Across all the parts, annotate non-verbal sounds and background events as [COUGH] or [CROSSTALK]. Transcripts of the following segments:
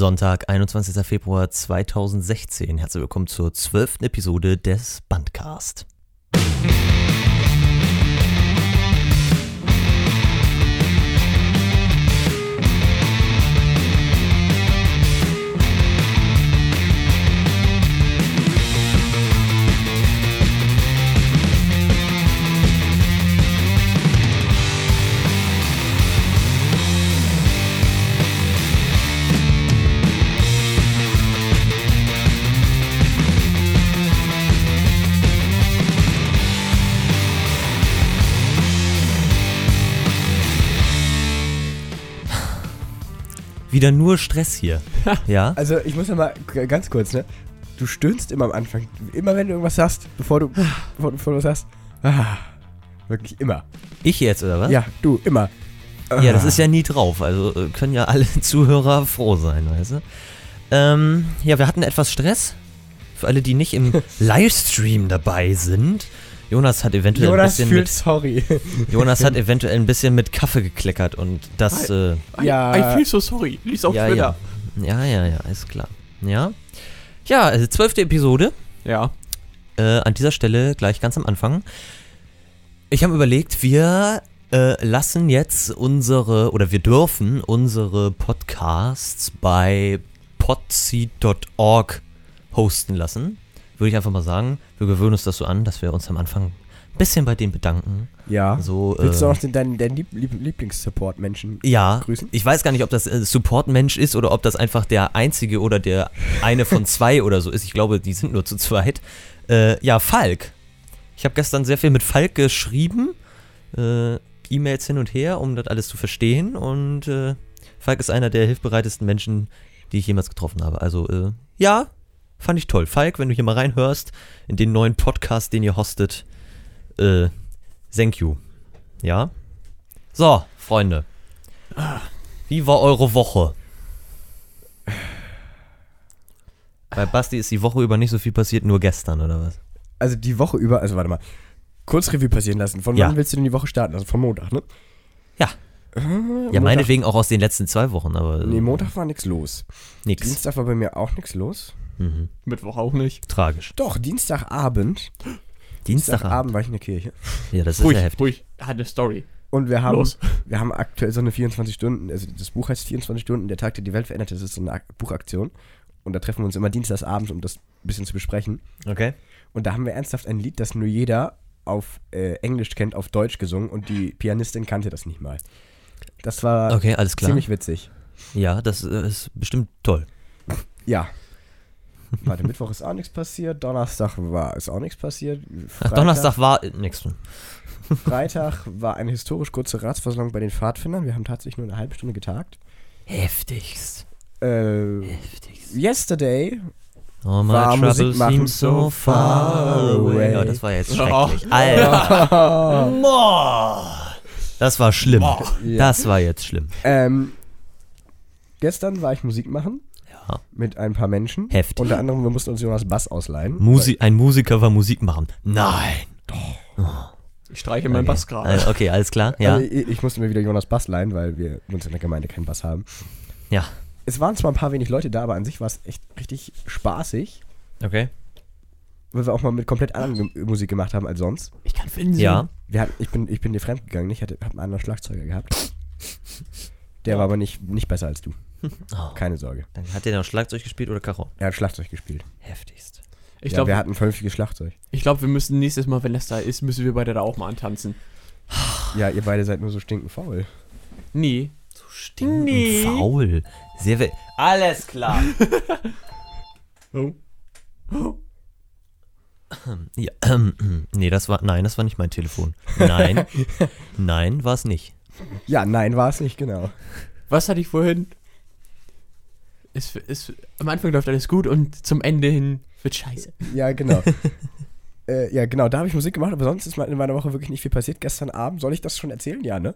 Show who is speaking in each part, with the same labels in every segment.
Speaker 1: Sonntag, 21. Februar 2016. Herzlich willkommen zur zwölften Episode des Bandcast. Wieder nur Stress hier. Ja?
Speaker 2: Also ich muss ja mal g- ganz kurz, ne? Du stöhnst immer am Anfang. Immer wenn du irgendwas sagst, bevor du, bevor, bevor du was sagst. Ah, wirklich immer.
Speaker 1: Ich jetzt, oder was?
Speaker 2: Ja, du, immer.
Speaker 1: Ja, das ist ja nie drauf. Also äh, können ja alle [LAUGHS] Zuhörer froh sein, weißt du? Ähm, ja, wir hatten etwas Stress. Für alle, die nicht im Livestream dabei sind. Jonas hat eventuell
Speaker 2: Jonas
Speaker 1: ein
Speaker 2: fühlt
Speaker 1: bisschen mit,
Speaker 2: sorry. [LAUGHS]
Speaker 1: Jonas hat eventuell ein bisschen mit Kaffee gekleckert und das äh,
Speaker 2: Ja.
Speaker 3: I, I feel so sorry. Lies auf
Speaker 1: ja, ja.
Speaker 3: Twitter.
Speaker 1: Ja, ja, ja, ist klar. Ja. Ja, also zwölfte Episode.
Speaker 3: Ja.
Speaker 1: Äh, an dieser Stelle gleich ganz am Anfang. Ich habe überlegt, wir äh, lassen jetzt unsere, oder wir dürfen unsere Podcasts bei podseed.org hosten lassen. Würde ich einfach mal sagen. Wir gewöhnen uns das so an, dass wir uns am Anfang ein bisschen bei denen bedanken.
Speaker 2: ja.
Speaker 1: So,
Speaker 2: Willst du
Speaker 1: äh,
Speaker 2: auch noch den, deinen, deinen Lieb Lieb Lieblingssupport-Menschen
Speaker 1: ja,
Speaker 2: grüßen?
Speaker 1: ich weiß gar nicht, ob das äh, Support-Mensch ist oder ob das einfach der einzige oder der eine von zwei oder so ist. Ich glaube, die sind nur zu zweit. Äh, ja, Falk. Ich habe gestern sehr viel mit Falk geschrieben. Äh, E-Mails hin und her, um das alles zu verstehen. Und äh, Falk ist einer der hilfbereitesten Menschen, die ich jemals getroffen habe. Also, äh, ja, fand ich toll. Falk, wenn du hier mal reinhörst, in den neuen Podcast, den ihr hostet, äh, thank you. Ja? So, Freunde. Wie war eure Woche? Bei Basti ist die Woche über nicht so viel passiert, nur gestern, oder was?
Speaker 2: Also die Woche über, also warte mal. Kurz Revue passieren lassen. Von
Speaker 1: Ja.
Speaker 2: wann willst du denn die Woche starten? Also von Montag, ne?
Speaker 1: Ja.
Speaker 2: Äh,
Speaker 1: Ja,
Speaker 2: Montag-
Speaker 1: meinetwegen auch aus den letzten zwei Wochen, aber
Speaker 2: Nee, Montag war nichts los.
Speaker 1: nix.
Speaker 2: Dienstag war bei mir auch nichts los.
Speaker 1: Mhm.
Speaker 3: Mittwoch auch nicht.
Speaker 1: Tragisch.
Speaker 2: Doch, Dienstagabend.
Speaker 1: Dienstagabend.
Speaker 2: Dienstagabend war ich in der Kirche.
Speaker 1: Ja, das ist
Speaker 3: Ruhig,
Speaker 1: ja heftig.
Speaker 3: ruhig. Hat eine Story.
Speaker 2: Und wir haben,
Speaker 3: Los.
Speaker 2: wir haben aktuell so eine 24 Stunden, also das Buch heißt 24 Stunden, der Tag, der die Welt verändert, das ist so eine Ak- Buchaktion. Und da treffen wir uns immer dienstags abends, um das ein bisschen zu besprechen.
Speaker 1: Okay.
Speaker 2: Und da haben wir ernsthaft ein Lied, das nur jeder auf äh, Englisch kennt, auf Deutsch gesungen und die Pianistin kannte das nicht mal. Das war
Speaker 1: Okay, alles Oh, klar.
Speaker 2: ziemlich witzig.
Speaker 1: Ja, das äh, ist bestimmt toll.
Speaker 2: Ja. Warte, Mittwoch ist auch nichts passiert, Donnerstag war ist auch nichts passiert.
Speaker 1: Ach,
Speaker 2: Freitag-
Speaker 1: Donnerstag war äh, nix.
Speaker 2: Freitag war eine historisch kurze Ratsversammlung bei den Pfadfindern. Wir haben tatsächlich nur eine halbe Stunde getagt.
Speaker 1: Heftigst.
Speaker 2: Äh,
Speaker 1: Heftigst.
Speaker 2: yesterday
Speaker 1: Oh, my
Speaker 2: War
Speaker 1: trouble
Speaker 2: Musik machen
Speaker 1: seems so
Speaker 2: so
Speaker 1: far
Speaker 2: far
Speaker 1: away.
Speaker 2: away.
Speaker 1: Ja, das war jetzt
Speaker 3: Oh.
Speaker 1: schrecklich. Alter. Boah. Das war schlimm. Das war jetzt schlimm.
Speaker 2: Ähm, gestern war ich Musik machen
Speaker 1: Ja.
Speaker 2: mit ein paar Menschen.
Speaker 1: Heftig.
Speaker 2: Unter anderem, wir mussten uns Jonas Bass ausleihen.
Speaker 1: Musi ein Musiker war Musik machen. Nein.
Speaker 3: Ich streiche meinen Bass gerade.
Speaker 1: Äh, Okay, alles klar.
Speaker 2: Weil-
Speaker 1: Ja.
Speaker 2: Also, ich, ich musste mir wieder Jonas Bass leihen, weil wir uns in der Gemeinde keinen Bass haben.
Speaker 1: Ja.
Speaker 2: Es waren zwar ein paar wenig Leute da, aber an sich war es echt richtig spaßig,
Speaker 1: Okay.
Speaker 2: weil wir auch mal mit komplett anderen Ge- Musik gemacht haben als sonst.
Speaker 3: Ich kann Fernsehen.
Speaker 1: Ja.
Speaker 2: Wir hatten, ich bin, ich bin dir fremdgegangen, ich hatte, hab einen anderen Schlagzeuger gehabt. Der war aber nicht, nicht besser als du.
Speaker 1: Oh.
Speaker 2: Keine Sorge.
Speaker 1: Dann hat der noch Schlagzeug gespielt oder Karo?
Speaker 2: Er hat Schlagzeug gespielt.
Speaker 1: Heftigst.
Speaker 3: Ich
Speaker 2: ja,
Speaker 3: glaube,
Speaker 2: wir
Speaker 3: ja,
Speaker 2: hatten vernünftiges Schlagzeug.
Speaker 3: wir, glaub, wir müssen nächstes Mal, wenn das da ist, müssen wir beide da auch mal antanzen.
Speaker 2: Ja, ihr beide seid nur so stinkend faul.
Speaker 3: Nee.
Speaker 1: So stinkend
Speaker 3: Nee.
Speaker 1: faul. Sehr we Alles klar.
Speaker 3: Oh.
Speaker 1: ja, ähm, nee, das war nein, das war nicht mein Telefon. Nein. nein, war es nicht.
Speaker 2: Ja, nein, war es nicht, genau.
Speaker 3: Was hatte ich vorhin? Es, es, am Anfang läuft alles gut und zum Ende hin wird scheiße.
Speaker 1: [LAUGHS]
Speaker 2: Ja, genau. äh, ja, genau, da habe ich Musik gemacht, aber sonst ist mal in meiner Woche wirklich nicht viel passiert. Gestern Abend, soll ich das schon erzählen? Ja, ne?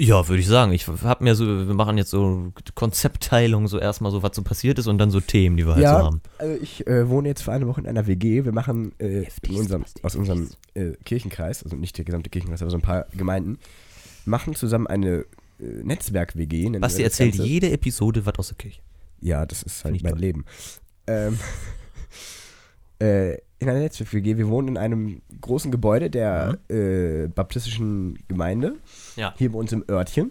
Speaker 1: Ja, würde ich sagen. Ich hab mir so, wir machen jetzt so Konzeptteilung, so erstmal so, was so passiert ist und dann so Themen, die wir halt so
Speaker 2: ja,
Speaker 1: haben.
Speaker 2: also ich äh, wohne jetzt für eine Woche in einer WG. Wir machen äh, in unserem, aus unserem äh, Kirchenkreis, also nicht der gesamte Kirchenkreis, aber so ein paar Gemeinden, machen zusammen eine äh, Netzwerk-WG. nennen wir
Speaker 1: Basti
Speaker 2: das
Speaker 1: erzählt
Speaker 2: Ganze.
Speaker 1: jede Episode was aus der Kirche.
Speaker 2: Ja, das ist
Speaker 1: Finde
Speaker 2: halt
Speaker 1: ich
Speaker 2: mein
Speaker 1: toll.
Speaker 2: Leben. Ähm, [LAUGHS] äh, in einer Netzwerk-WG. Wir wohnen in einem großen Gebäude der
Speaker 1: Mhm.
Speaker 2: äh, baptistischen Gemeinde.
Speaker 1: Ja.
Speaker 2: Hier bei uns im Örtchen.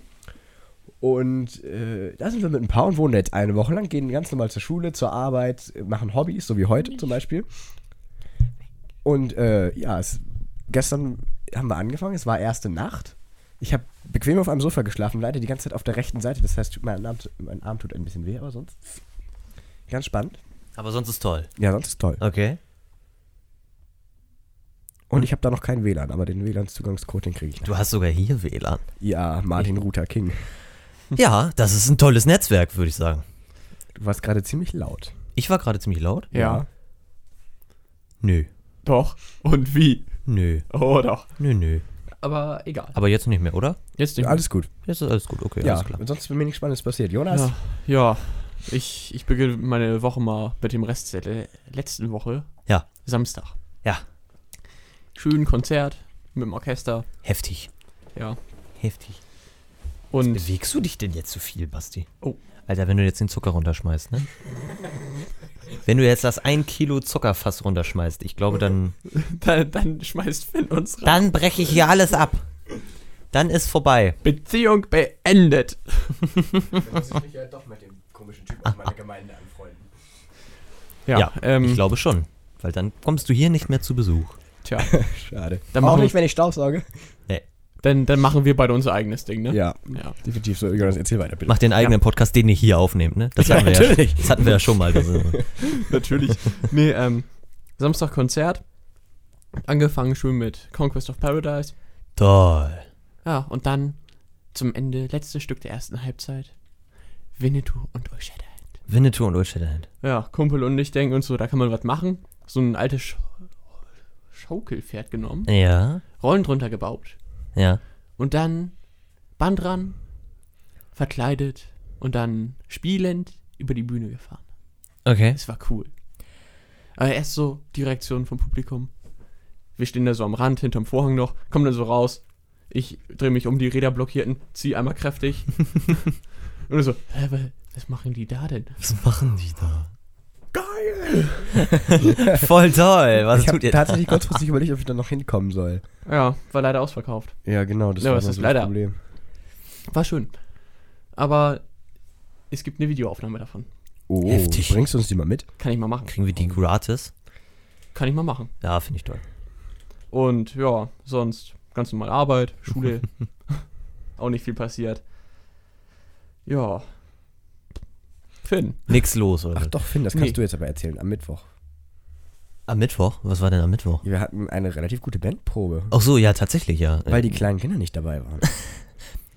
Speaker 2: Und äh, da sind wir mit ein paar und wohnen jetzt eine Woche lang, gehen ganz normal zur Schule, zur Arbeit, äh, machen Hobbys, so wie heute zum Beispiel. Und äh, ja, es, gestern haben wir angefangen, es war erste Nacht. Ich habe bequem auf einem Sofa geschlafen, leider die ganze Zeit auf der rechten Seite. Das heißt, tut mein Arm, mein Arm tut ein bisschen weh, aber sonst ganz spannend.
Speaker 1: Aber sonst ist toll.
Speaker 2: Ja, sonst ist toll.
Speaker 1: Okay.
Speaker 2: Und ich habe da noch keinen WLAN, aber den WLAN-Zugangscode, den kriege ich noch.
Speaker 1: Du hast sogar hier WLAN.
Speaker 2: Ja, Martin Ruther King.
Speaker 1: Ja, das ist ein tolles Netzwerk, würde ich sagen.
Speaker 2: Du warst gerade ziemlich laut.
Speaker 1: Ich war gerade ziemlich laut.
Speaker 3: Ja.
Speaker 1: Nö.
Speaker 3: Doch. Und wie?
Speaker 1: Nö.
Speaker 3: Oh, doch.
Speaker 1: Nö, nö.
Speaker 3: Aber egal.
Speaker 1: Aber jetzt nicht mehr, oder?
Speaker 3: Jetzt
Speaker 2: Ja,
Speaker 3: nicht.
Speaker 2: alles gut.
Speaker 1: Jetzt ist alles gut, okay,
Speaker 2: Ja,
Speaker 1: alles klar.
Speaker 2: sonst ist mir nichts Spannendes passiert. Jonas?
Speaker 3: Ja, ja. Ich, ich beginne meine Woche mal mit dem Rest der le- letzten Woche.
Speaker 1: Ja.
Speaker 3: Samstag.
Speaker 1: Ja.
Speaker 3: Schön Konzert mit dem Orchester.
Speaker 1: Heftig.
Speaker 3: Ja.
Speaker 1: Heftig.
Speaker 3: Und
Speaker 1: Bewegst du dich denn jetzt zu viel, Basti?
Speaker 3: Oh.
Speaker 1: Alter, wenn du jetzt den Zucker runterschmeißt, ne? wenn du jetzt das 1 Kilo Zuckerfass runterschmeißt, ich glaube, dann,
Speaker 3: dann, dann schmeißt Finn uns rein.
Speaker 1: dann breche ich hier alles ab. Dann ist vorbei.
Speaker 3: Beziehung beendet.
Speaker 2: Dann muss ich mich ja doch mit dem komischen Typen aus
Speaker 1: Ah.
Speaker 2: meiner Gemeinde anfreunden.
Speaker 3: Ja,
Speaker 1: Ja, Ich
Speaker 3: ähm,
Speaker 1: glaube schon. Weil dann kommst du hier nicht mehr zu Besuch.
Speaker 3: tja.
Speaker 2: [LAUGHS] Schade.
Speaker 3: Dann
Speaker 2: Auch
Speaker 3: machen
Speaker 2: nicht, wenn ich Staubsauge.
Speaker 3: Dann, dann machen wir beide unser eigenes Ding, ne?
Speaker 2: Ja,
Speaker 3: Ja.
Speaker 2: definitiv so. Jonas, erzähl weiter, bitte.
Speaker 1: Mach den eigenen Podcast, den ihr hier aufnehmt, ne? Das,
Speaker 2: Genau. Ja,
Speaker 1: hatten wir ja,
Speaker 2: natürlich.
Speaker 1: das hatten wir ja schon mal. Das ist,
Speaker 3: Natürlich. nee, ähm, Samstag Konzert. Angefangen schon mit Conquest of Paradise.
Speaker 1: toll.
Speaker 3: Ja, und dann zum Ende, letztes Stück der ersten Halbzeit. Winnetou und Old Shatterhand.
Speaker 1: Winnetou und Old Shatterhand.
Speaker 3: Ja, Kumpel und ich denken uns so, da kann man was machen. So ein altes Sch Schaukelpferd genommen,
Speaker 1: Ja,
Speaker 3: Rollen drunter gebaut.
Speaker 1: ja.
Speaker 3: Und dann Band ran, verkleidet und dann spielend über die Bühne gefahren.
Speaker 1: Okay.
Speaker 3: Es war cool. Aber erst so die Reaktion vom Publikum. Wir stehen da so am Rand, hinterm Vorhang noch, kommen dann so raus. Ich drehe mich um die Räder blockierten, zieh einmal kräftig. Und so, hä, wa- was machen die da denn?
Speaker 1: Was machen die da? Geil! [LAUGHS] Voll toll. Was
Speaker 2: ich
Speaker 1: tut
Speaker 2: habe
Speaker 1: ihr?
Speaker 2: tatsächlich kurzfristig überlegt, ob ich da noch hinkommen soll.
Speaker 3: Ja, war leider ausverkauft.
Speaker 2: Ja, genau, das
Speaker 3: Ja,
Speaker 2: war
Speaker 3: was
Speaker 2: so
Speaker 3: ist
Speaker 2: das
Speaker 3: leider?
Speaker 2: Problem.
Speaker 3: War schön. Aber es gibt eine Videoaufnahme davon.
Speaker 2: Oh,
Speaker 1: Heftig.
Speaker 2: bringst du uns die mal mit?
Speaker 3: Kann ich mal machen.
Speaker 1: Kriegen wir die gratis?
Speaker 3: Kann ich mal machen.
Speaker 1: Ja, finde ich toll.
Speaker 3: Und ja, sonst ganz normal Arbeit,
Speaker 1: [LAUGHS]
Speaker 3: Schule. auch nicht viel passiert. Ja. Finn.
Speaker 1: Nix los, oder?
Speaker 2: Ach
Speaker 1: was?
Speaker 2: doch, Finn, das kannst
Speaker 3: Nee.
Speaker 2: du jetzt aber erzählen, am Mittwoch.
Speaker 1: Am Mittwoch? Was war denn am Mittwoch?
Speaker 2: Wir hatten eine relativ gute Bandprobe,
Speaker 1: Ach so, ja, tatsächlich, ja.
Speaker 2: weil die kleinen Kinder nicht dabei
Speaker 1: [LAUGHS]
Speaker 2: waren.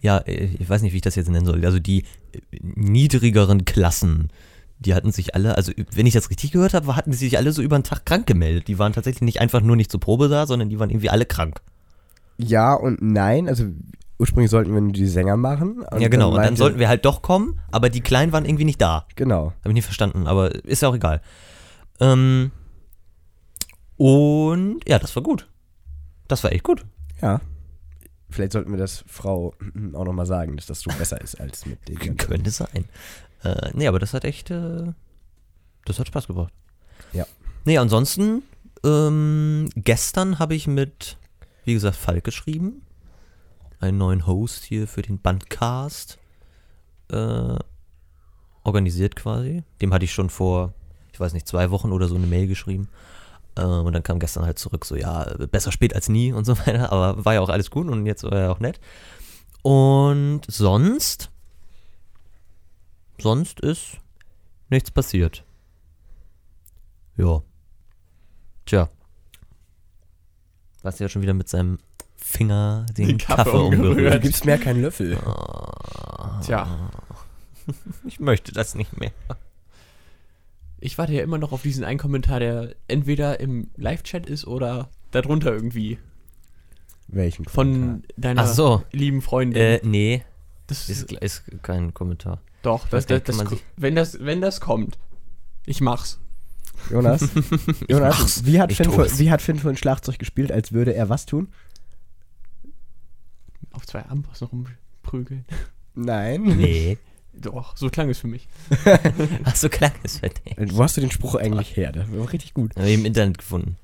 Speaker 1: Ja, äh, ich weiß nicht, wie ich das jetzt nennen soll. Also die äh, niedrigeren Klassen, die hatten sich alle, also äh, wenn ich das richtig gehört habe, hatten sie sich alle so über den Tag krank gemeldet. Die waren tatsächlich nicht einfach nur nicht zur Probe da, sondern die waren irgendwie alle krank.
Speaker 2: ja und nein, also ursprünglich sollten wir nur die Sänger machen.
Speaker 1: ja, genau. Und dann sollten wir halt doch kommen, aber die Kleinen waren irgendwie nicht da.
Speaker 2: Genau.
Speaker 1: Habe ich nicht verstanden, aber ist ja auch egal. Ähm, und ja, das war gut. Das war echt gut.
Speaker 2: Ja. Vielleicht sollten wir das Frau [CLEARS THROAT] auch nochmal sagen, dass das so besser ist als mit den
Speaker 1: K-
Speaker 2: ganzen-
Speaker 1: [LAUGHS] Könnte sein. Äh, nee, aber das hat echt, äh, das hat Spaß gebracht.
Speaker 2: Ja.
Speaker 1: Nee, ansonsten, ähm, gestern habe ich mit, wie gesagt, Falk geschrieben. Einen neuen Host hier für den Bandcast. Äh, organisiert quasi. Dem hatte ich schon vor, ich weiß nicht, zwei Wochen oder so eine Mail geschrieben. Ähm, und dann kam gestern halt zurück, so, ja, besser spät als nie und so [LAUGHS] weiter. Aber war ja auch alles gut und jetzt war ja auch nett. Und sonst sonst ist nichts passiert. Ja. Tja. Basti hat schon wieder mit seinem Finger den
Speaker 3: Die Kappe
Speaker 1: Kaffee
Speaker 3: umgerührt.
Speaker 1: umgerührt.
Speaker 2: Du gibst mir ja keinen Löffel.
Speaker 1: Ah.
Speaker 3: Tja,
Speaker 1: Ich möchte das nicht mehr.
Speaker 3: ich warte ja immer noch auf diesen einen Kommentar, der entweder im Live-Chat ist oder darunter irgendwie
Speaker 2: Welchen?
Speaker 3: von deiner
Speaker 1: Ach so.
Speaker 3: lieben Freundin.
Speaker 1: Äh, nee,
Speaker 3: das
Speaker 1: ist, ist kein
Speaker 3: [LAUGHS]
Speaker 1: Kommentar.
Speaker 3: doch, das,
Speaker 1: weiß
Speaker 3: das,
Speaker 1: nicht,
Speaker 3: das,
Speaker 1: kann man sich-
Speaker 3: wenn das, wenn das kommt, ich mach's.
Speaker 2: Jonas, Jonas
Speaker 1: mach's.
Speaker 2: wie, hat
Speaker 1: Ich
Speaker 2: Finn
Speaker 1: tu
Speaker 2: vor,
Speaker 1: es.
Speaker 2: wie hat Finn vorhin Schlagzeug gespielt, als würde er was tun?
Speaker 3: Auf zwei Armbrüsten rumprügeln.
Speaker 2: Nein.
Speaker 1: Nee.
Speaker 3: Doch, so klang es für mich.
Speaker 1: Ach so, klang es für dich.
Speaker 2: Äh, Wo hast du den Spruch eigentlich her? Der war richtig gut.
Speaker 1: Hab ich im Internet gefunden.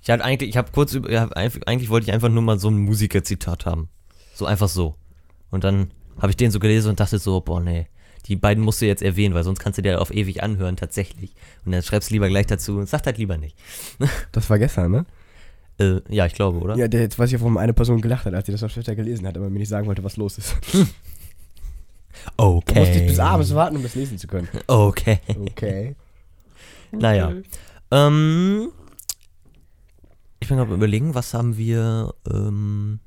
Speaker 1: Ich hatte eigentlich, ich habe kurz über, ich hab einf- eigentlich wollte ich einfach nur mal so ein Musikerzitat haben. So einfach so. Und dann habe ich den so gelesen und dachte so, boah, nee, die beiden musst du jetzt erwähnen, weil sonst kannst du dir auf ewig anhören, tatsächlich. Und dann schreibst du lieber gleich dazu und sagt halt lieber nicht.
Speaker 2: Das war gestern, ne?
Speaker 1: Äh, ja, ich glaube, oder?
Speaker 2: Ja, der, jetzt weiß ich, warum eine Person gelacht hat, als sie das auf Twitter gelesen hat, aber mir nicht sagen wollte, was los ist.
Speaker 1: Okay.
Speaker 2: Du musstest bis abends warten, um das lesen zu können.
Speaker 1: Okay.
Speaker 2: Okay.
Speaker 1: Naja.
Speaker 3: Okay.
Speaker 1: Ähm, ich bin gerade überlegen, was haben wir ähm,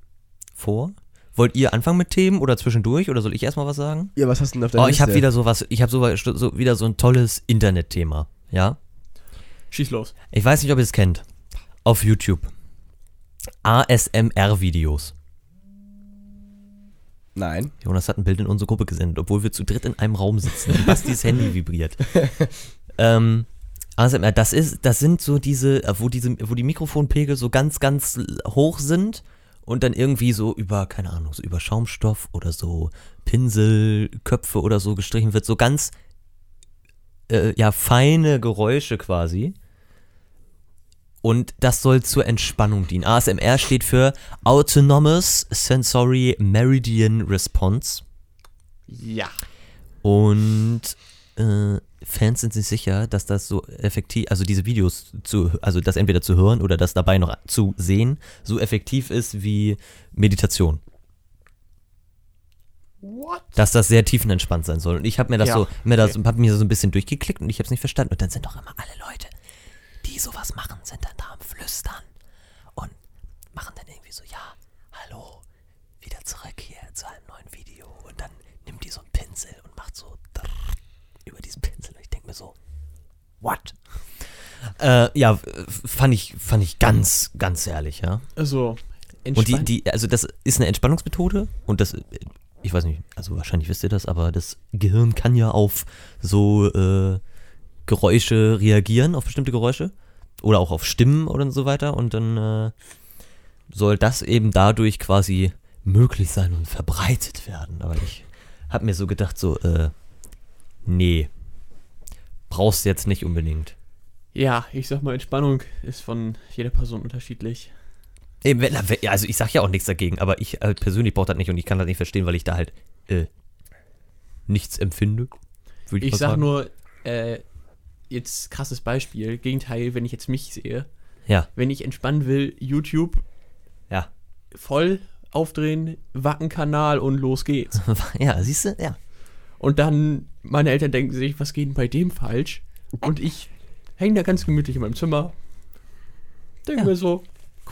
Speaker 1: vor? Wollt ihr anfangen mit Themen oder zwischendurch oder soll ich erstmal was sagen?
Speaker 2: [LAUGHS] Ja, was hast du denn auf deiner
Speaker 1: Oh, ich habe
Speaker 2: Liste?
Speaker 1: wieder sowas, ich habe sowas- so, wieder so ein tolles Internetthema, ja?
Speaker 3: Schieß los.
Speaker 1: Ich weiß nicht, ob ihr es kennt. Auf YouTube. ASMR-Videos.
Speaker 2: Nein.
Speaker 1: Jonas hat ein Bild in unsere Gruppe gesendet, obwohl wir zu dritt in einem Raum sitzen. und Bastis Handy vibriert. ähm, ASMR, das ist, das sind so diese, äh, wo diese, wo die Mikrofonpegel so ganz, ganz l- hoch sind und dann irgendwie so über, keine Ahnung, so über Schaumstoff oder so Pinselköpfe oder so gestrichen wird, so ganz äh, ja feine Geräusche quasi. Und das soll zur Entspannung dienen. ASMR steht für Autonomous Sensory Meridian Response.
Speaker 3: Ja.
Speaker 1: Und äh, Fans sind sich sicher, dass das so effektiv, also diese Videos zu, also das entweder zu hören oder das dabei noch zu sehen, so effektiv ist wie Meditation.
Speaker 3: What?
Speaker 1: Dass das sehr tiefenentspannt sein soll. Und ich habe mir das
Speaker 3: Ja,
Speaker 1: so, mir das,
Speaker 3: okay.
Speaker 1: hab mir so ein bisschen durchgeklickt und ich habe es nicht verstanden. Und dann sind doch immer alle Leute, die sowas machen, sind dann da am Flüstern und machen dann irgendwie so, ja, hallo, wieder zurück hier zu einem neuen Video. Und dann nimmt die so einen Pinsel und macht so über diesen Pinsel. Und ich denke mir so, what? Äh, ja, f- fand ich, fand ich ganz, ganz ehrlich, ja.
Speaker 3: Also,
Speaker 1: Und die,
Speaker 3: entspannt.
Speaker 1: die, also das ist eine Entspannungsmethode und das, ich weiß nicht, also wahrscheinlich wisst ihr das, aber das Gehirn kann ja auf so äh, Geräusche reagieren, auf bestimmte Geräusche oder auch auf Stimmen oder so weiter und dann äh, soll das eben dadurch quasi möglich sein und verbreitet werden. Aber ich habe mir so gedacht, so, äh, nee, brauchst du jetzt nicht unbedingt.
Speaker 3: ja, ich sag mal, Entspannung ist von jeder Person unterschiedlich.
Speaker 1: Eben, wenn- wenn- Also ich sag ja auch nichts dagegen, aber ich äh, persönlich brauche das nicht und ich kann das nicht verstehen, weil ich da halt äh, nichts empfinde. Würd
Speaker 3: Ich
Speaker 1: mal
Speaker 3: sag
Speaker 1: sagen.
Speaker 3: nur, äh, jetzt krasses Beispiel. Gegenteil, wenn ich jetzt mich sehe.
Speaker 1: Ja,
Speaker 3: Wenn ich entspannen will, YouTube
Speaker 1: ja.
Speaker 3: voll aufdrehen, Wackenkanal und los geht's.
Speaker 1: [LAUGHS] ja, siehst du? Ja.
Speaker 3: Und dann, meine Eltern denken sich, was geht denn bei dem falsch? Und ich hänge da ganz gemütlich in meinem Zimmer. Denke
Speaker 1: Ja.
Speaker 3: mir so,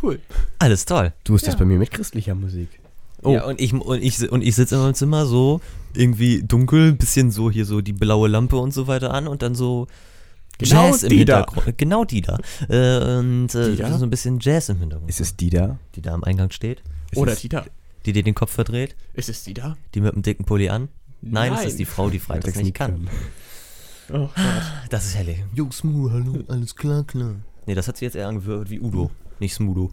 Speaker 3: cool.
Speaker 1: Alles toll.
Speaker 2: Du bist
Speaker 3: Ja.
Speaker 2: das bei mir mit christlicher Musik.
Speaker 3: Oh.
Speaker 1: Ja, und ich, und ich, und ich sitze in meinem Zimmer so irgendwie dunkel, bisschen so hier so die blaue Lampe und so weiter an und dann so
Speaker 3: Genau
Speaker 1: Jazz im
Speaker 3: die da.
Speaker 1: Hintergrund. Genau die da. Äh, und äh,
Speaker 3: Die da?
Speaker 1: so ein bisschen Jazz im Hintergrund.
Speaker 2: Ist es die da?
Speaker 1: die da am Eingang steht,
Speaker 2: Ist
Speaker 3: Oder
Speaker 2: es-
Speaker 3: die da.
Speaker 1: die dir den Kopf verdreht,
Speaker 3: Ist es die da?
Speaker 1: die mit dem dicken Pulli an. Nein, es ist die Frau, die
Speaker 2: Weil
Speaker 1: freitags
Speaker 2: das
Speaker 1: nicht kann.
Speaker 3: Oh Gott.
Speaker 1: Das ist herrlich.
Speaker 4: Jo, Smu, hallo, alles klar, klar.
Speaker 1: Nee, das hat sie jetzt eher angehört wie Udo, nicht Smudo.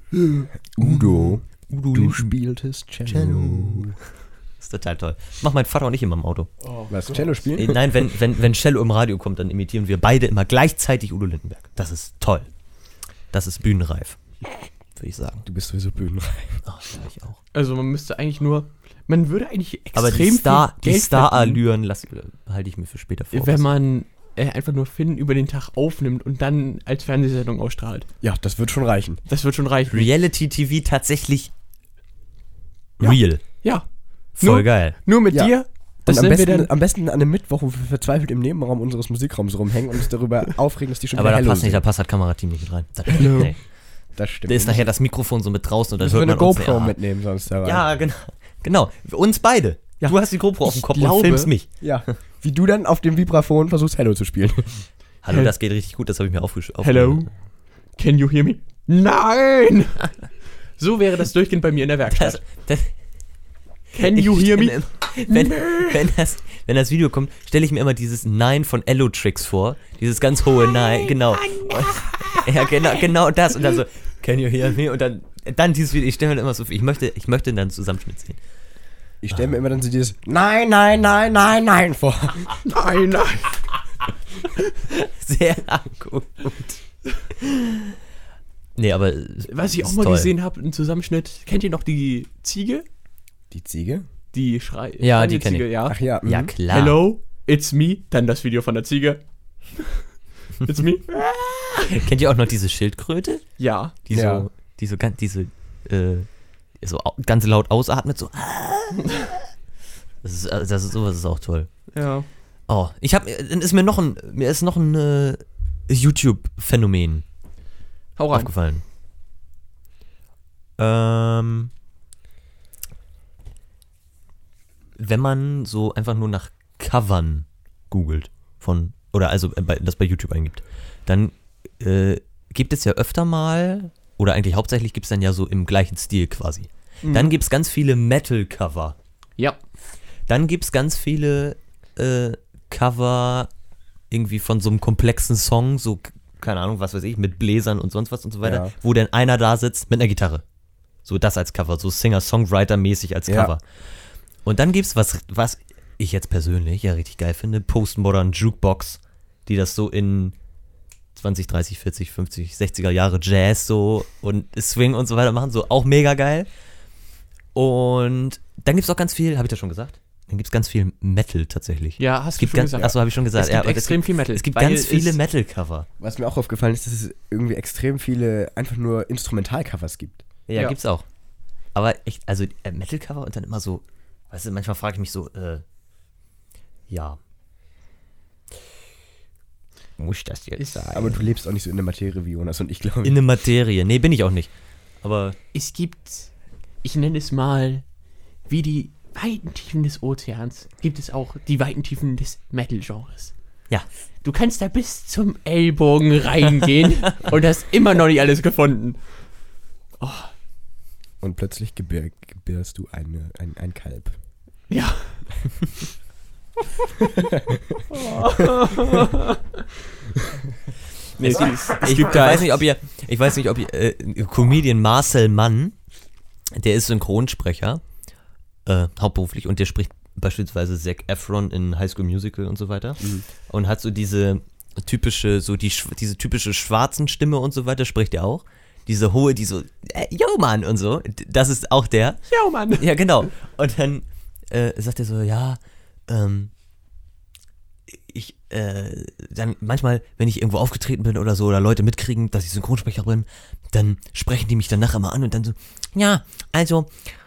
Speaker 2: Udo,
Speaker 1: Udo
Speaker 2: Mhm. du spieltest Cello.
Speaker 4: Cello.
Speaker 1: [LAUGHS] ist total toll. Mach mein Vater und ich immer im Auto.
Speaker 3: Oh
Speaker 2: Was, Cello
Speaker 1: Äh,
Speaker 2: spielen?
Speaker 1: Nein, wenn, wenn, wenn Cello im Radio kommt, dann imitieren wir beide immer gleichzeitig Udo Lindenberg. Das ist toll. Das ist bühnenreif. Würde ich sagen.
Speaker 2: Du bist sowieso
Speaker 1: ne?
Speaker 2: bühnenreif.
Speaker 1: Ach, ja, ich auch.
Speaker 3: Also man müsste eigentlich nur, man würde eigentlich extrem
Speaker 1: Aber die Star,
Speaker 3: viel
Speaker 1: die
Speaker 3: Geld verdienen,
Speaker 1: Star-Allüren lass- äh, halte ich mir für später vor.
Speaker 3: wenn man äh, einfach nur Finn über den Tag aufnimmt und dann als Fernsehsendung ausstrahlt.
Speaker 2: Ja, das wird schon reichen.
Speaker 3: Das wird schon reichen.
Speaker 1: Reality-TV tatsächlich
Speaker 3: Ja.
Speaker 1: real.
Speaker 3: Ja.
Speaker 1: Voll
Speaker 3: nur,
Speaker 1: geil.
Speaker 3: nur mit
Speaker 2: Ja.
Speaker 3: dir.
Speaker 2: Und
Speaker 3: Das
Speaker 2: am
Speaker 3: sind wir
Speaker 2: besten,
Speaker 3: dann.
Speaker 2: am besten an einem Mittwoch, wo wir verzweifelt im Nebenraum unseres Musikraums rumhängen und
Speaker 1: [LAUGHS]
Speaker 2: uns darüber aufregen, dass die schon
Speaker 1: Aber
Speaker 2: wieder
Speaker 1: da
Speaker 2: Hello
Speaker 1: passt nicht, da
Speaker 2: singen.
Speaker 1: passt das Kamerateam nicht mit rein. Das, nee.
Speaker 2: Das stimmt.
Speaker 1: da
Speaker 3: Mhm.
Speaker 1: ist nachher das Mikrofon so mit draußen und dann
Speaker 2: Müssen wir
Speaker 1: hört
Speaker 2: eine
Speaker 1: man uns nicht.
Speaker 2: GoPro
Speaker 1: Ah,
Speaker 2: mitnehmen sonst dabei.
Speaker 1: Ja, genau. Genau. Uns beide. Du hast die GoPro auf dem
Speaker 3: Ich
Speaker 1: Kopf und
Speaker 3: glaube-
Speaker 1: filmst mich.
Speaker 2: Ja. Wie du dann auf dem Vibraphon versuchst, Hello zu spielen.
Speaker 1: Hallo,
Speaker 3: Hel-
Speaker 1: das geht richtig gut, das habe ich mir aufgeschrieben.
Speaker 3: Hello? Can you hear me? Nein! [LAUGHS] so wäre das durchgehend bei mir in der Werkstatt.
Speaker 1: Das, das,
Speaker 3: Can you hear me?
Speaker 1: [LAUGHS] Wenn, wenn, das, wenn das Video kommt, stelle ich mir immer dieses Nein von Ello Tricks vor. Dieses ganz hohe Nein, genau. Ja, genau, genau das. Und dann so, can you hear me? Und dann, dann dieses Video, ich stelle mir immer so, ich möchte, ich möchte dann einen Zusammenschnitt sehen.
Speaker 2: Ich stelle mir immer dann so dieses Nein, nein, nein, nein, nein
Speaker 1: [LAUGHS]
Speaker 2: vor.
Speaker 3: Nein, nein.
Speaker 1: Sehr [LAUGHS] gut. Nee, aber.
Speaker 3: Was ich auch
Speaker 1: ist
Speaker 3: mal
Speaker 1: toll.
Speaker 3: gesehen habe, ein Zusammenschnitt. Kennt ihr noch die Ziege?
Speaker 2: Die Ziege?
Speaker 3: Die schreit.
Speaker 1: Ja, die kenn ich.
Speaker 3: Ja.
Speaker 2: Ach ja.
Speaker 1: Ja,
Speaker 2: mhm.
Speaker 1: klar.
Speaker 3: Hello, it's me. Dann das Video von der [LAUGHS] Ziege. it's me.
Speaker 1: Kennt ihr auch noch diese Schildkröte?
Speaker 3: Ja.
Speaker 1: Die
Speaker 2: Ja.
Speaker 1: so, die so ganz, diese, äh, so au- ganz laut ausatmet, so. Das ist, äh, das ist sowas ist auch toll.
Speaker 3: Ja.
Speaker 1: Oh, ich habe dann ist mir noch ein mir ist noch ein äh, YouTube Phänomen
Speaker 3: Hau rein.
Speaker 1: aufgefallen. Ähm, wenn man so einfach nur nach Covern googelt von oder also äh, bei, das bei YouTube eingibt, dann äh, gibt es ja öfter mal oder eigentlich hauptsächlich gibt es dann ja so im gleichen Stil quasi.
Speaker 3: Mhm.
Speaker 1: Dann gibt es ganz viele Metal-Cover.
Speaker 3: Ja.
Speaker 1: Dann gibt es ganz viele äh, Cover irgendwie von so einem komplexen Song, so, k- keine Ahnung, was weiß ich, mit Bläsern und sonst was und so weiter,
Speaker 2: Ja.
Speaker 1: wo dann einer da sitzt mit einer Gitarre. So das als Cover, so Singer-Songwriter-mäßig als
Speaker 2: Ja.
Speaker 1: Cover. Und dann gibt es was, was ich jetzt persönlich ja richtig geil finde, Postmodern Jukebox, die das so in 20, 30, 40, 50, 60er Jahre Jazz so und Swing und so weiter machen, so auch mega geil. Und dann gibt es auch ganz viel, habe ich das schon gesagt? Dann gibt es ganz viel Metal tatsächlich.
Speaker 3: Ja,
Speaker 1: Es
Speaker 3: hast du
Speaker 1: gibt
Speaker 3: schon
Speaker 1: ganz,
Speaker 3: gesagt.
Speaker 1: achso, habe ich schon gesagt.
Speaker 3: Es gibt
Speaker 1: ja, aber
Speaker 3: extrem
Speaker 1: es gibt,
Speaker 3: viel Metal,
Speaker 1: Es gibt
Speaker 3: weil
Speaker 1: ganz
Speaker 3: es-
Speaker 1: viele Metal-Cover.
Speaker 2: Was mir auch aufgefallen ist, dass es irgendwie extrem viele einfach nur Instrumentalcovers gibt.
Speaker 1: Ja,
Speaker 3: Ja.
Speaker 1: gibt's auch. Aber echt, also äh, Metal-Cover und dann immer so, weißt du, manchmal frage ich mich so, äh, ja. Muss das jetzt
Speaker 3: Ist-
Speaker 1: sein?
Speaker 2: Aber du lebst auch nicht so in der Materie wie Jonas und ich, glaube
Speaker 1: In
Speaker 2: ich.
Speaker 1: eine Materie. Nee, bin ich auch nicht. Aber
Speaker 3: Es gibt, ich nenne es mal, wie die weiten Tiefen des Ozeans, gibt es auch die weiten Tiefen des Metal-Genres.
Speaker 1: ja,
Speaker 3: Du kannst da bis zum Ellbogen [LAUGHS] reingehen und hast immer noch nicht alles gefunden.
Speaker 2: Und plötzlich gebär, gebärst du eine, ein, ein Kalb.
Speaker 3: Ja. nee, es, es, es
Speaker 1: ich
Speaker 3: gibt da
Speaker 1: weiß nicht, ob ihr, ich weiß nicht, ob ihr, äh, Comedian Marcel Mann, der ist Synchronsprecher, äh, hauptberuflich, und der spricht beispielsweise Zac Efron in High School Musical und so weiter
Speaker 3: Mhm.
Speaker 1: und hat so diese typische, so die, sch- diese typische schwarzen Stimme und so weiter, spricht er auch. Diese hohe, die so, äh, yo Mann und so, D- das ist auch der.
Speaker 3: Ja, Mann.
Speaker 1: Ja, genau. Und dann äh, sagt er so, ja, ähm, ich, äh, dann manchmal, wenn ich irgendwo aufgetreten bin oder so, oder Leute mitkriegen, dass ich Synchronsprecher bin, dann sprechen die mich danach immer an und dann so, ja, also,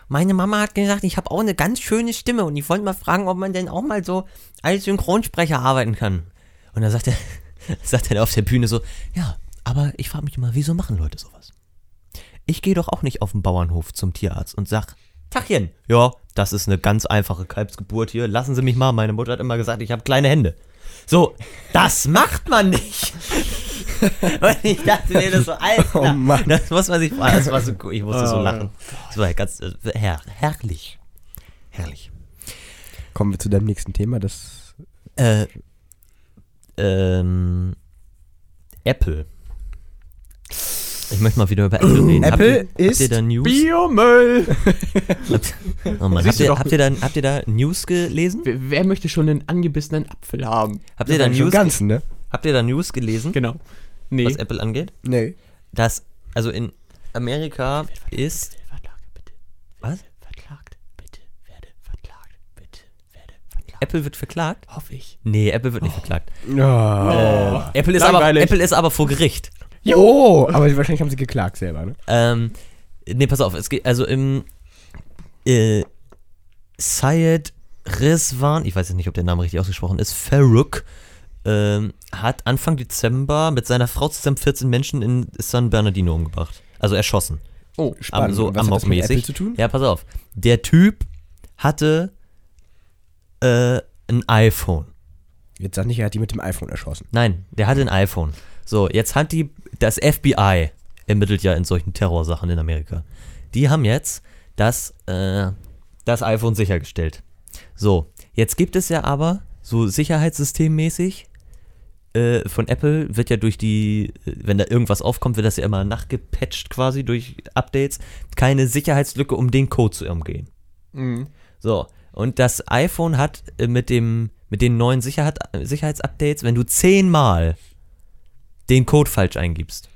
Speaker 1: meine Mama hat gesagt, ich habe auch eine ganz schöne Stimme und ich wollte mal fragen, ob man denn auch mal so als Synchronsprecher arbeiten kann. Und dann sagt er, [LAUGHS] sagt er auf der Bühne so, ja, aber ich frage mich immer, wieso machen Leute sowas? ich gehe doch auch nicht auf den Bauernhof zum Tierarzt und sag, Tachchen, ja, das ist eine ganz einfache Kalbsgeburt hier, lassen Sie mich mal, meine Mutter hat immer gesagt, ich habe kleine Hände. So, das macht man nicht. [LAUGHS] Und ich dachte mir das so, Alter,
Speaker 2: Oh Mann.
Speaker 1: das muss man sich fragen. Das war so, cool, ich musste so
Speaker 3: Oh,
Speaker 1: lachen. Das war ganz äh, herr, herrlich. Herrlich.
Speaker 2: Kommen wir zu deinem nächsten Thema, das
Speaker 1: Äh, ähm, Apple. Ich möchte mal wieder über Apple reden. Habt
Speaker 2: Apple
Speaker 1: ihr,
Speaker 2: ist
Speaker 1: habt ihr da News?
Speaker 3: Biomüll.
Speaker 1: Habt, oh Mann, habt,
Speaker 3: Siehst du
Speaker 1: ihr,
Speaker 3: doch.
Speaker 1: habt, ihr dann, habt ihr da News gelesen?
Speaker 3: Wer, wer möchte schon einen angebissenen Apfel haben?
Speaker 1: Habt ihr, da
Speaker 2: schon
Speaker 1: News,
Speaker 2: Ganzen, ne?
Speaker 1: habt ihr da News gelesen,
Speaker 3: Genau. Nee.
Speaker 1: was Apple angeht?
Speaker 2: Nee.
Speaker 1: Dass, also in Amerika ist.
Speaker 3: Verklage, bitte.
Speaker 1: Was?
Speaker 3: Verklagt, bitte. Werde verklagt, bitte. Werde verklagt.
Speaker 1: Apple wird verklagt?
Speaker 3: Hoffe ich.
Speaker 1: Nee, Apple wird nicht verklagt.
Speaker 2: Oh.
Speaker 1: Äh, Apple, ist aber,
Speaker 3: Oh. langweilig.
Speaker 1: Apple ist aber vor Gericht.
Speaker 2: oh, aber wahrscheinlich haben sie geklagt selber, ne?
Speaker 1: Ähm, nee, pass auf, es geht, also im äh, Syed Rizwan, ich weiß jetzt nicht, ob der Name richtig ausgesprochen ist, Farouk, ähm, hat Anfang Dezember mit seiner Frau zusammen 14 Menschen in San Bernardino umgebracht. Also erschossen.
Speaker 3: Oh,
Speaker 1: Am, so
Speaker 2: Und was hat das mit Apple
Speaker 1: amokmäßig.
Speaker 2: zu tun?
Speaker 1: Ja, pass auf. Der Typ hatte äh, ein iPhone.
Speaker 2: Jetzt sag nicht, er hat die mit dem iPhone erschossen.
Speaker 1: Nein, der hatte ein iPhone. So, jetzt hat die, das FBI ermittelt ja in solchen Terrorsachen in Amerika. Die haben jetzt das, äh, das iPhone sichergestellt. So, jetzt gibt es ja aber so sicherheitssystemmäßig äh, von Apple wird ja durch die, äh, wenn da irgendwas aufkommt, wird das ja immer nachgepatcht quasi durch Updates, keine Sicherheitslücke, um den Code zu umgehen. So, und das iPhone hat äh, mit, dem, mit den neuen Sicherheit, Sicherheitsupdates, wenn du zehnmal den Code falsch eingibst,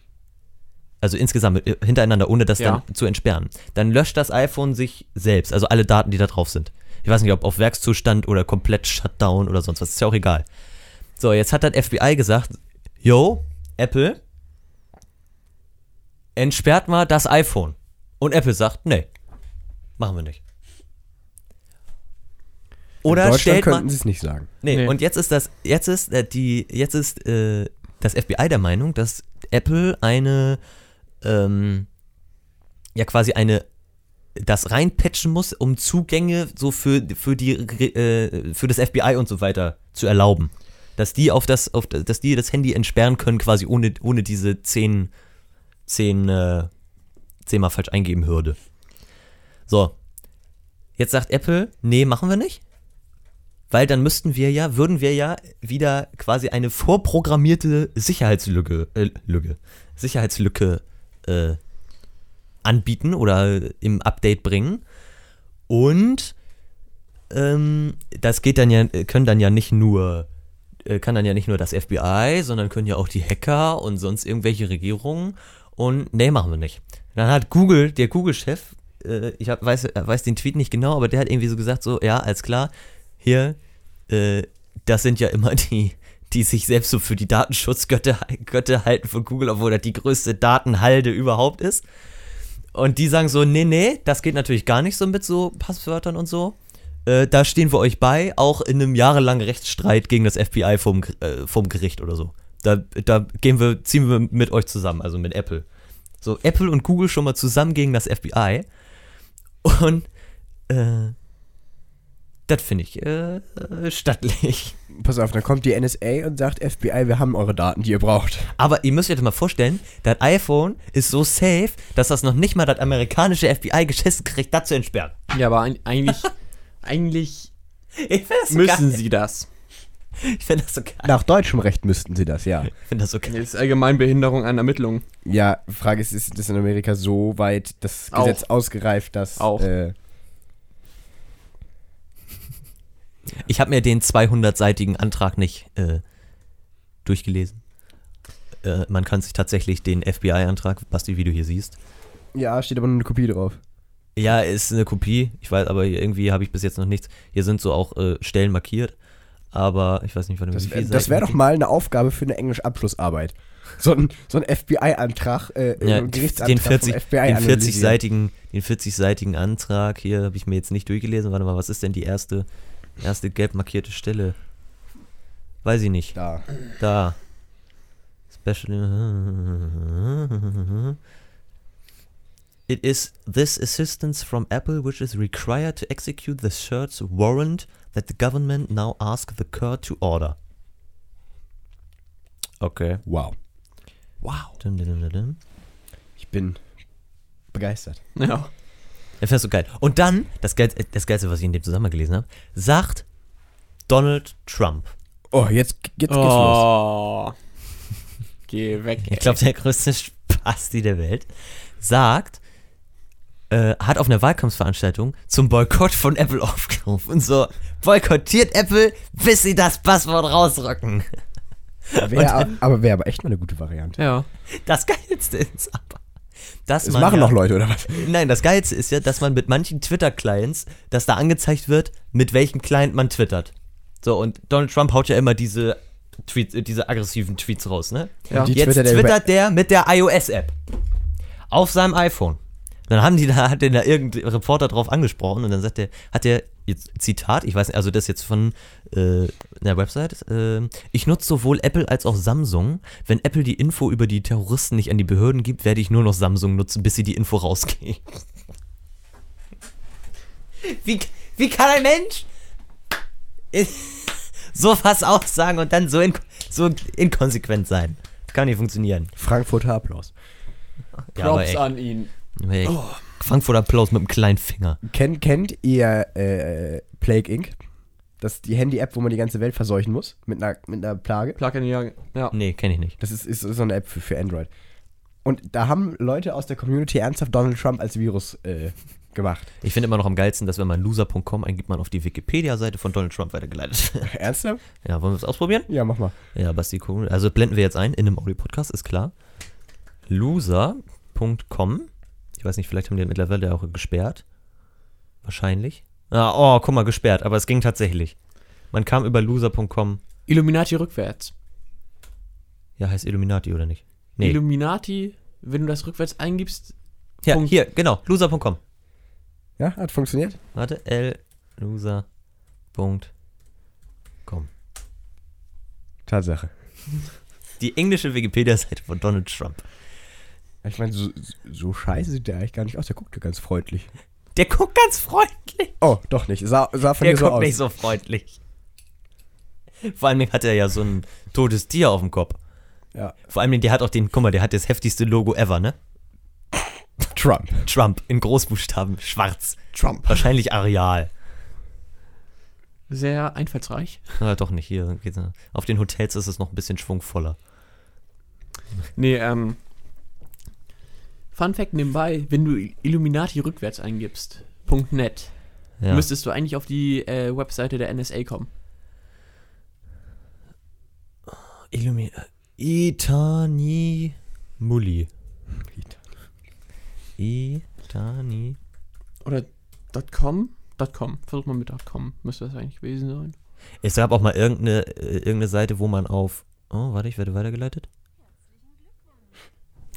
Speaker 1: also insgesamt äh, hintereinander, ohne das
Speaker 3: Ja.
Speaker 1: dann zu entsperren, dann löscht das iPhone sich selbst, also alle Daten, die da drauf sind. Ich weiß nicht, ob auf Werkszustand oder komplett Shutdown oder sonst was, ist ja auch egal. So, jetzt hat das FBI gesagt, yo, Apple, entsperrt mal das iPhone. Und Apple sagt, nee, machen wir nicht.
Speaker 2: In
Speaker 1: Oder
Speaker 2: Deutschland
Speaker 1: stellt
Speaker 2: könnten
Speaker 1: man.
Speaker 2: sie es nicht sagen.
Speaker 1: Nee,
Speaker 3: Nee.
Speaker 1: und jetzt ist das, jetzt ist äh, die, jetzt ist äh, das FBI der Meinung, dass Apple eine, ähm, ja quasi eine, das reinpatchen muss, um Zugänge so für, für die, äh, für das FBI und so weiter zu erlauben. Dass die auf das, auf, das- dass die das Handy entsperren können, quasi ohne, ohne diese zehn, zehn, äh, zehnmal falsch eingeben Hürde. So. Jetzt sagt Apple, nee, machen wir nicht. Weil dann müssten wir ja, würden wir ja wieder quasi eine vorprogrammierte Sicherheitslücke, äh, Lücke, Sicherheitslücke äh, anbieten oder im Update bringen. Und ähm, das geht dann ja, können dann ja nicht nur, äh, kann dann ja nicht nur das FBI, sondern können ja auch die Hacker und sonst irgendwelche Regierungen. Und nee, machen wir nicht. Dann hat Google, der Google-Chef, äh, ich hab, weiß, weiß den Tweet nicht genau, aber der hat irgendwie so gesagt, so, ja, alles klar, hier, äh, das sind ja immer die, die sich selbst so für die Datenschutzgötter Götter halten von Google, obwohl das die größte Datenhalde überhaupt ist. Und die sagen so, nee, nee, das geht natürlich gar nicht so mit so Passwörtern und so. Äh, da stehen wir euch bei, auch in einem jahrelangen Rechtsstreit gegen das FBI vom, Gr- äh, vom Gericht oder so. Da, da gehen wir, ziehen wir mit euch zusammen, also mit Apple. So, Apple und Google schon mal zusammen gegen das FBI. Und äh, das finde ich äh, äh, stattlich.
Speaker 2: Pass auf, dann kommt die NSA und sagt FBI, wir haben eure Daten, die ihr braucht.
Speaker 1: Aber ihr müsst euch das mal vorstellen, das iPhone ist so safe, dass das noch nicht mal das amerikanische FBI geschissen kriegt, das zu entsperren. [LAUGHS]
Speaker 3: Ja, aber ein- [LAUGHS] eigentlich, eigentlich
Speaker 1: Ich finde das so
Speaker 3: müssen
Speaker 1: geil.
Speaker 3: sie das.
Speaker 1: Ich finde das so geil.
Speaker 2: Nach deutschem Recht müssten sie
Speaker 1: [LAUGHS]
Speaker 2: das, ja.
Speaker 1: Ich finde das so geil.
Speaker 3: Das ist allgemein Behinderung an Ermittlungen.
Speaker 2: Ja, Frage ist, ist das in Amerika so weit das
Speaker 3: Auch.
Speaker 2: Gesetz ausgereift, dass
Speaker 3: Auch.
Speaker 2: Äh,
Speaker 1: Ich habe mir den 200-seitigen Antrag nicht äh, durchgelesen. Äh, man kann sich tatsächlich den FBI-Antrag, Basti, wie du hier siehst.
Speaker 2: ja, steht aber nur eine Kopie drauf.
Speaker 1: Ja, ist eine Kopie. Ich weiß, aber irgendwie habe ich bis jetzt noch nichts. Hier sind so auch äh, Stellen markiert. Aber ich weiß nicht, wann
Speaker 2: Das, wär- das wäre doch mal eine Aufgabe für eine Englisch-Abschlussarbeit. So ein, so ein FBI-Antrag, äh,
Speaker 1: Ja,
Speaker 2: ein
Speaker 1: den 40,
Speaker 2: vom FBI
Speaker 1: den
Speaker 2: analysieren.
Speaker 1: 40-seitigen, den 40-seitigen Antrag hier habe ich mir jetzt nicht durchgelesen. Warte mal, was ist denn die erste, erste gelb markierte Stelle? Weiß ich nicht.
Speaker 2: Da.
Speaker 1: Da. Special. It is this assistance from Apple which is required to execute the search warrant that the government now asks the court to order. Okay.
Speaker 2: Wow. Wow.
Speaker 1: Dum, dum, dum, dum.
Speaker 2: Ich bin begeistert.
Speaker 3: Ja.
Speaker 1: Das findest du geil. Und dann, das Geilste, das Geilste, was ich in dem Zusammenhang gelesen habe, sagt Donald Trump.
Speaker 2: Oh, jetzt, jetzt geht's los.
Speaker 3: Oh. Geh weg.
Speaker 1: Ich glaube, der größte Spasti der Welt sagt, äh, hat auf einer Wahlkampfveranstaltung zum Boykott von Apple [LAUGHS] aufgerufen. So, boykottiert Apple, bis sie das Passwort rausrücken.
Speaker 2: Wär, a- aber wäre aber echt mal eine gute Variante.
Speaker 3: Ja.
Speaker 1: Das Geilste ist aber, dass
Speaker 2: Das
Speaker 1: man
Speaker 2: machen
Speaker 1: ja,
Speaker 2: noch Leute, oder was?
Speaker 1: Nein, das Geilste ist ja, dass man mit manchen Twitter-Clients, dass da angezeigt wird, mit welchem Client man twittert. So, und Donald Trump haut ja immer diese Tweets, äh, diese aggressiven Tweets raus, ne?
Speaker 3: Ja.
Speaker 2: Die
Speaker 1: Jetzt
Speaker 2: twittert er über-
Speaker 1: twittert der mit der iOS-App. Auf seinem iPhone. Dann haben die da, hat den da irgendein Reporter drauf angesprochen und dann sagt der, hat der, jetzt Zitat, ich weiß nicht, also das jetzt von äh, einer Website, äh, ich nutze sowohl Apple als auch Samsung. Wenn Apple die Info über die Terroristen nicht an die Behörden gibt, werde ich nur noch Samsung nutzen, bis sie die Info rausgeben. [LAUGHS] Wie, wie kann ein Mensch so was aussagen und dann so, in, so inkonsequent sein? Kann nicht funktionieren.
Speaker 2: Frankfurter Applaus.
Speaker 1: Ja, aber
Speaker 3: Props
Speaker 1: echt.
Speaker 3: an ihn.
Speaker 1: Hey. Frankfurter Applaus mit dem kleinen Finger.
Speaker 2: Kennt, kennt ihr äh, Plague Inc.? Das ist die Handy-App, wo man die ganze Welt verseuchen muss. Mit einer, mit einer Plage.
Speaker 3: Plug in die Jagd. Ja.
Speaker 1: Nee, kenne ich nicht.
Speaker 2: Das ist, ist so eine App für, für Android. Und da haben Leute aus der Community ernsthaft Donald Trump als Virus äh,
Speaker 1: [LAUGHS]
Speaker 2: gemacht.
Speaker 1: Ich finde immer noch am geilsten, dass wenn man loser.com eingibt, man auf die Wikipedia-Seite von Donald Trump weitergeleitet wird. [LAUGHS]
Speaker 2: Ernsthaft?
Speaker 1: ja, wollen wir es ausprobieren?
Speaker 2: Ja, mach mal.
Speaker 1: Ja, Basti Kuhn. Also blenden wir jetzt ein in einem Audio-Podcast, ist klar. Loser.com. Ich weiß nicht, vielleicht haben die das mittlerweile auch gesperrt. Wahrscheinlich. Ah, oh, guck mal, gesperrt. Aber es ging tatsächlich. Man kam über loser.com.
Speaker 3: Illuminati rückwärts.
Speaker 1: Ja, heißt Illuminati oder nicht? Nee.
Speaker 3: Illuminati, wenn du das rückwärts eingibst,
Speaker 1: ja,
Speaker 3: Punkt.
Speaker 1: hier, genau. Loser.com.
Speaker 2: Ja, hat funktioniert.
Speaker 1: Warte, L. Loser.com.
Speaker 2: Tatsache.
Speaker 1: Die englische Wikipedia-Seite von Donald Trump.
Speaker 2: Ich meine, so, so scheiße sieht der eigentlich gar nicht aus. Der guckt ja ganz freundlich.
Speaker 1: Der guckt ganz freundlich.
Speaker 2: Oh, doch nicht. Sah, sah von
Speaker 1: Der
Speaker 2: mir so
Speaker 1: guckt
Speaker 2: aus.
Speaker 1: nicht so freundlich. Vor allem hat er ja so ein totes Tier auf dem Kopf.
Speaker 2: Ja.
Speaker 1: Vor allem, der hat auch den, guck mal, der hat das heftigste Logo ever, ne?
Speaker 2: Trump.
Speaker 1: Trump in Großbuchstaben, schwarz.
Speaker 2: Trump.
Speaker 1: Wahrscheinlich Areal. [LAUGHS]
Speaker 3: sehr einfallsreich.
Speaker 1: Na, doch nicht, hier geht's. noch. Auf den Hotels ist es noch ein bisschen schwungvoller.
Speaker 3: Nee, ähm. Fun Fact nebenbei, wenn du Illuminati rückwärts eingibst, .net,
Speaker 1: Ja.
Speaker 3: müsstest du eigentlich auf die äh, Webseite der NSA kommen.
Speaker 1: Illumi Itani Mulli. Itani.
Speaker 3: Oder .com? .com, versuch mal mit .com, müsste das eigentlich gewesen sein.
Speaker 1: Es gab auch mal irgendeine, äh, irgendeine Seite, wo man auf. Oh, warte, ich werde weitergeleitet.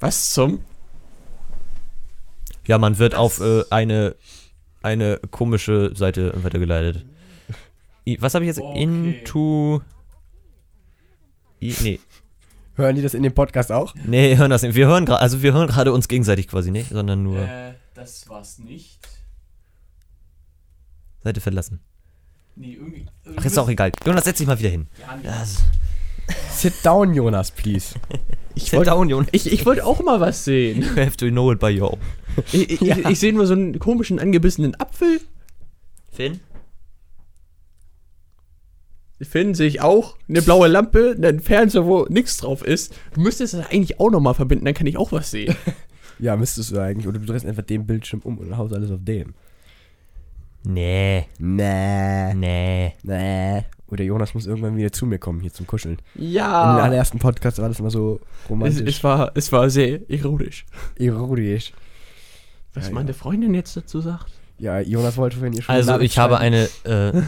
Speaker 3: Was zum?
Speaker 1: Ja, man wird auf äh, eine, eine komische Seite weitergeleitet. I, was habe ich jetzt? Into. I, nee.
Speaker 2: Hören die das in dem Podcast auch?
Speaker 1: Nee, hören das nicht. Wir hören gerade, also wir hören gerade uns gegenseitig quasi nicht, sondern nur
Speaker 3: Äh, das war's nicht.
Speaker 1: Seite verlassen.
Speaker 3: Nee, irgendwie.
Speaker 1: Ach, ist auch egal. Jonas, setz dich mal wieder hin. Das,
Speaker 2: Sit down, Jonas, please.
Speaker 1: ich wollte auch [LAUGHS] Jonas.
Speaker 3: Ich, ich wollte auch mal was sehen.
Speaker 1: You have to know it by your own.
Speaker 3: Ich, [LAUGHS] ich, ich, ich sehe nur so einen komischen angebissenen Apfel.
Speaker 1: Finn?
Speaker 3: Finn sehe ich auch. Eine blaue Lampe, einen Fernseher, wo nichts drauf ist. Du müsstest das eigentlich auch nochmal verbinden, dann kann ich auch was sehen.
Speaker 2: Ja, müsstest du eigentlich. Oder du drehst einfach den Bildschirm um und haust alles auf den.
Speaker 1: Nee,
Speaker 2: Nee.
Speaker 1: nee.
Speaker 2: Nee. Oder Jonas muss irgendwann wieder zu mir kommen, hier zum Kuscheln. In
Speaker 1: Ah.
Speaker 2: den
Speaker 3: [LAUGHS] Ja.
Speaker 2: allerersten Podcast war das immer so
Speaker 3: Es,
Speaker 2: romantisch.
Speaker 3: es, war, es war sehr erotisch.
Speaker 2: erotisch.
Speaker 3: Was
Speaker 2: Ja,
Speaker 3: meine Freundin jetzt dazu sagt?
Speaker 2: Ja, Jonas wollte vorhin ihr schon
Speaker 1: Also,
Speaker 2: eine
Speaker 1: ich habe
Speaker 2: Nachricht
Speaker 1: eine äh,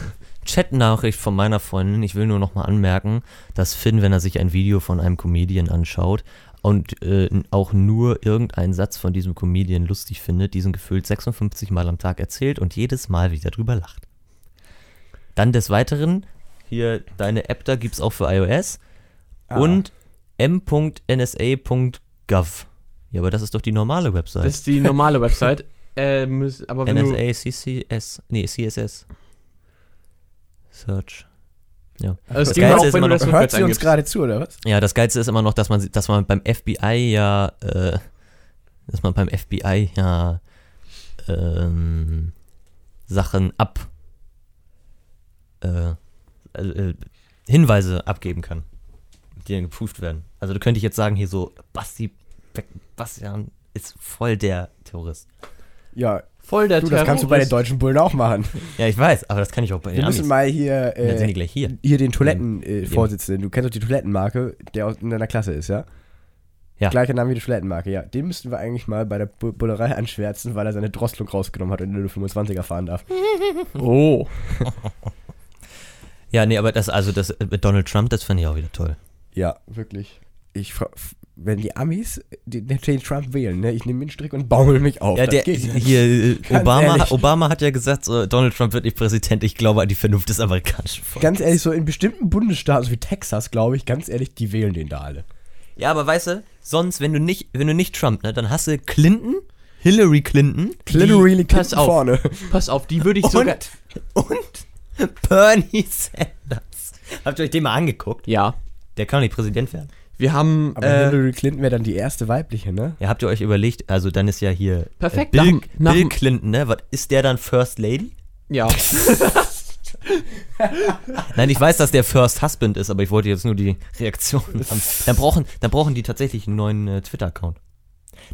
Speaker 1: Chat-Nachricht von meiner Freundin. Ich will nur nochmal anmerken, dass Finn, wenn er sich ein Video von einem Comedian anschaut und äh, auch nur irgendeinen Satz von diesem Comedian lustig findet, diesen gefühlt 56 Mal am Tag erzählt und jedes Mal wieder drüber lacht. Dann des Weiteren, hier deine App da gibt's auch für iOS
Speaker 2: schreiben. Ah.
Speaker 1: und m.nsa.gov. Ja, aber das ist doch die normale Website.
Speaker 3: Das ist die normale Website. Äh, müß- aber wenn du,
Speaker 1: NSA CCS, nee, CSS. Search.
Speaker 3: also es
Speaker 1: Das
Speaker 3: geht
Speaker 1: Geilste
Speaker 3: auch,
Speaker 1: ist
Speaker 3: wenn
Speaker 1: immer
Speaker 3: du
Speaker 1: noch,
Speaker 3: das
Speaker 2: Hört
Speaker 3: rückwärts
Speaker 2: sie uns
Speaker 3: eingibst.
Speaker 2: gerade zu, oder was?
Speaker 1: Ja, das Geilste ist immer noch, dass man, dass man beim FBI ja, äh, dass man beim FBI ja ähm, Sachen ab, äh, also, äh, Hinweise abgeben kann, die dann geprüft werden. Also da könnte ich jetzt sagen, hier so, Basti, Be- Bastian ist voll der Terrorist.
Speaker 2: Ja,
Speaker 3: Voll der
Speaker 2: du, das kannst du bei den
Speaker 3: Terrorist.
Speaker 2: deutschen Bullen auch machen.
Speaker 1: Ja, ich weiß, aber das kann ich auch bei den
Speaker 2: Wir
Speaker 1: Amis.
Speaker 2: müssen mal hier,
Speaker 1: dann sind
Speaker 2: äh,
Speaker 1: die gleich hier.
Speaker 2: hier den Toilettenvorsitzenden, du kennst doch die Toilettenmarke, der aus in deiner Klasse ist, ja?
Speaker 1: Ja.
Speaker 2: Gleicher Name wie die Toilettenmarke, ja. Den müssten wir eigentlich mal bei der Bu- Bullerei anschwärzen, weil er seine Drosselung rausgenommen hat und nur 25er
Speaker 1: [LAUGHS]
Speaker 2: fahren darf.
Speaker 3: Oh.
Speaker 1: Ja, nee, aber das, also das äh, mit Donald Trump, das fand ich auch wieder toll.
Speaker 2: Ja, wirklich. Ich fra- f- wenn die Amis den den Trump wählen, ne, ich nehme den Strick und baumel mich auf.
Speaker 1: ja,
Speaker 2: Oh, Das
Speaker 1: der,
Speaker 2: geht nicht.
Speaker 1: hier, äh,
Speaker 2: Ganz
Speaker 1: Obama,
Speaker 2: ehrlich.
Speaker 1: Obama hat ja gesagt, so, Donald Trump wird nicht Präsident, ich glaube an die Vernunft des amerikanischen Volkes.
Speaker 2: Ganz ehrlich, so in bestimmten Bundesstaaten, so wie Texas, glaube ich, ganz ehrlich, die wählen den da alle.
Speaker 1: Ja, aber weißt du, sonst, wenn du nicht, wenn du nicht Trump, ne, dann hast du Clinton, Hillary Clinton
Speaker 2: Literally Clinton
Speaker 3: pass auf.
Speaker 2: vorne.
Speaker 3: Pass auf, die würde ich sogar.
Speaker 1: [LAUGHS] und Bernie Sanders. Habt ihr euch den mal angeguckt?
Speaker 3: Ja.
Speaker 1: Der kann doch nicht Präsident werden.
Speaker 3: Wir haben.
Speaker 2: Aber
Speaker 3: äh,
Speaker 2: Hillary Clinton wäre dann die erste weibliche, ne?
Speaker 1: Ja, habt ihr euch überlegt, also dann ist ja hier
Speaker 3: Perfekt,
Speaker 1: Bill,
Speaker 3: nach dem- nach
Speaker 1: Bill
Speaker 3: dem-
Speaker 1: Clinton, ne? Was ist der dann First Lady?
Speaker 2: [LAUGHS]
Speaker 3: ja.
Speaker 1: Nein, ich weiß, dass der First Husband ist, aber ich wollte jetzt nur die
Speaker 3: [LAUGHS]
Speaker 1: Reaktion haben. Dann brauchen, dann brauchen die tatsächlich einen neuen äh, Twitter-Account.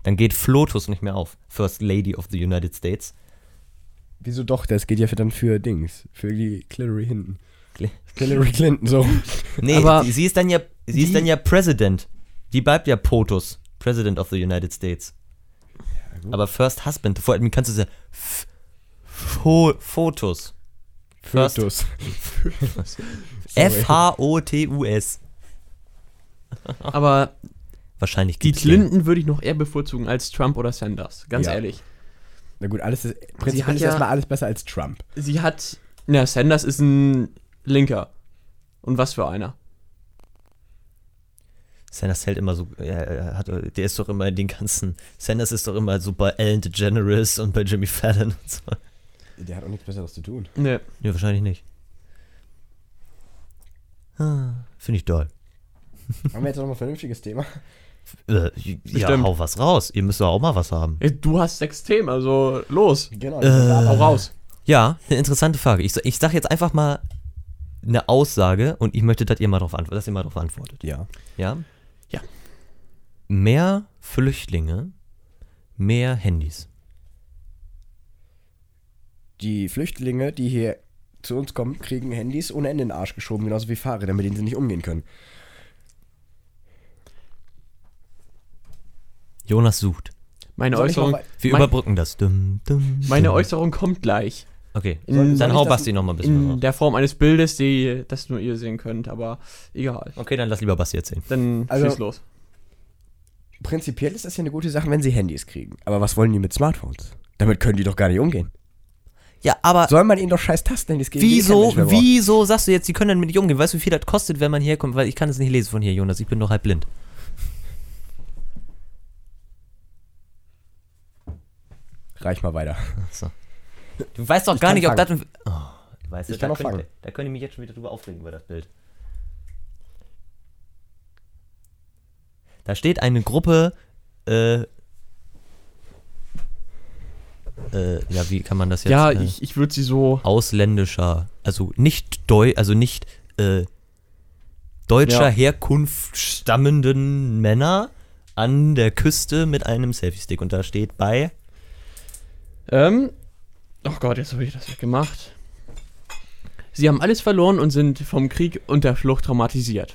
Speaker 1: Dann geht Flotus nicht mehr auf. First Lady of the United States.
Speaker 2: Wieso doch? Das geht ja für dann für Dings. Für die Hillary hinten.
Speaker 1: Cl-
Speaker 2: Hillary Clinton, [LAUGHS] so.
Speaker 1: Nee,
Speaker 3: Aber
Speaker 1: die, sie ist dann ja, sie ist
Speaker 3: die-
Speaker 1: dann ja President. Die bleibt ja POTUS, President of the United States.
Speaker 2: gut.
Speaker 1: Aber First Husband, vor allem kannst du es ja F- Fo- Fotos. First-
Speaker 2: Fötus.
Speaker 1: F-H-O-T-U-S.
Speaker 3: Aber
Speaker 1: Wahrscheinlich
Speaker 3: die
Speaker 1: gibt's den.
Speaker 3: Clinton würde ich noch eher bevorzugen als Trump oder Sanders, ganz
Speaker 2: Ja.
Speaker 3: ehrlich.
Speaker 2: Na gut, alles ist, prinzipiell
Speaker 3: hat
Speaker 2: ist
Speaker 3: ja-
Speaker 2: erstmal alles besser als Trump.
Speaker 3: Sie hat. Na, Sanders ist ein Linker. Und was für einer.
Speaker 1: Sanders hält immer so, er, er hat, der ist doch immer in den ganzen, Sanders ist doch immer so bei Ellen DeGeneres und bei Jimmy Fallon und so.
Speaker 2: Der hat auch nichts Besseres zu tun.
Speaker 3: Ne,
Speaker 1: Nee, wahrscheinlich nicht. Ah, Finde ich doll.
Speaker 2: [LAUGHS] Haben wir jetzt noch mal ein vernünftiges Thema?
Speaker 1: Äh, ja,
Speaker 3: Bestimmt.
Speaker 1: hau was raus. Ihr müsst doch auch mal was haben.
Speaker 3: Du hast sechs Themen, also los.
Speaker 2: Genau.
Speaker 3: Hau raus.
Speaker 1: Ja, eine interessante Frage. Ich, ich sag jetzt einfach mal eine Aussage und ich möchte, dass ihr mal darauf antwortet, dass ihr mal darauf antwortet.
Speaker 2: Ja.
Speaker 1: Ja?
Speaker 3: Ja.
Speaker 1: Mehr Flüchtlinge, mehr Handys.
Speaker 2: Die Flüchtlinge, die hier zu uns kommen, kriegen Handys ohne Ende in den Arsch geschoben, genauso wie Fahrräder, mit denen sie nicht umgehen können.
Speaker 1: Jonas sucht.
Speaker 3: Meine
Speaker 2: Soll ich noch
Speaker 3: Äußerung,
Speaker 2: wei-
Speaker 1: Wir
Speaker 3: Mein-
Speaker 1: überbrücken das. Dum, dum,
Speaker 3: meine
Speaker 1: dum.
Speaker 3: Äußerung kommt gleich.
Speaker 1: Okay,
Speaker 3: Soll- soll
Speaker 1: dann
Speaker 2: ich
Speaker 1: hau
Speaker 2: das-
Speaker 1: Basti noch mal ein bisschen
Speaker 3: In
Speaker 1: raus.
Speaker 3: der Form eines Bildes, die, das nur ihr sehen könnt, aber egal.
Speaker 1: Okay, dann lass lieber Basti erzählen.
Speaker 3: Dann
Speaker 2: Also-
Speaker 3: schieß los.
Speaker 2: Prinzipiell ist das ja eine gute Sache, wenn sie Handys kriegen. Aber was wollen die mit Smartphones? Damit können die doch gar nicht umgehen.
Speaker 1: Ja, aber
Speaker 2: Soll man ihnen doch scheiß Tastenhandys geben? die eh kein
Speaker 1: wieso,
Speaker 2: Mensch mehr braucht?
Speaker 1: wieso sagst du jetzt, die können damit nicht umgehen? Weißt du, wie viel das kostet, wenn man herkommt? Weil ich kann es nicht lesen von hier, Jonas. Ich bin doch halb blind.
Speaker 2: Reich mal weiter.
Speaker 1: Du weißt doch gar
Speaker 2: kann
Speaker 1: nicht, ob das...
Speaker 2: fangen.
Speaker 1: Oh, weißt du,
Speaker 2: Ich kann
Speaker 1: da
Speaker 2: auch
Speaker 1: könnt-
Speaker 2: fangen.
Speaker 1: Da könnte ich mich jetzt schon wieder drüber aufregen über das Bild. Da steht eine Gruppe... Äh, äh, ja, wie kann man das jetzt...
Speaker 3: ja,
Speaker 1: äh,
Speaker 3: ich, ich würde sie so.
Speaker 1: ausländischer, also nicht Deu also nicht äh, deutscher
Speaker 3: Ja.
Speaker 1: Herkunft stammenden Männer an der Küste mit einem Selfie-Stick. Und da steht bei,
Speaker 3: Ähm, oh Gott, jetzt habe ich das weggemacht. Sie haben alles verloren und sind vom Krieg und der Flucht traumatisiert.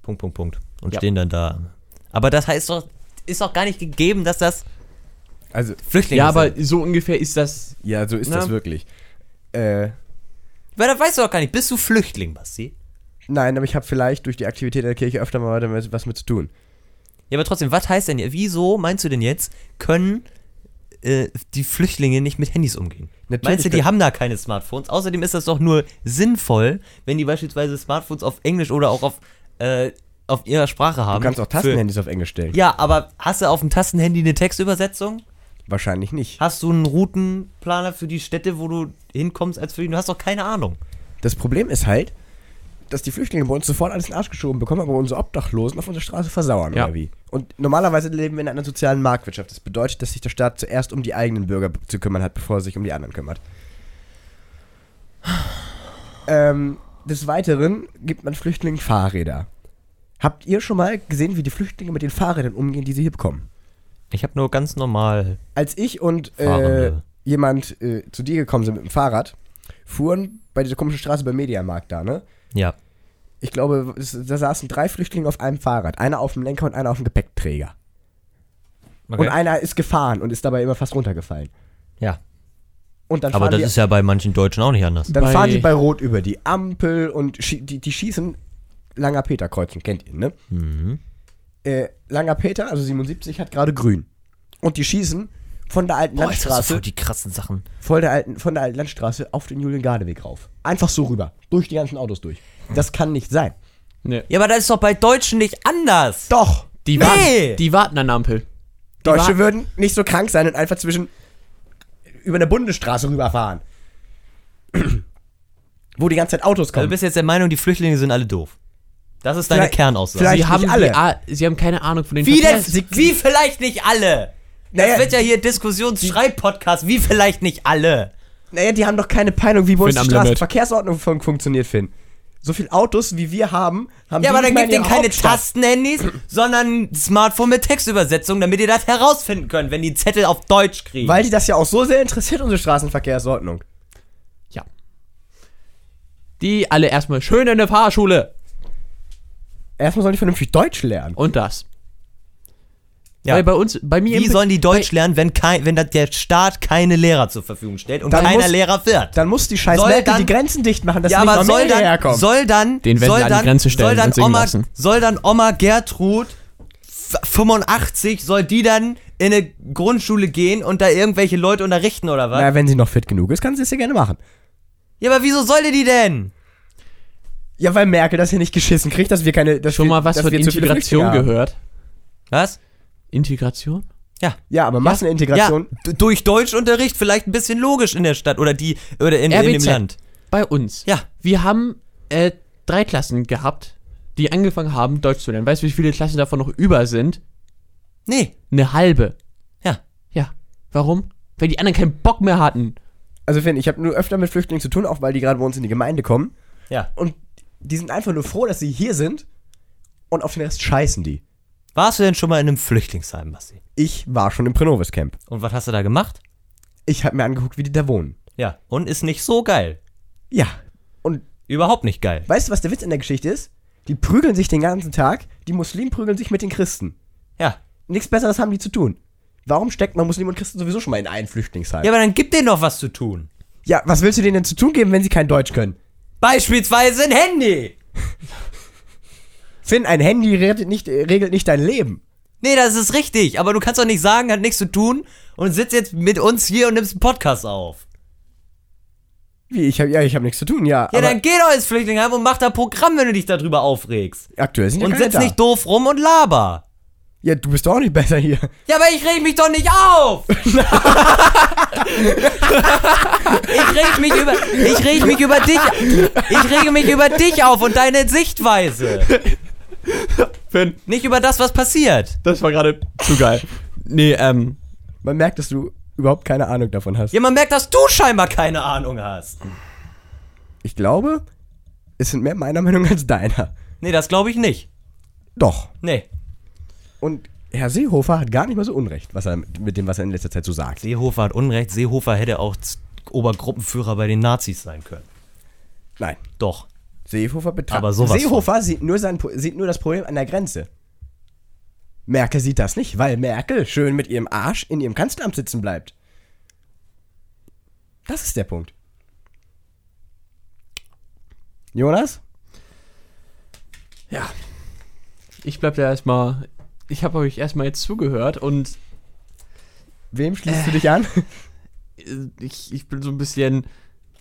Speaker 1: Punkt, Punkt, Punkt. Und
Speaker 3: Ja.
Speaker 1: stehen dann da. Aber das heißt doch, ist doch gar nicht gegeben, dass das
Speaker 2: Also,
Speaker 1: Flüchtlinge
Speaker 3: Ja,
Speaker 1: sind.
Speaker 3: aber so ungefähr ist das.
Speaker 2: ja, so ist
Speaker 3: Na?
Speaker 2: das wirklich. Äh,
Speaker 1: Weil das weißt du doch gar nicht. Bist du Flüchtling, Basti?
Speaker 2: nein, aber ich habe vielleicht durch die Aktivität der Kirche öfter mal damit was mit zu tun.
Speaker 1: Ja, aber trotzdem, was heißt denn, hier- wieso meinst du denn jetzt, können äh, die Flüchtlinge nicht mit Handys umgehen?
Speaker 2: Natürlich
Speaker 1: meinst du, die
Speaker 2: können-
Speaker 1: haben da keine Smartphones? Außerdem ist das doch nur sinnvoll, wenn die beispielsweise Smartphones auf Englisch oder auch auf, äh, auf ihrer Sprache
Speaker 2: Du
Speaker 1: haben.
Speaker 2: kannst auch
Speaker 1: Für-
Speaker 2: Tastenhandys auf Englisch stellen.
Speaker 1: Ja, aber hast du auf dem Tastenhandy eine Textübersetzung?
Speaker 2: Wahrscheinlich nicht.
Speaker 1: Hast du einen Routenplaner für die Städte, wo du hinkommst als Flüchtling? Du hast doch keine Ahnung.
Speaker 2: Das Problem ist halt, dass die Flüchtlinge bei uns sofort alles in den Arsch geschoben bekommen, aber unsere Obdachlosen auf unserer Straße versauern,
Speaker 3: Ja.
Speaker 2: oder wie? Und normalerweise leben wir in einer sozialen Marktwirtschaft. Das bedeutet, dass sich der Staat zuerst um die eigenen Bürger b- zu kümmern hat, bevor er sich um die anderen kümmert. Ähm, des Weiteren gibt man Flüchtlingen Fahrräder. Habt ihr schon mal gesehen, wie die Flüchtlinge mit den Fahrrädern umgehen, die sie hier bekommen?
Speaker 1: Ich habe nur ganz normal.
Speaker 2: Als ich und äh,
Speaker 1: Fahrende.
Speaker 2: jemand äh, zu dir gekommen sind mit dem Fahrrad, fuhren bei dieser komischen Straße beim Mediamarkt da, ne?
Speaker 1: Ja.
Speaker 2: Ich glaube, es, da saßen drei Flüchtlinge auf einem Fahrrad. Einer auf dem Lenker und einer auf dem Gepäckträger. Und einer ist gefahren und ist dabei immer fast runtergefallen.
Speaker 1: ja.
Speaker 2: Und dann,
Speaker 1: Aber
Speaker 2: fahren,
Speaker 1: das
Speaker 2: die,
Speaker 1: ist ja bei manchen Deutschen auch nicht anders.
Speaker 2: dann
Speaker 3: bei-
Speaker 2: fahren die bei Rot über die Ampel und schie die, die schießen Langer Peter kreuzen, kennt ihr, ne?
Speaker 1: Mhm.
Speaker 2: Äh, Langer Peter, also 77, hat gerade grün. Und die schießen von der alten
Speaker 1: Boah, ist das
Speaker 2: Landstraße,
Speaker 1: voll die krassen Sachen.
Speaker 2: voll der alten, von der alten Landstraße auf den Julian-Gardeweg rauf. Einfach so rüber. Durch die ganzen Autos durch. Das kann nicht sein.
Speaker 3: Ne.
Speaker 1: Ja, aber das ist doch bei Deutschen nicht anders.
Speaker 2: Doch!
Speaker 3: Die,
Speaker 1: Nee!
Speaker 3: warten, die warten an der Ampel.
Speaker 2: Deutsche
Speaker 3: wa-
Speaker 2: würden nicht so krank sein und einfach zwischen über eine Bundesstraße rüberfahren. [CLEARS THROAT] Wo die ganze Zeit Autos
Speaker 1: Also du
Speaker 2: kommen.
Speaker 1: bist jetzt der Meinung, die Flüchtlinge sind alle doof. Das ist deine
Speaker 2: Vielleicht-
Speaker 1: Kernaussage.
Speaker 2: vielleicht-
Speaker 3: Sie
Speaker 2: nicht
Speaker 3: haben, die
Speaker 2: alle.
Speaker 3: A- sie haben keine Ahnung von den
Speaker 1: wie, denn,
Speaker 3: Verkehrs-
Speaker 1: wie vielleicht nicht alle?
Speaker 2: Naja,
Speaker 1: Das wird ja hier Diskussionsschreib-Podcast. Wie vielleicht nicht alle?
Speaker 2: naja, die haben doch keine Peinung, wie bei uns
Speaker 3: Finn
Speaker 2: die
Speaker 3: am Limit.
Speaker 2: Straßenverkehrsordnung fun funktioniert, Finn. So viel Autos, wie wir haben, haben
Speaker 1: Ja,
Speaker 2: die
Speaker 1: aber dann
Speaker 2: nicht mal in
Speaker 1: gebt denen
Speaker 2: ihrer
Speaker 1: keine
Speaker 2: Hauptstadt.
Speaker 1: Tastenhandys, sondern ein Smartphone mit Textübersetzung, damit ihr das herausfinden könnt, wenn die einen Zettel auf Deutsch kriegen.
Speaker 2: Weil die das ja auch so sehr interessiert, unsere Straßenverkehrsordnung.
Speaker 3: Ja. Die alle erstmal schön in der Fahrschule.
Speaker 2: Erstmal sollen die vernünftig Deutsch lernen.
Speaker 3: Und das.
Speaker 1: Ja.
Speaker 3: Weil bei uns, bei mir
Speaker 1: Wie
Speaker 3: im-
Speaker 1: sollen die Deutsch lernen, wenn, kein, wenn das der Staat keine Lehrer zur Verfügung stellt und
Speaker 2: Dann
Speaker 1: keiner
Speaker 2: muss-
Speaker 1: Lehrer wird?
Speaker 2: Dann muss die scheiß
Speaker 1: Soll
Speaker 2: Merkel
Speaker 1: dann-
Speaker 2: die Grenzen dicht machen, dass
Speaker 1: ja,
Speaker 2: sie
Speaker 1: aber
Speaker 2: nicht mal
Speaker 1: soll
Speaker 2: mehr
Speaker 1: dann,
Speaker 2: herkommen.
Speaker 1: soll dann,
Speaker 3: Den werden
Speaker 1: soll
Speaker 3: sie an die
Speaker 1: dann,
Speaker 3: Grenze stellen
Speaker 1: soll dann
Speaker 3: und singen
Speaker 1: Oma,
Speaker 3: lassen.
Speaker 1: soll dann Oma Gertrud f- 85, soll die dann in eine Grundschule gehen und da irgendwelche Leute unterrichten oder was?
Speaker 2: Na, wenn sie noch fit genug ist, kann sie es ja gerne machen.
Speaker 1: Ja, aber wieso sollte die denn?
Speaker 2: Ja, weil Merkel das hier nicht geschissen kriegt, dass wir keine. Dass
Speaker 3: schon
Speaker 2: wir,
Speaker 3: mal was
Speaker 2: dass
Speaker 3: von
Speaker 2: wir zu viele Flüchtlinge
Speaker 3: Integration
Speaker 2: haben.
Speaker 3: gehört.
Speaker 1: Was?
Speaker 3: Integration?
Speaker 2: Ja, aber Massenintegration.
Speaker 1: Ja, d- durch Deutschunterricht vielleicht ein bisschen logisch in der Stadt oder die oder in, in dem
Speaker 3: RWZ.
Speaker 1: Land.
Speaker 3: Bei uns.
Speaker 1: Ja.
Speaker 3: Wir haben äh, drei Klassen gehabt, die angefangen haben, Deutsch zu lernen. Weißt du, wie viele Klassen davon noch über sind?
Speaker 1: Nee.
Speaker 3: Eine halbe.
Speaker 1: Ja.
Speaker 3: Ja. Warum? Weil die anderen keinen Bock mehr hatten.
Speaker 2: Also, Finn, ich habe nur öfter mit Flüchtlingen zu tun, auch weil die gerade bei uns in die Gemeinde kommen.
Speaker 1: Ja.
Speaker 2: Und die sind einfach nur froh, dass sie hier sind. Und auf den Rest scheißen die.
Speaker 1: Warst du denn schon mal in einem Flüchtlingsheim, Basti?
Speaker 2: Ich war schon im Prenovis Camp.
Speaker 1: Und was hast du da gemacht?
Speaker 2: Ich habe mir angeguckt, wie die da wohnen.
Speaker 1: Ja. Und ist nicht so geil.
Speaker 2: Ja. Und
Speaker 1: Überhaupt nicht geil.
Speaker 2: weißt du, was der Witz in der Geschichte ist? Die prügeln sich den ganzen Tag, die Muslimen prügeln sich mit den Christen.
Speaker 1: Ja.
Speaker 2: Nichts Besseres haben die zu tun. Warum steckt man Muslimen und Christen sowieso schon mal in einen Flüchtlingsheim?
Speaker 1: Ja, aber dann gib denen doch was zu tun.
Speaker 2: Ja, was willst du denen denn zu tun geben, wenn sie kein Deutsch können?
Speaker 1: Beispielsweise ein Handy.
Speaker 2: Finn, ein Handy regelt nicht, äh, regelt nicht dein Leben.
Speaker 1: Nee, das ist richtig. Aber du kannst doch nicht sagen, hat nichts zu tun und sitzt jetzt mit uns hier und nimmst einen Podcast auf.
Speaker 2: Wie, ich hab, ja, ich habe nichts zu tun, ja.
Speaker 1: Ja,
Speaker 2: aber
Speaker 1: dann geh doch ins Flüchtlingsheim und mach da Programm, wenn du dich darüber aufregst.
Speaker 2: aktuell sind die
Speaker 1: Und
Speaker 2: keine
Speaker 1: sitz
Speaker 2: da.
Speaker 1: nicht doof rum und laber.
Speaker 2: Ja, du bist doch auch nicht besser hier.
Speaker 1: Ja, aber ich reg mich doch nicht
Speaker 2: [LAUGHS]
Speaker 1: auf! ich, reg mich über, ich reg mich über dich Ich rege mich über dich auf und deine Sichtweise.
Speaker 3: Finn,
Speaker 1: Nicht über das, was passiert.
Speaker 3: das war gerade zu geil. Nee, ähm,
Speaker 2: Man merkt, dass du überhaupt keine Ahnung davon hast.
Speaker 1: Ja, man merkt, dass du scheinbar keine Ahnung hast.
Speaker 2: Ich glaube, es sind mehr meiner Meinung als deiner.
Speaker 1: Nee, das glaube ich nicht.
Speaker 2: Doch.
Speaker 1: Nee.
Speaker 2: Und Herr Seehofer hat gar nicht mal so unrecht, was er mit dem, was er in letzter Zeit so sagt.
Speaker 1: Seehofer hat Unrecht. Seehofer hätte auch Z- Obergruppenführer bei den Nazis sein können.
Speaker 2: Nein.
Speaker 1: Doch.
Speaker 2: Seehofer
Speaker 1: Aber
Speaker 2: betrachtet.
Speaker 1: sowas
Speaker 2: Seehofer sieht nur, sein, Pro- sieht nur das Problem an der Grenze. Merkel sieht das nicht, weil Merkel schön mit ihrem Arsch in ihrem Kanzleramt sitzen bleibt. Das ist der Punkt. Jonas?
Speaker 3: ja. Ich bleib da erstmal. Ich habe euch erstmal jetzt zugehört und
Speaker 2: Wem schließt du dich an?
Speaker 3: äh, ich, ich bin so ein bisschen,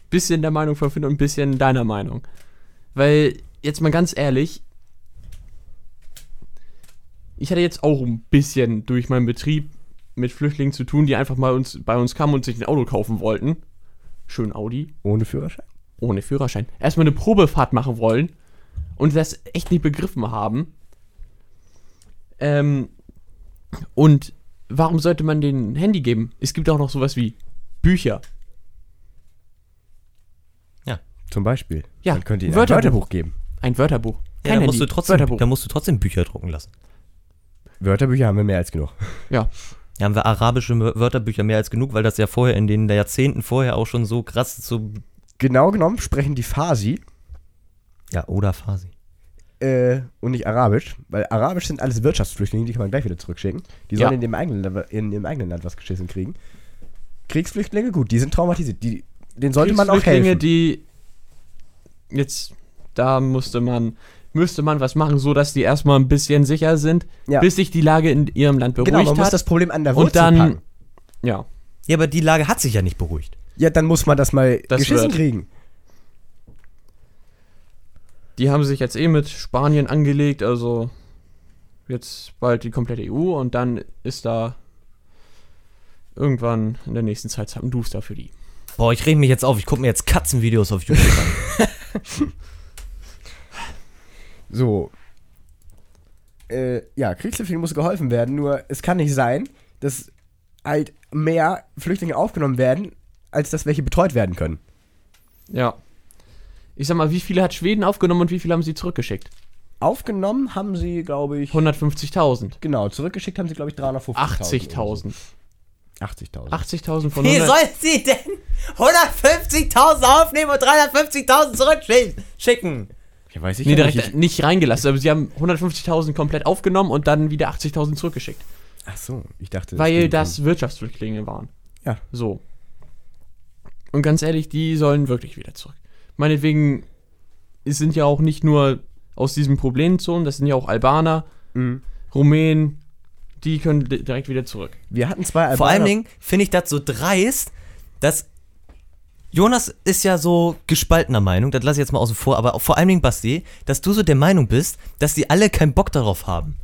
Speaker 3: bisschen der Meinung von Finn und ein bisschen deiner Meinung. Weil, jetzt mal ganz ehrlich, ich hatte jetzt auch ein bisschen durch meinen Betrieb mit Flüchtlingen zu tun, die einfach mal uns, bei uns kamen und sich ein Auto kaufen wollten. Schön Audi.
Speaker 2: Ohne Führerschein.
Speaker 3: ohne Führerschein erstmal eine Probefahrt machen wollen und das echt nicht begriffen haben. Ähm, und warum sollte man denen ein Handy geben? Es gibt auch noch sowas wie Bücher.
Speaker 2: Zum Beispiel.
Speaker 3: Ja,
Speaker 2: Man könnte ihnen
Speaker 3: Wörterbuch.
Speaker 2: ein Wörterbuch geben.
Speaker 3: Ein Wörterbuch.
Speaker 1: Ja, da, musst du
Speaker 3: Handy,
Speaker 1: trotzdem,
Speaker 3: Wörterbuch.
Speaker 1: da musst du trotzdem Bücher drucken lassen.
Speaker 2: Wörterbücher haben wir mehr als genug.
Speaker 3: Ja.
Speaker 1: Da haben wir arabische Mö- Wörterbücher mehr als genug, weil das ja vorher in den Jahrzehnten vorher auch schon so krass zu.
Speaker 2: Genau genommen sprechen die Farsi
Speaker 1: Ja, oder Farsi.
Speaker 2: äh, und nicht Arabisch, weil Arabisch sind alles Wirtschaftsflüchtlinge, die kann man gleich wieder zurückschicken. Die sollen
Speaker 3: Ja.
Speaker 2: in, dem eigenen, Land- in ihrem eigenen Land was geschissen kriegen. Kriegsflüchtlinge, gut, die sind traumatisiert. Die, denen sollte man auch
Speaker 3: Flüchtlinge,
Speaker 2: helfen.
Speaker 3: die jetzt da musste man müsste man was machen, so dass die erstmal ein bisschen sicher sind,
Speaker 2: Ja.
Speaker 3: bis sich die Lage in ihrem Land beruhigt
Speaker 2: genau, man muss
Speaker 3: hat.
Speaker 2: das Problem an der Wurzel
Speaker 3: und dann
Speaker 2: packen.
Speaker 3: ja,
Speaker 1: Ja, aber die Lage hat sich ja nicht beruhigt.
Speaker 2: Ja, dann muss man das mal
Speaker 3: Das
Speaker 2: geschissen
Speaker 3: wird.
Speaker 2: kriegen.
Speaker 3: Die haben sich jetzt eh mit Spanien angelegt, also jetzt bald die komplette EU und dann ist da irgendwann in der nächsten Zeit ein Duster für die.
Speaker 1: Boah, ich reg mich jetzt auf. Ich gucke mir jetzt Katzenvideos auf YouTube an.
Speaker 2: So. Äh, ja, Kriegsflüchtlingen muss geholfen werden, nur es kann nicht sein, dass halt mehr Flüchtlinge aufgenommen werden, als dass welche betreut werden können.
Speaker 3: Ja. Ich sag mal, wie viele hat Schweden aufgenommen und wie viele haben sie zurückgeschickt?
Speaker 2: Aufgenommen haben sie, glaube ich,
Speaker 3: 150.000.
Speaker 2: genau, zurückgeschickt haben sie, glaube ich, 350.000.
Speaker 3: 80.000.
Speaker 2: 80.000.
Speaker 3: 80.000
Speaker 1: [LAUGHS]
Speaker 3: von
Speaker 1: Wie
Speaker 3: 100.
Speaker 1: soll sie denn 150.000 aufnehmen und 350.000 zurückschicken?
Speaker 2: Ja, weiß ich
Speaker 3: Nee,
Speaker 2: ja nicht.
Speaker 3: direkt
Speaker 2: Ich-
Speaker 3: nicht reingelassen, aber sie haben 150.000 komplett aufgenommen und dann wieder 80.000 zurückgeschickt,
Speaker 2: Ach so, ich dachte.
Speaker 3: weil
Speaker 2: ging
Speaker 3: das Wirtschaftsflüchtlinge waren.
Speaker 2: Ja.
Speaker 3: So. Und ganz ehrlich, die sollen wirklich wieder zurück. Meinetwegen, es sind ja auch nicht nur aus diesen Problemzonen, das sind ja auch Albaner,
Speaker 2: Mhm.
Speaker 3: Rumänen, die können di- direkt wieder zurück.
Speaker 2: schon. Wir hatten zwei
Speaker 1: Vor
Speaker 2: Albaner-
Speaker 1: allen Dingen finde ich das so dreist, dass Jonas ist ja so gespaltener Meinung, das lasse ich jetzt mal außen vor, aber vor allen Dingen, Basti, dass du so der Meinung bist, dass die alle keinen Bock darauf haben.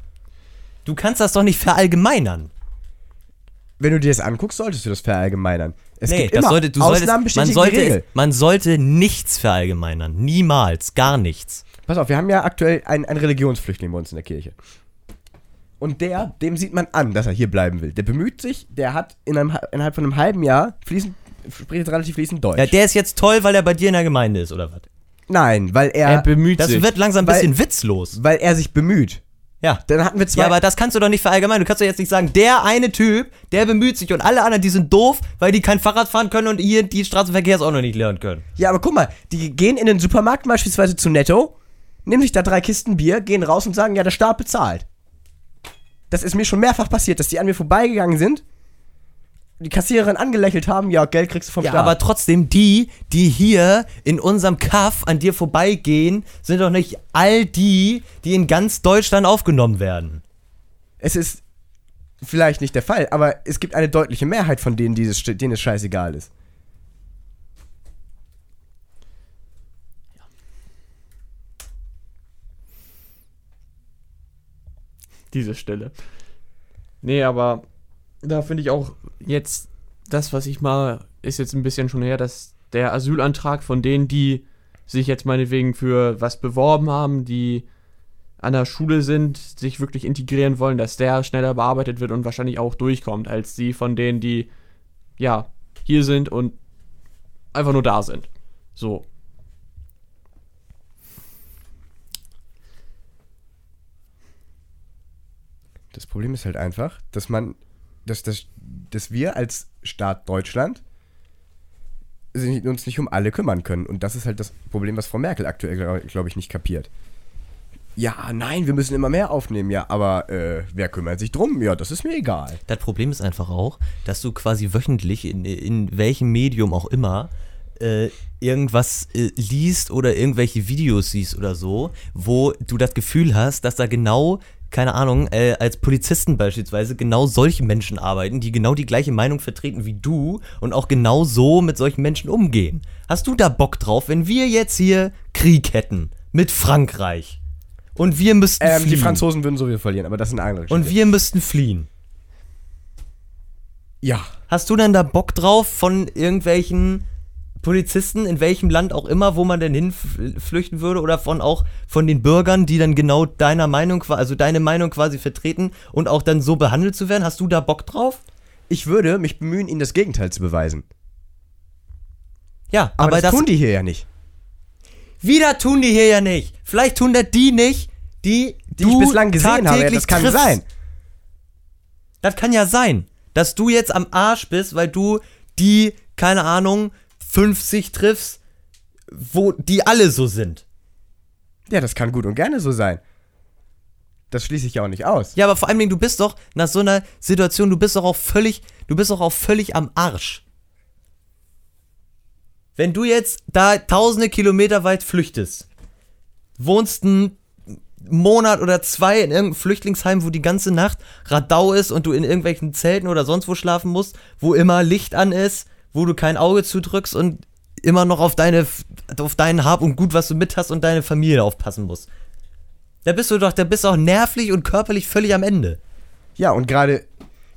Speaker 1: Du kannst das doch nicht verallgemeinern.
Speaker 2: Wenn du dir das anguckst, solltest du das verallgemeinern. Es
Speaker 1: das sollte, du solltest,
Speaker 2: Ausnahmen
Speaker 1: man,
Speaker 2: bestätigen die
Speaker 1: sollte
Speaker 2: Regel.
Speaker 1: es, man sollte nichts verallgemeinern. Niemals. Gar nichts.
Speaker 2: Pass auf, wir haben ja aktuell einen, einen Religionsflüchtling bei uns in der Kirche. Und der, dem sieht man an, dass er hier bleiben will. Der bemüht sich, der hat in einem, innerhalb von einem halben Jahr fließend, spricht relativ fließend Deutsch.
Speaker 1: Ja, der ist jetzt toll, weil er bei dir in der Gemeinde ist, oder was?
Speaker 2: Nein, weil er,
Speaker 3: er bemüht
Speaker 1: Das
Speaker 3: sich.
Speaker 1: wird langsam ein
Speaker 2: Weil-
Speaker 1: bisschen witzlos.
Speaker 2: weil er sich bemüht.
Speaker 1: Ja.
Speaker 2: Dann hatten wir zwei.
Speaker 1: Ja, aber das kannst du doch nicht verallgemeinern. Du kannst doch jetzt nicht sagen, der eine Typ, der bemüht sich und alle anderen, die sind doof, weil die kein Fahrrad fahren können und ihr die Straßenverkehrsordnung nicht lernen können.
Speaker 2: Ja, aber guck mal, die gehen in den Supermarkt beispielsweise zu Netto, nehmen sich da drei Kisten Bier, gehen raus und sagen, ja, der Staat bezahlt. Das ist mir schon mehrfach passiert, dass die an mir vorbeigegangen sind, die Kassiererin angelächelt haben, ja, Geld kriegst du vom
Speaker 1: Ja,
Speaker 2: Staat.
Speaker 1: aber trotzdem, die, die hier in unserem Kaff an dir vorbeigehen, sind doch nicht all die, die in ganz Deutschland aufgenommen werden.
Speaker 2: es ist vielleicht nicht der Fall, aber es gibt eine deutliche Mehrheit von denen, dieses, denen es scheißegal ist.
Speaker 3: diese Stelle. Nee, aber da finde ich auch jetzt das, was ich mal, ist jetzt ein bisschen schon her, dass der Asylantrag von denen, die sich jetzt meinetwegen für was beworben haben, die an der Schule sind, sich wirklich integrieren wollen, dass der schneller bearbeitet wird und wahrscheinlich auch durchkommt, als die von denen, die ja hier sind und einfach nur da sind. So.
Speaker 2: Das Problem ist halt einfach, dass man, dass, dass, dass wir als Staat Deutschland sich- uns nicht um alle kümmern können. Und das ist halt das Problem, was Frau Merkel aktuell, glaube glaub ich, nicht kapiert. Ja, nein, wir müssen immer mehr aufnehmen, ja, aber äh, wer kümmert sich drum? Ja, das ist mir egal.
Speaker 1: Das Problem ist einfach auch, dass du quasi wöchentlich, in, in welchem Medium auch immer, äh, irgendwas äh, liest oder irgendwelche Videos siehst oder so, wo du das Gefühl hast, dass da genau, keine Ahnung, äh, als Polizisten beispielsweise genau solche Menschen arbeiten, die genau die gleiche Meinung vertreten wie du und auch genau so mit solchen Menschen umgehen. Hast du da Bock drauf, wenn wir jetzt hier Krieg hätten mit Frankreich und wir müssten
Speaker 2: Ähm, die
Speaker 1: fliehen
Speaker 2: Franzosen würden sowieso verlieren, aber das ist eine andere
Speaker 1: und wir müssten fliehen?
Speaker 2: ja.
Speaker 1: Hast du denn da Bock drauf von irgendwelchen Polizisten in welchem Land auch immer, wo man denn hinflüchten würde oder von auch von den Bürgern, die dann genau deiner Meinung, qua- also deine Meinung quasi vertreten und auch dann so behandelt zu werden? Hast du da Bock drauf?
Speaker 2: Ich würde mich bemühen, ihnen das Gegenteil zu beweisen.
Speaker 1: Ja,
Speaker 2: Aber,
Speaker 1: aber,
Speaker 2: das
Speaker 1: das,
Speaker 2: tun die hier ja nicht.
Speaker 1: wieder tun die hier ja nicht. Vielleicht tun das die nicht, die,
Speaker 2: Die ich bislang gesehen habe, ja,
Speaker 1: tagtäglich
Speaker 2: das kann
Speaker 1: triffst.
Speaker 2: sein.
Speaker 1: Das kann ja sein, dass du jetzt am Arsch bist, weil du die, keine Ahnung, 50 triffst, wo die alle so sind.
Speaker 2: Ja, das kann gut und gerne so sein. Das schließe ich ja auch nicht aus.
Speaker 1: Ja, aber vor allen Dingen, du bist doch nach so einer Situation, du bist doch auch völlig, du bist doch auch völlig am Arsch. Wenn du jetzt da tausende Kilometer weit flüchtest, wohnst einen Monat oder zwei in irgendeinem Flüchtlingsheim, wo die ganze Nacht Radau ist und du in irgendwelchen Zelten oder sonst wo schlafen musst, wo immer Licht an ist, wo du kein Auge zudrückst und immer noch auf deine, auf deinen Hab und Gut, was du mit hast und deine Familie aufpassen musst. Da bist du doch, da bist du auch nervlich und körperlich völlig am Ende.
Speaker 2: Ja, und gerade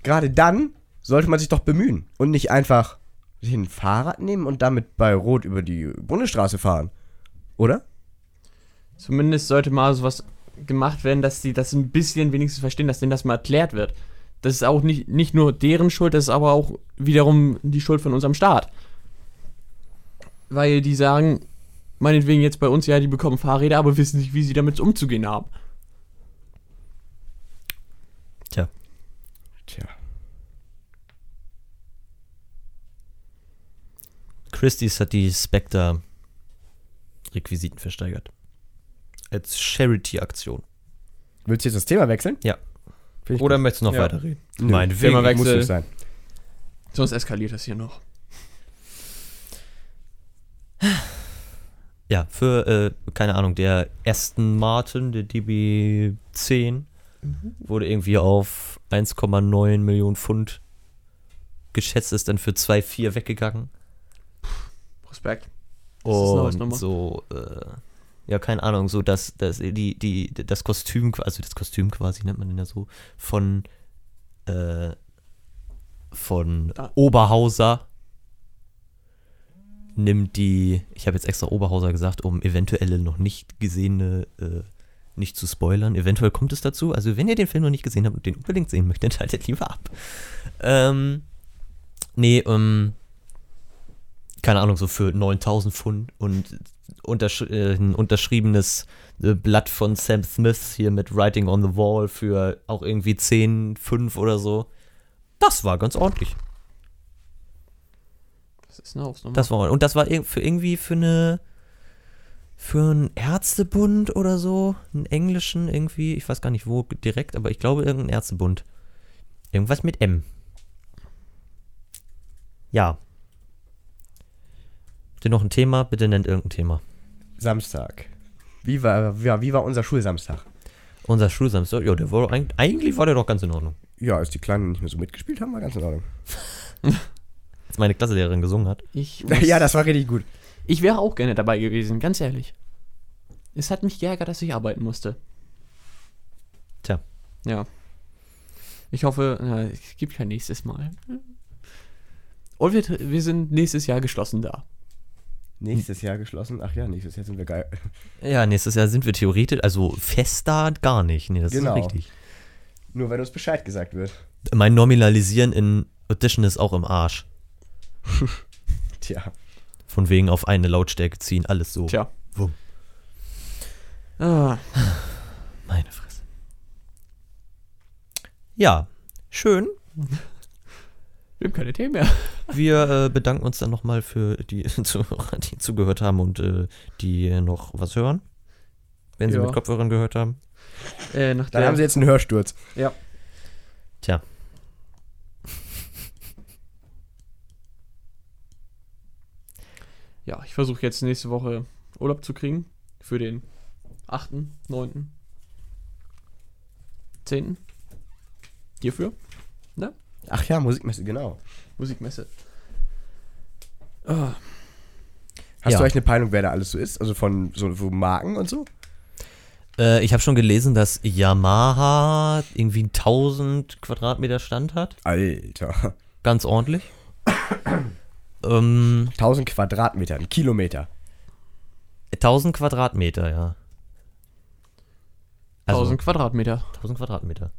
Speaker 2: gerade dann sollte man sich doch bemühen und nicht einfach sich ein Fahrrad nehmen und damit bei Rot über die Bundesstraße fahren. Oder?
Speaker 3: Zumindest sollte mal sowas gemacht werden, dass sie das ein bisschen wenigstens verstehen, dass denen das mal erklärt wird. Das ist auch nicht, nicht nur deren Schuld, das ist aber auch wiederum die Schuld von unserem Staat. Weil die sagen, meinetwegen jetzt bei uns, ja, die bekommen Fahrräder, aber wissen nicht, wie sie damit umzugehen haben.
Speaker 2: Tja.
Speaker 1: Christie's hat die Spectre Requisiten versteigert. Als Charity-Aktion.
Speaker 2: Willst du jetzt das Thema wechseln?
Speaker 1: Ja.
Speaker 2: Finde ich
Speaker 1: Oder
Speaker 2: gut.
Speaker 1: möchtest du noch
Speaker 3: Ja.
Speaker 1: weiterreden?
Speaker 2: Nö,
Speaker 1: Meinetwegen.
Speaker 3: Thema
Speaker 2: Muss
Speaker 3: Wechsel.
Speaker 2: nicht sein.
Speaker 3: Sonst eskaliert das hier noch.
Speaker 1: Ja, für, äh, keine Ahnung, der Aston Martin, der DB10,
Speaker 2: Mhm.
Speaker 1: wurde irgendwie auf 1,9 Millionen Pfund geschätzt, ist dann für 2,4 weggegangen.
Speaker 3: Respekt. Das ist eine
Speaker 1: Und
Speaker 3: Hausnummer.
Speaker 1: so, äh, ja, keine Ahnung, so dass, dass die, die, das Kostüm, also das Kostüm quasi nennt man den ja so, von, äh, von
Speaker 3: Da.
Speaker 1: Oberhauser nimmt die, ich habe jetzt extra Oberhauser gesagt, um eventuelle noch nicht gesehene, äh, nicht zu spoilern. Eventuell kommt es dazu. Also, wenn ihr den Film noch nicht gesehen habt und den unbedingt sehen möchtet, [LAUGHS] haltet lieber ab. Ähm, nee, ähm, keine Ahnung, so für 9000 Pfund und untersch äh, ein unterschriebenes äh, Blatt von Sam Smith hier mit Writing on the Wall für auch irgendwie 10, 5 oder so. Das war ganz ordentlich.
Speaker 3: Das ist eine Hausnummer.
Speaker 1: Das war und das war irg- für irgendwie für eine für einen Ärztebund oder so, einen englischen irgendwie, ich weiß gar nicht wo direkt, aber ich glaube irgendein Ärztebund. Irgendwas mit M. Ja. Habt ihr noch ein Thema? Bitte nennt irgendein Thema.
Speaker 2: Samstag. Wie war, ja, wie war unser Schulsamstag?
Speaker 1: Unser Schulsamstag, ja, der war eigentlich, eigentlich war der doch ganz in Ordnung.
Speaker 2: Ja, als die Kleinen nicht mehr so mitgespielt haben, war ganz in Ordnung.
Speaker 1: Als meine Klassenlehrerin gesungen hat.
Speaker 2: [LAUGHS]
Speaker 3: ich,
Speaker 2: [LAUGHS] ja, das war richtig gut.
Speaker 3: ich wäre auch gerne dabei gewesen, ganz ehrlich. Es hat mich geärgert, dass ich arbeiten musste.
Speaker 1: Tja.
Speaker 3: Ja. Ich hoffe, na, es gibt kein nächstes Mal. Und wir, tr- wir sind nächstes Jahr geschlossen da.
Speaker 2: Nächstes Jahr geschlossen. Ach ja, nächstes Jahr sind wir geil. [LAUGHS]
Speaker 1: Ja, nächstes Jahr sind wir theoretisch, also fest da gar nicht. Nee, das
Speaker 2: Genau.
Speaker 1: ist richtig.
Speaker 2: Nur wenn uns Bescheid gesagt wird.
Speaker 1: Mein Nominalisieren in Audition ist auch im Arsch.
Speaker 2: Tja.
Speaker 1: Von wegen auf eine Lautstärke ziehen, alles so.
Speaker 3: Tja.
Speaker 1: Wumm.
Speaker 3: Ah,
Speaker 1: Meine Fresse. Ja, schön.
Speaker 3: wir haben keine Themen mehr.
Speaker 1: Wir äh, bedanken uns dann nochmal für die [LAUGHS] Zuhörer, die zugehört haben und äh, die noch was hören. Wenn sie
Speaker 3: Ja.
Speaker 1: mit Kopfhörern gehört haben.
Speaker 3: Äh, nach
Speaker 2: Dann
Speaker 3: der,
Speaker 2: haben sie jetzt einen Hörsturz.
Speaker 1: Tja.
Speaker 3: ja, ich versuche jetzt nächste Woche Urlaub zu kriegen. Für den 8., 9., 10. Hierfür.
Speaker 2: Ach ja, Musikmesse, genau.
Speaker 3: Musikmesse. Ah,
Speaker 2: Hast
Speaker 1: Ja.
Speaker 2: du eigentlich eine Peilung, wer da alles so ist? Also von so, so Marken und so?
Speaker 1: Äh, ich habe schon gelesen, dass Yamaha irgendwie 1000 Quadratmeter Stand hat.
Speaker 2: Alter.
Speaker 1: Ganz ordentlich. ähm,
Speaker 2: 1000 Quadratmeter, ein Kilometer.
Speaker 1: 1000 Quadratmeter, ja. Also
Speaker 3: 1000 Quadratmeter.
Speaker 1: 1000 Quadratmeter.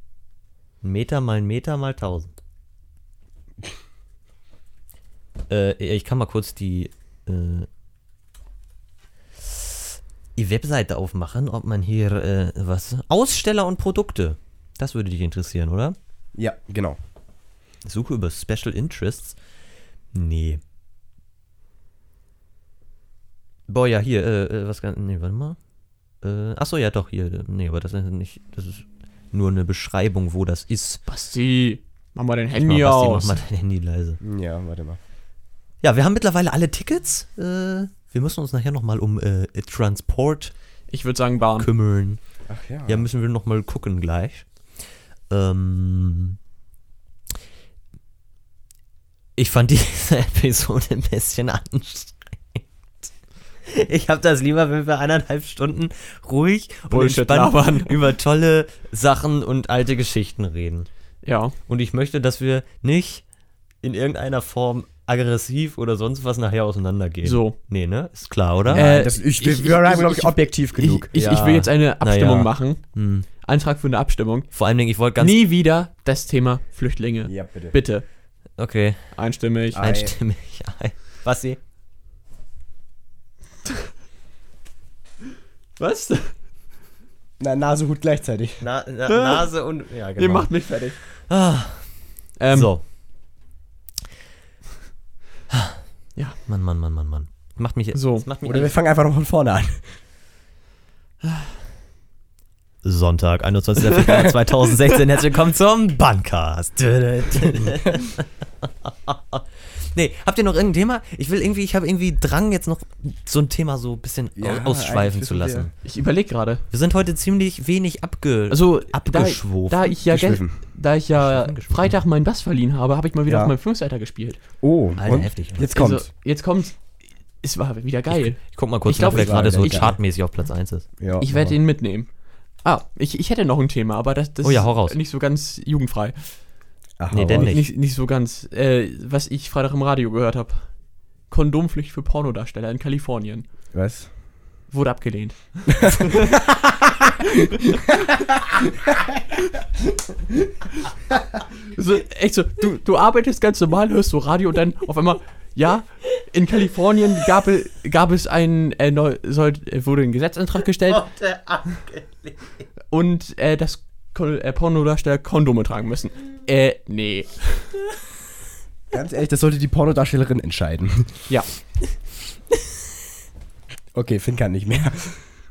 Speaker 1: Ein Meter mal ein Meter mal 1000. Äh, ich kann mal kurz die, äh, die Webseite aufmachen, ob man hier äh, was. Aussteller und Produkte. Das würde dich interessieren, oder?
Speaker 2: Ja, genau.
Speaker 1: Suche über Special Interests. Nee. Boah, ja, hier, äh, äh, was kann. Nee, warte mal. Äh, achso, ja, doch, hier. äh, Nee, aber das ist nicht. Das ist nur eine Beschreibung, wo das ist.
Speaker 3: Basti, mach mal dein Handy
Speaker 1: mal, Basti,
Speaker 3: aus.
Speaker 1: mach mal dein Handy leise.
Speaker 2: Ja, warte mal.
Speaker 1: Ja, wir haben mittlerweile alle Tickets. Äh, wir müssen uns nachher nochmal um äh, Transport
Speaker 3: Ich würde sagen Bahn.
Speaker 1: kümmern.
Speaker 2: Ach ja.
Speaker 3: Hm.
Speaker 1: Ja, müssen wir nochmal gucken gleich. Ähm, ich fand diese [LAUGHS] Episode ein bisschen anstrengend. Ich habe das lieber, wenn wir eineinhalb Stunden ruhig und
Speaker 3: Bullshit
Speaker 1: entspannt
Speaker 3: labern.
Speaker 1: über tolle Sachen und alte Geschichten reden.
Speaker 3: Ja.
Speaker 1: Und ich möchte, dass wir nicht in irgendeiner Form aggressiv oder sonst was nachher auseinandergehen.
Speaker 3: So.
Speaker 1: Nee, ne? Ist klar, oder?
Speaker 3: Äh,
Speaker 2: Ah, das, ich,
Speaker 3: ich-
Speaker 2: wir waren,
Speaker 3: ich-
Speaker 2: glaube ich,
Speaker 3: ich-
Speaker 2: objektiv
Speaker 3: Ich,
Speaker 2: genug.
Speaker 3: ich, ich
Speaker 1: Ja.
Speaker 3: will jetzt eine Abstimmung
Speaker 2: ja.
Speaker 3: machen.
Speaker 1: Hm.
Speaker 3: Antrag für eine Abstimmung.
Speaker 1: Vor allen Dingen, ich wollte ganz...
Speaker 3: Nie wieder das Thema Flüchtlinge.
Speaker 2: ja, bitte.
Speaker 3: Bitte.
Speaker 1: Okay, halt
Speaker 3: Einstimmig.
Speaker 2: Ah. Ei.
Speaker 1: einstimmig. Ei. Basti?
Speaker 3: Was? [LAUGHS]
Speaker 2: Na, Nase, Hut gleichzeitig.
Speaker 1: Na, na, Nase und. Ja,
Speaker 3: Ihr macht mich fertig.
Speaker 1: Äh. Ah,
Speaker 3: Ähm,
Speaker 1: Genau. so. Ah.
Speaker 3: Ja.
Speaker 1: Mann, Mann, Mann, Mann, Mann. Macht mich,
Speaker 3: So,
Speaker 1: das macht mich
Speaker 2: Oder wir fangen einfach noch von vorne an.
Speaker 1: Sonntag, 21. [LAUGHS] Februar 2016. Herzlich willkommen zum Bandcast. [LAUGHS] nee, habt ihr noch irgendein Thema? Ich will irgendwie, ich habe irgendwie Drang, jetzt noch so ein Thema so ein bisschen au-
Speaker 2: Ja,
Speaker 1: ausschweifen
Speaker 2: eigentlich
Speaker 1: zu
Speaker 2: wissen wir-
Speaker 1: lassen.
Speaker 3: ich überlege gerade.
Speaker 1: Wir. sind heute ziemlich wenig abge
Speaker 3: Also, da,
Speaker 1: abgeschwofen.
Speaker 3: da ich ja, gest-
Speaker 2: Geschwiffen.
Speaker 3: da ich ja
Speaker 1: Geschwiffen, geschwiffen.
Speaker 3: Freitag meinen Bass verliehen habe, habe ich mal wieder
Speaker 2: Ja.
Speaker 3: auf meinem Fünfseiter gespielt.
Speaker 2: Oh,
Speaker 1: Alter,
Speaker 2: und?
Speaker 1: heftig.
Speaker 2: Jetzt kommt.
Speaker 3: Also, jetzt kommt's. Es war wieder geil.
Speaker 1: ich guck mal kurz,
Speaker 3: Ich glaub,
Speaker 1: nach, wer
Speaker 3: ich-
Speaker 1: gerade so
Speaker 2: ich-
Speaker 1: chartmäßig auf Platz 1 ist.
Speaker 2: ja,
Speaker 3: Ich, werde ihn mitnehmen. Ah, ich, ich hätte noch ein Thema, aber das, das
Speaker 1: Oh ja, hau raus.
Speaker 3: ist nicht so ganz jugendfrei.
Speaker 2: Ach,
Speaker 1: Nee,
Speaker 2: nee,
Speaker 1: der
Speaker 2: denn
Speaker 1: nicht.
Speaker 2: nicht.
Speaker 3: Nicht, nicht so ganz, äh, was ich Freitag im Radio gehört habe. Kondompflicht für Pornodarsteller in Kalifornien.
Speaker 2: Was?
Speaker 3: Wurde abgelehnt. [LAUGHS] so, echt so, du, du arbeitest ganz normal, hörst so Radio und dann auf einmal, ja, in Kalifornien gab, e- gab es einen, äh, neu, soll, äh, wurde ein Gesetzantrag
Speaker 1: Oh,
Speaker 3: [LAUGHS] gestellt und äh, dass Kon äh, Pornodarsteller Kondome tragen müssen. Äh, [LAUGHS] nee.
Speaker 2: Ganz ehrlich, das sollte die Pornodarstellerin entscheiden.
Speaker 3: Ja.
Speaker 2: [LAUGHS] Okay, Finn kann nicht mehr.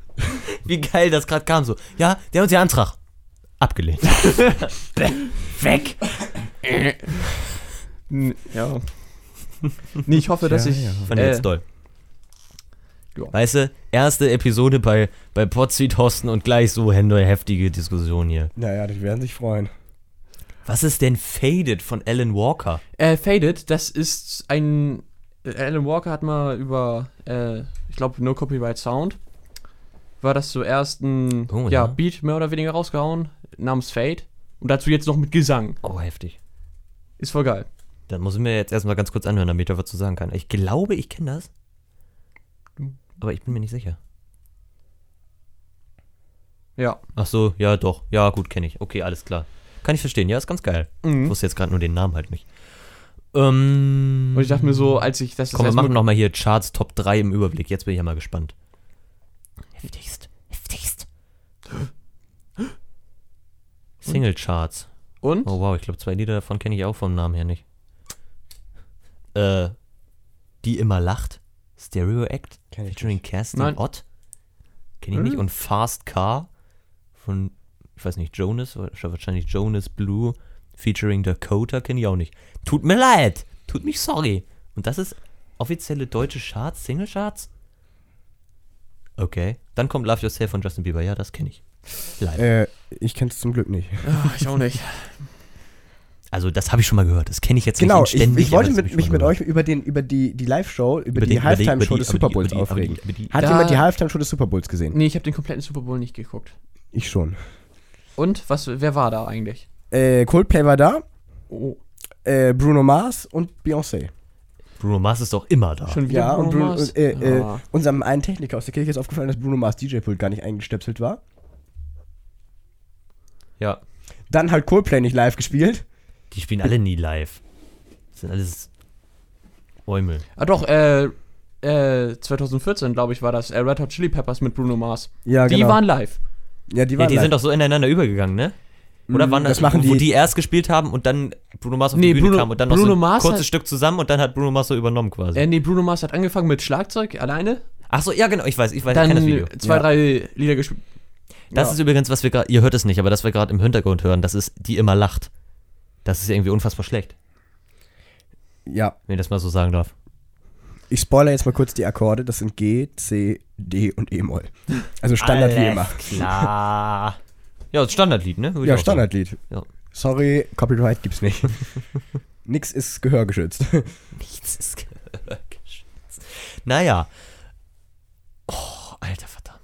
Speaker 2: [LAUGHS]
Speaker 1: Wie geil das gerade kam so. Ja, der hat uns den Antrag
Speaker 3: [LAUGHS]
Speaker 1: abgelehnt. Weg.
Speaker 3: N- Ja. Nee, ich hoffe, dass
Speaker 2: Ja,
Speaker 3: ich.
Speaker 2: ja.
Speaker 1: Fand ich
Speaker 3: äh,
Speaker 1: jetzt doll.
Speaker 3: ja.
Speaker 1: Weißt du, erste Episode bei, bei Potsweet Hosten und gleich so Hände heftige Diskussion hier.
Speaker 2: Naja, die werden sich freuen.
Speaker 1: Was ist denn Faded von Alan Walker?
Speaker 3: Äh, Faded, das ist ein. äh, Alan Walker hat mal über, äh, ich glaube, No Copyright Sound. War das zuerst ein
Speaker 1: Oh,
Speaker 3: ja,
Speaker 1: ja.
Speaker 3: Beat mehr oder weniger rausgehauen, namens Fade. Und dazu jetzt noch mit Gesang.
Speaker 1: Oh, heftig.
Speaker 3: Ist voll geil.
Speaker 1: Dann muss ich mir jetzt erstmal ganz kurz anhören, damit ich da was zu sagen kann. Ich glaube, ich kenne das. Aber ich bin mir nicht sicher.
Speaker 3: Ja.
Speaker 1: Ach so, ja, doch. Ja, gut, kenne ich. Okay, alles klar. Kann ich verstehen. Ja, ist ganz geil.
Speaker 3: Hm? Mhm.
Speaker 1: Ich wusste jetzt gerade nur den Namen halt nicht. Ähm,
Speaker 3: Und ich dachte mir so, als ich das.
Speaker 1: komm, wir
Speaker 3: das
Speaker 1: machen nochmal hier Charts Top 3 im Überblick. Jetzt bin ich ja mal gespannt. Heftigst. Heftigst. Single Charts.
Speaker 3: Und?
Speaker 1: Oh wow, ich glaube, zwei Lieder davon kenne ich auch vom Namen her nicht. Äh, Die immer lacht. Stereo Act.
Speaker 2: Kenn ich
Speaker 1: Featuring Kerstin
Speaker 3: Nein.
Speaker 1: Ott. Kenne ich nicht. Und Fast Car von, ich weiß nicht, Jonas, oder wahrscheinlich Jonas Blue. Featuring Dakota kenne ich auch nicht. Tut mir leid. Tut mich sorry. Und das ist offizielle deutsche Charts, Single Charts? Okay. Dann kommt Love Yourself von Justin Bieber. Ja, das kenne ich. Leider.
Speaker 2: Äh, ich kenn's zum Glück nicht.
Speaker 3: Ah, ich auch nicht.
Speaker 1: Also das habe ich schon mal gehört. Das kenne ich jetzt
Speaker 2: Genau,
Speaker 1: nicht
Speaker 2: ich, ich
Speaker 1: aber
Speaker 2: wollte
Speaker 1: das hab
Speaker 2: mit,
Speaker 1: schon
Speaker 2: mich
Speaker 1: mal
Speaker 2: mit
Speaker 1: gehört.
Speaker 2: euch über, den, über die, die Live-Show, über, die,
Speaker 1: den- die-
Speaker 2: Halftime-Show
Speaker 1: über
Speaker 2: des
Speaker 1: die-
Speaker 2: Super
Speaker 1: über
Speaker 2: Bowls
Speaker 1: die- über die-
Speaker 2: aufregen.
Speaker 1: über die- Hm,
Speaker 2: Hat
Speaker 3: Da-
Speaker 2: jemand die Halftime-Show des Super Bowls gesehen?
Speaker 3: Nee, ich habe den kompletten Super Bowl nicht geguckt.
Speaker 2: Ich schon.
Speaker 3: Und? Was, wer war da eigentlich?
Speaker 2: Äh, Coldplay war da,
Speaker 3: Oh.
Speaker 2: äh, Bruno Mars und Beyoncé.
Speaker 1: Bruno Mars ist doch immer da.
Speaker 3: Schon wieder
Speaker 2: Ja, und, Bruno,
Speaker 3: Mars?
Speaker 2: und äh, äh,
Speaker 3: Ah.
Speaker 2: unserem einen Techniker aus der Kirche ist aufgefallen, dass Bruno Mars DJ-Pult gar nicht eingestöpselt war.
Speaker 1: Ja.
Speaker 2: Dann halt Coldplay nicht live gespielt.
Speaker 1: Die spielen alle nie live. Das sind alles Eumel.
Speaker 3: Ah doch, äh, äh, 2014, glaube ich, war das. Äh, Red Hot Chili Peppers mit Bruno Mars.
Speaker 2: Ja, genau.
Speaker 3: Die waren live.
Speaker 2: ja, die
Speaker 1: genau. Ja,
Speaker 2: waren
Speaker 1: die
Speaker 2: live.
Speaker 1: sind doch so ineinander übergegangen, ne? Oder
Speaker 2: Mm,
Speaker 1: waren das,
Speaker 2: das machen
Speaker 1: wo
Speaker 2: die-
Speaker 1: die erst gespielt haben und dann Bruno Mars auf die
Speaker 3: Nee,
Speaker 1: Bühne
Speaker 3: Bruno-
Speaker 1: kam und dann
Speaker 3: Bruno
Speaker 1: noch so ein
Speaker 3: Mars
Speaker 1: kurzes
Speaker 3: hat-
Speaker 1: Stück zusammen und dann hat Bruno Mars so übernommen quasi.
Speaker 3: Äh, nee, Bruno Mars hat angefangen mit Schlagzeug alleine.
Speaker 1: Ach so, ja genau, ich weiß, ich weiß, ich
Speaker 3: dann
Speaker 1: kenne das Video.
Speaker 3: zwei,
Speaker 2: Ja.
Speaker 3: drei Lieder gespielt.
Speaker 1: Das
Speaker 2: äh, ja.
Speaker 1: ist übrigens, was wir gerade, ihr hört es nicht, aber das wir gerade im Hintergrund hören, das ist die immer lacht. Das ist ja irgendwie unfassbar schlecht,
Speaker 2: Ja,
Speaker 1: wenn ich das mal so sagen darf.
Speaker 2: ich spoilere jetzt mal kurz die Akkorde. Das sind G, C, D und E-Moll. Also Standard wie immer.
Speaker 1: Klar. Ja, das Standardlied, ne? Würde ich
Speaker 2: Ja,
Speaker 1: auch sagen. [LAUGHS]
Speaker 2: Standardlied.
Speaker 1: Ja.
Speaker 2: Sorry, Copyright gibt's nicht. [LAUGHS] Nix ist gehörgeschützt.
Speaker 1: Nichts ist gehörgeschützt. Naja. Oh, alter Vater.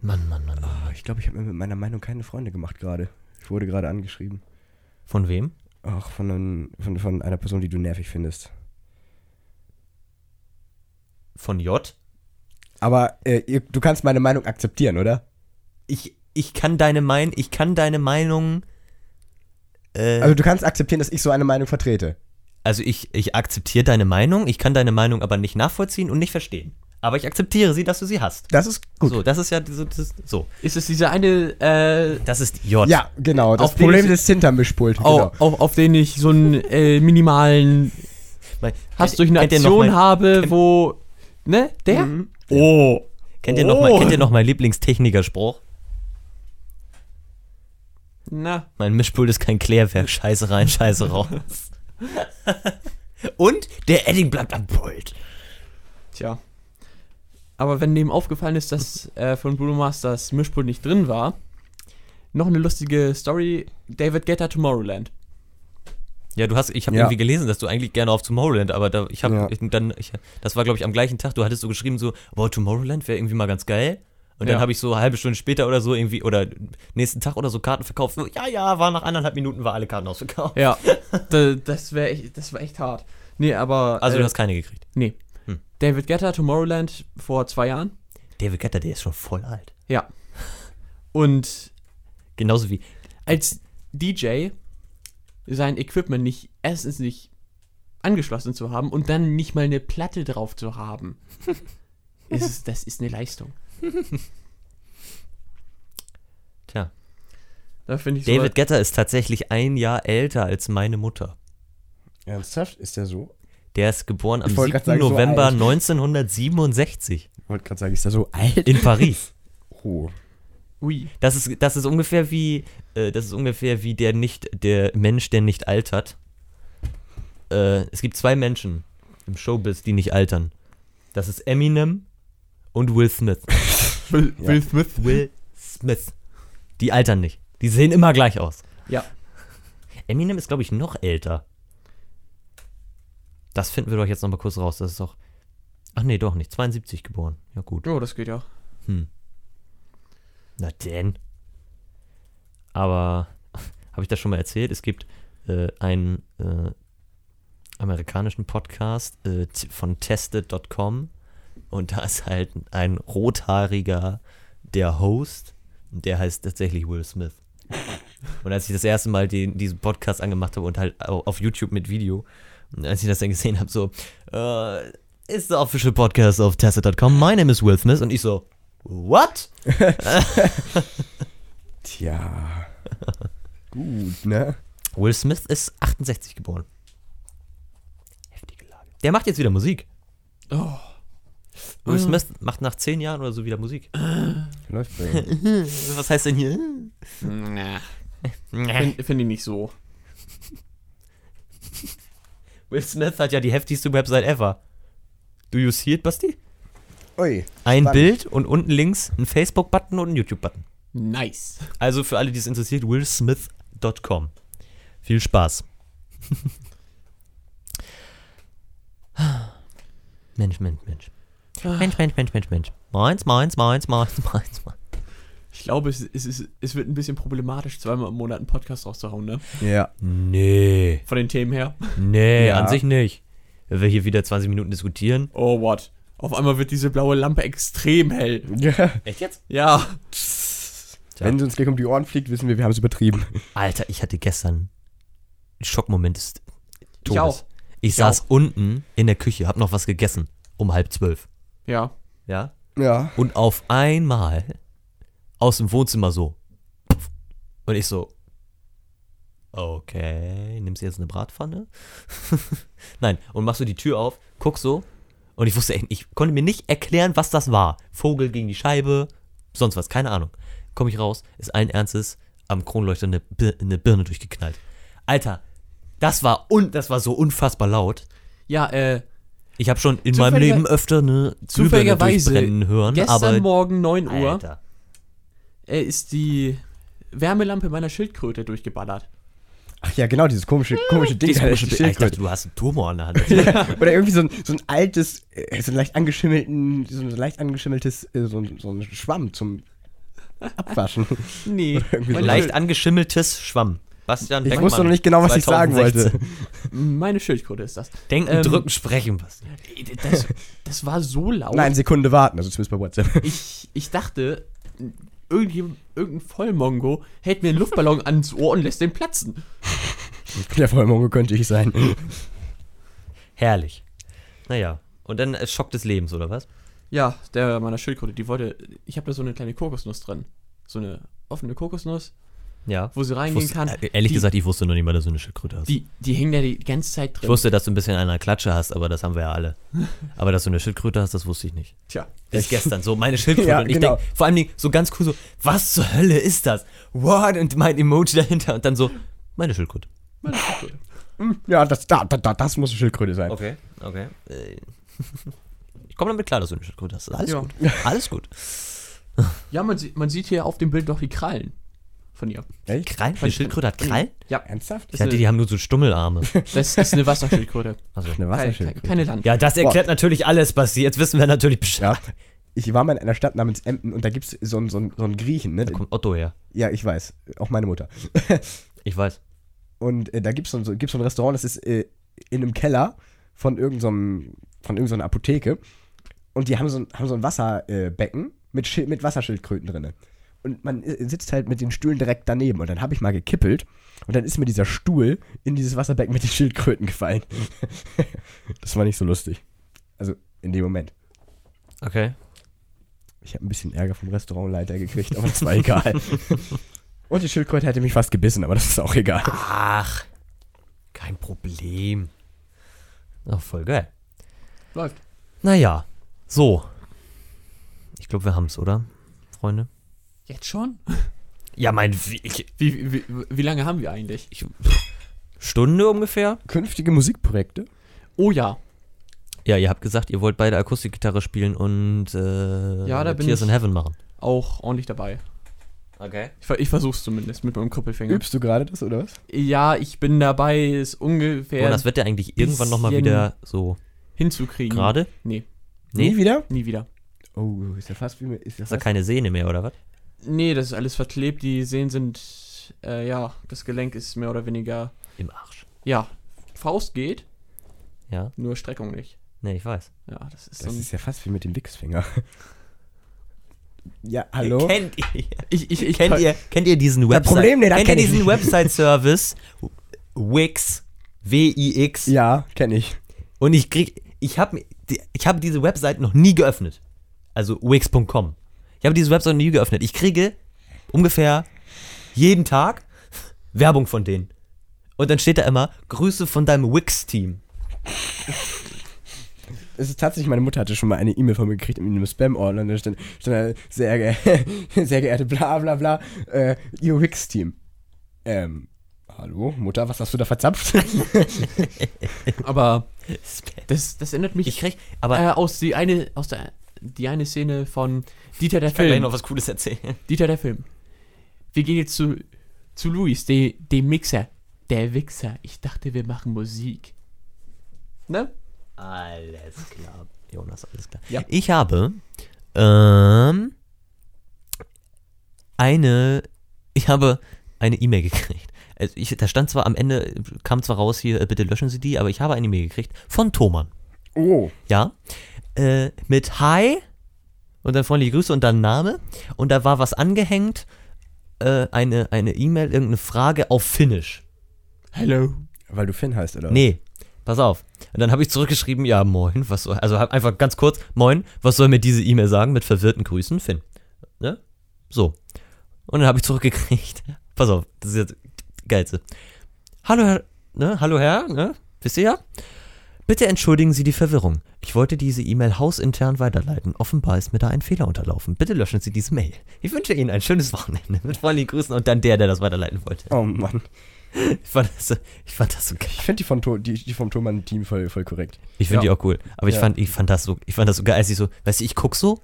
Speaker 1: Mann, Mann, Mann, Mann.
Speaker 2: Ah, Ich glaube, ich habe mir mit meiner Meinung keine Freunde gemacht gerade. Ich wurde gerade angeschrieben.
Speaker 1: Von wem?
Speaker 2: Ach, von, einem, von, von einer Person, die du nervig findest.
Speaker 1: Von J?
Speaker 2: Aber äh, ihr, du kannst meine Meinung akzeptieren, oder?
Speaker 1: Ich, ich kann deine Meinung, ich kann deine Meinung. Äh,
Speaker 2: Also
Speaker 1: also,
Speaker 2: du kannst akzeptieren, dass ich so eine Meinung vertrete.
Speaker 1: ich, ich akzeptiere deine Meinung, ich kann deine Meinung aber nicht nachvollziehen und nicht verstehen. Aber ich akzeptiere sie, dass du sie hast.
Speaker 2: Das ist gut.
Speaker 1: So, das ist ja diese, das, so.
Speaker 3: Ist es dieser eine, äh,
Speaker 1: Das ist die J.
Speaker 2: Ja, genau. Das
Speaker 3: Auf den
Speaker 2: Problem
Speaker 3: ist-
Speaker 2: des Hintermischpult.
Speaker 3: au-
Speaker 2: Genau.
Speaker 3: auf, auf den ich so einen äh, minimalen
Speaker 1: Mein-
Speaker 3: Hass
Speaker 1: kennt-
Speaker 3: durch eine
Speaker 1: kennt ihr noch
Speaker 3: Aktion
Speaker 1: mein-
Speaker 3: habe, wo, ne, der?
Speaker 1: Oh. Kennt ihr noch mal,
Speaker 3: Oh.
Speaker 1: kennt ihr noch meinen Lieblingstechnikerspruch?
Speaker 3: Na,
Speaker 1: Mein Mischpult ist kein Klärwerk. Scheiße rein, Scheiße raus. [LAUGHS] Und der Edding bleibt am Pult.
Speaker 3: tja. Aber wenn dem aufgefallen ist, dass äh, von Bruno Mars das Mischpult nicht drin war, noch eine lustige Story, David Guetta Tomorrowland.
Speaker 1: Ja, du hast, ich habe
Speaker 2: Ja.
Speaker 1: irgendwie gelesen, dass du eigentlich gerne auf Tomorrowland, aber da, ich habe
Speaker 2: Ja.
Speaker 1: ich- dann, ich, das war glaube ich am gleichen Tag, du hattest so geschrieben so, boah, Tomorrowland wäre irgendwie mal ganz geil. Und dann
Speaker 3: Ja.
Speaker 1: habe ich so eine halbe Stunde später oder so irgendwie, oder nächsten Tag oder so Karten verkauft. So, ja, ja, war nach anderthalb Minuten, war alle Karten ausverkauft. [LAUGHS]
Speaker 3: Ja, da, das wäre echt, das wär echt hart. Nee, aber.
Speaker 1: Also
Speaker 3: äh,
Speaker 1: du hast keine gekriegt.
Speaker 3: Nee.
Speaker 1: Hm.
Speaker 3: David Guetta, Tomorrowland vor zwei Jahren.
Speaker 1: David Guetta, der ist schon voll alt.
Speaker 3: Ja. Und
Speaker 1: Genauso wie,
Speaker 3: als DJ sein Equipment nicht, erstens nicht angeschlossen zu haben und dann nicht mal eine Platte drauf zu [LAUGHS] haben. ist, es- das ist eine Leistung.
Speaker 1: tja,
Speaker 3: Da finde ich
Speaker 1: David Guetta ist tatsächlich ein Jahr älter als meine Mutter.
Speaker 2: Ernsthaft? Ist der so?
Speaker 1: Der ist geboren am
Speaker 2: Ich wollt
Speaker 1: 7.
Speaker 2: grad sagen, so
Speaker 1: November
Speaker 2: alt.
Speaker 1: 1967
Speaker 2: Ich wollte gerade sagen, ist der so alt?
Speaker 1: in
Speaker 2: [LAUGHS]
Speaker 1: Paris.
Speaker 2: Oh.
Speaker 3: So, ui.
Speaker 1: Das ist, das ist ungefähr wie, äh, das ist ungefähr wie der nicht, der Mensch, der nicht altert. Äh, es gibt zwei Menschen im Showbiz, die nicht altern. Das ist Eminem und Will Smith.
Speaker 3: Will,
Speaker 2: Ja.
Speaker 3: Will Smith.
Speaker 1: Will Smith. Die altern nicht. Die sehen immer gleich aus.
Speaker 3: Ja.
Speaker 1: Eminem ist, glaube ich, noch älter. Das finden wir doch jetzt nochmal kurz raus. Das ist doch. Ach nee, doch nicht. 72 geboren. Ja, gut.
Speaker 3: Oh, das geht ja.
Speaker 1: Na denn. Aber [LAUGHS] habe ich das schon mal erzählt? Es gibt äh, einen äh, amerikanischen Podcast äh, t- von tested.com und da ist halt ein rothaariger der Host und der heißt tatsächlich Will Smith. Und als ich das erste Mal den, diesen Podcast angemacht habe und halt au- auf YouTube mit Video, und als ich das dann gesehen habe, so, äh, ist der official Podcast auf tested.com, my name is Will Smith und ich so, what?
Speaker 2: [LAUGHS] Tja. Gut, ne?
Speaker 1: Will Smith ist 68 geboren. Heftige Lage. Der macht jetzt wieder Musik.
Speaker 3: Oh.
Speaker 1: Will Smith macht nach 10 Jahren oder so wieder Musik.
Speaker 2: Läuft bei ihm.
Speaker 1: Ah. Was heißt denn hier?
Speaker 3: Finde find ich nicht so.
Speaker 1: Will Smith hat ja die heftigste Website ever. Do you see it, Basti?
Speaker 2: Ui.
Speaker 1: Ein
Speaker 2: Spannend.
Speaker 1: Bild und unten links ein Facebook-Button und ein YouTube-Button.
Speaker 3: Nice.
Speaker 1: Also für alle, die es interessiert, willsmith.com. Viel Spaß. [LAUGHS] Mensch, Mensch, Mensch. Mensch, Mensch, Mensch, Mensch, Mensch. Meins, meins, meins, meins, meins, meins.
Speaker 3: Ich glaube, es, es, es, es wird ein bisschen problematisch, zweimal im Monat einen Podcast rauszuhauen, ne?
Speaker 2: Ja.
Speaker 1: Nee.
Speaker 3: Von den Themen her.
Speaker 1: Nee,
Speaker 2: Ja.
Speaker 1: an sich nicht. Wenn wir hier wieder 20 Minuten diskutieren.
Speaker 3: Oh, what? Auf einmal wird diese blaue Lampe extrem hell.
Speaker 2: ja.
Speaker 1: Echt jetzt?
Speaker 3: Ja.
Speaker 2: Wenn sie uns gleich um die Ohren fliegt, wissen wir, wir haben es übertrieben.
Speaker 1: Alter, ich hatte gestern einen Schockmoment des Todes.
Speaker 3: Ich auch.
Speaker 1: Ich,
Speaker 3: Ich
Speaker 1: saß unten in der Küche, hab noch was gegessen. Um halb zwölf.
Speaker 3: Ja.
Speaker 1: Ja?
Speaker 2: Ja.
Speaker 1: Und auf einmal aus dem Wohnzimmer so. Und ich so. Okay, nimmst du jetzt eine Bratpfanne? [LAUGHS] Nein, und machst du die Tür auf, guck so. Und ich wusste echt, ich konnte mir nicht erklären, was das war. Vogel gegen die Scheibe, sonst was, keine Ahnung. Komme ich raus, ist allen Ernstes am Kronleuchter eine, Bir eine Birne durchgeknallt. Alter, das war un das war so unfassbar laut.
Speaker 3: Ja, äh,
Speaker 1: Ich habe schon in meinem
Speaker 3: Zufälliger-
Speaker 1: Leben öfter eine Glühbirne
Speaker 3: zufälligerweise
Speaker 1: durchbrennen hören,
Speaker 3: gestern
Speaker 1: aber
Speaker 3: Morgen 9 Uhr
Speaker 1: Alter.
Speaker 3: äh, ist die Wärmelampe meiner Schildkröte durchgeballert.
Speaker 2: Ach ja, genau, dieses komische, komische Ding.
Speaker 1: Dieses
Speaker 2: da, das
Speaker 1: komische
Speaker 2: ist
Speaker 1: Bild.
Speaker 2: die
Speaker 1: Ich dachte,
Speaker 2: Schildkröte.
Speaker 1: du hast einen Tumor an der Hand.
Speaker 2: [LAUGHS] Oder irgendwie so ein, so ein altes, äh, so ein leicht angeschimmelten, so ein leicht angeschimmeltes, äh, so, ein, so ein Schwamm zum Abwaschen.
Speaker 3: Nee.
Speaker 2: [LAUGHS] irgendwie so.
Speaker 3: Meine,
Speaker 1: Leicht
Speaker 3: Leicht
Speaker 1: angeschimmeltes Schwamm. Bastian
Speaker 2: Ich
Speaker 1: Beckmann,
Speaker 2: wusste noch nicht genau, was ich sagen wollte.
Speaker 1: 2016.
Speaker 3: meine Schildkröte ist das.
Speaker 1: Denken,
Speaker 3: Ähm,
Speaker 1: drücken, sprechen, Bastian.
Speaker 3: Das, das war so laut.
Speaker 2: Nein, Sekunde warten, also zumindest bei WhatsApp. [LAUGHS]
Speaker 3: Ich, ich dachte, irgendjem- irgendein Vollmongo hält mir einen Luftballon ans Ohr und lässt den platzen.
Speaker 2: Der Vollmongo könnte ich sein.
Speaker 1: Herrlich. Naja. Und dann äh, Schock des Lebens, oder was?
Speaker 3: Ja, der meiner Schildkröte, die wollte. Ich habe da so eine kleine Kokosnuss drin. So eine offene Kokosnuss,
Speaker 1: Ja.
Speaker 3: wo sie
Speaker 1: Ich
Speaker 3: reingehen
Speaker 1: wusste,
Speaker 3: kann.
Speaker 1: äh, ehrlich
Speaker 3: die,
Speaker 1: gesagt, ich wusste noch nicht mal, dass du eine Schildkröte hast.
Speaker 3: Die, die hing da die ganze Zeit drin.
Speaker 1: Ich wusste, dass du ein bisschen einer Klatsche hast, aber das haben wir ja alle. Aber dass du eine Schildkröte hast, das wusste ich nicht.
Speaker 3: Tja.
Speaker 1: Bis gestern, so meine Schildkröte.
Speaker 2: Ja,
Speaker 1: und ich
Speaker 2: genau.
Speaker 1: denk, vor allem so ganz cool so, was zur Hölle ist das? What? Und mein Emoji dahinter. Und dann so, meine Schildkröte.
Speaker 3: Meine Schildkröte.
Speaker 2: Ja, das, da, da, da, das muss eine Schildkröte sein.
Speaker 1: Okay, okay. Äh, [LAUGHS] Ich komme damit klar, dass du eine Schildkröte hast. Alles
Speaker 3: Ja.
Speaker 1: gut. Alles gut.
Speaker 3: Ja, man, sieht- man sieht hier auf dem Bild doch die Krallen von ihr.
Speaker 2: Echt?
Speaker 1: Krallen? Eine Schildkröte hat Krallen?
Speaker 3: Ja,
Speaker 2: Ernsthaft?
Speaker 1: Ich dachte, die haben nur so Stummelarme.
Speaker 3: das ist eine
Speaker 1: [LAUGHS]
Speaker 3: Wasserschildkröte.
Speaker 1: Also,
Speaker 2: Eine
Speaker 3: Keine,
Speaker 2: Wasserschildkröte.
Speaker 3: keine Land.
Speaker 1: ja, das erklärt natürlich alles, Basti. Jetzt wissen wir natürlich Bescheid.
Speaker 2: Ja. Ich war mal in einer Stadt namens Emden und da gibt es so einen so einen- so einen Griechen, ne?
Speaker 1: Da kommt Otto her.
Speaker 2: Ja, ich weiß. Auch meine Mutter.
Speaker 1: Ich weiß.
Speaker 2: Und äh, da gibt es so, ein- so, gibt's so ein Restaurant, das ist äh, in einem Keller von irgendeinem, von irgendeiner Apotheke. Und die haben so ein, haben so ein Wasserbecken äh, Becken mit, Schil- mit Wasserschildkröten drin. Und man äh, sitzt halt mit den Stühlen direkt daneben. Und dann habe ich mal gekippelt und dann ist mir dieser Stuhl in dieses Wasserbecken mit den Schildkröten gefallen. [LAUGHS] das war nicht so lustig. Also in dem Moment.
Speaker 1: Okay.
Speaker 2: Ich habe ein bisschen Ärger vom Restaurantleiter gekriegt, aber das war egal. Und die Schildkröte hätte mich fast gebissen, aber das ist auch egal.
Speaker 1: Ach, kein Problem. Ach, voll geil.
Speaker 3: Läuft.
Speaker 1: Naja, so. Ich glaube, wir haben's, oder? Freunde?
Speaker 3: Jetzt schon?
Speaker 1: Ja, mein. wie- Ich,
Speaker 3: Wie, wie, wie lange haben wir eigentlich?
Speaker 1: ich, Stunde ungefähr?
Speaker 2: Künftige Musikprojekte?
Speaker 3: Oh ja.
Speaker 1: Ja, ihr habt gesagt, ihr wollt beide Akustikgitarre spielen und äh,
Speaker 3: Ja, da bin
Speaker 1: Tears in
Speaker 3: ich-
Speaker 1: Heaven machen.
Speaker 3: Auch ordentlich dabei.
Speaker 1: Okay.
Speaker 3: Ich, ver- ich versuch's zumindest mit meinem Krüppelfinger.
Speaker 2: Übst du gerade das, oder was?
Speaker 3: Ja, ich bin dabei, es ungefähr
Speaker 1: Und das wird ja eigentlich irgendwann nochmal
Speaker 3: bisschen-
Speaker 1: wieder so
Speaker 3: hinzukriegen.
Speaker 1: gerade.
Speaker 3: Nee,
Speaker 1: Nee.
Speaker 2: Nie wieder?
Speaker 3: nie wieder.
Speaker 2: Hm? Oh, ist ja fast wie ist ja
Speaker 1: Ist da
Speaker 2: fast,
Speaker 1: keine Sehne mehr, oder was?
Speaker 3: Nee, das ist alles verklebt. Die Sehnen sind, äh, ja, das Gelenk ist mehr oder weniger,
Speaker 1: Im Arsch.
Speaker 3: ja, Faust geht,
Speaker 1: Ja?
Speaker 3: nur Streckung nicht.
Speaker 1: Nee, ich weiß.
Speaker 3: Ja, das ist
Speaker 2: das
Speaker 3: so ein,
Speaker 2: ist ja fast wie mit dem Wichsfinger. ja, hallo?
Speaker 1: [LAUGHS] Kennt ihr?
Speaker 3: ich, ich, ich,
Speaker 1: Kennt ihr, kennt ihr diesen Website?
Speaker 2: Problem, nee, da
Speaker 1: kennt
Speaker 2: kenn
Speaker 1: ihr
Speaker 2: ich
Speaker 1: diesen
Speaker 2: nicht.
Speaker 1: Website-Service? Wix. W-I-X.
Speaker 2: Ja, kenne ich.
Speaker 1: Und ich krieg, ich habe ich hab diese Website noch nie geöffnet. Also wix.com. Ich habe diese Website noch nie geöffnet. Ich kriege ungefähr jeden Tag Werbung von denen. Und dann steht da immer, Grüße von deinem Wix-Team.
Speaker 2: Es ist tatsächlich, meine Mutter hatte schon mal eine E-Mail von mir gekriegt in einem Spam-Ordner und da stand, stand da, sehr, ge [LAUGHS] sehr geehrte bla bla bla, äh, Ihr Wix-Team. Ähm, hallo, Mutter, was hast du da verzapft? [LAUGHS]
Speaker 3: aber das, das erinnert mich
Speaker 1: Ich krieg, aber
Speaker 3: äh, aus, die eine, aus der, die eine Szene von Dieter der
Speaker 1: ich kann gleich noch
Speaker 3: Film.
Speaker 1: was Cooles erzählen.
Speaker 3: Dieter der Film. Wir gehen jetzt zu, zu Luis, de- dem Mixer. Der Wichser. Ich dachte, wir machen Musik. Ne?
Speaker 1: Alles klar. Jonas, alles klar.
Speaker 3: Ja.
Speaker 1: Ich habe ähm, eine, ich habe eine E-Mail gekriegt. Also ich, da stand zwar am Ende, kam zwar raus hier, äh, bitte löschen Sie die, aber ich habe eine E-Mail gekriegt von Thomann.
Speaker 2: oh,
Speaker 1: Ja. Äh, mit Hi und dann freundliche Grüße und dann Name. Und da war was angehängt, äh, eine eine E-Mail, irgendeine Frage auf Finnisch.
Speaker 3: Hello.
Speaker 2: weil du Finn heißt, oder?
Speaker 1: Nee, pass auf. Und dann habe ich zurückgeschrieben, ja, moin, was soll, also hab einfach ganz kurz, moin, was soll mir diese E-Mail sagen mit verwirrten Grüßen, Finn. Ne? So. Und dann habe ich zurückgekriegt, [LAUGHS] pass auf, das ist jetzt die geilste. Hallo Herr, ne, hallo Herr, ne, wisst ihr ja? Bitte entschuldigen Sie die Verwirrung. Ich wollte diese E-Mail hausintern weiterleiten. Offenbar ist mir da ein Fehler unterlaufen. Bitte löschen Sie diese Mail. Ich wünsche Ihnen ein schönes Wochenende. [LAUGHS] Mit freundlichen Grüßen und dann der, der das weiterleiten wollte.
Speaker 2: Oh Mann.
Speaker 1: Ich fand das so, ich fand das so geil.
Speaker 2: Ich finde die, von Tho- die, die vom Thomann-Team voll, voll [LAUGHS] korrekt.
Speaker 1: Ich finde
Speaker 2: Ja.
Speaker 1: die auch cool. Aber ich,
Speaker 2: Ja.
Speaker 1: fand, ich, fand das so, ich fand das so geil, als ich so, weißt du, ich guck so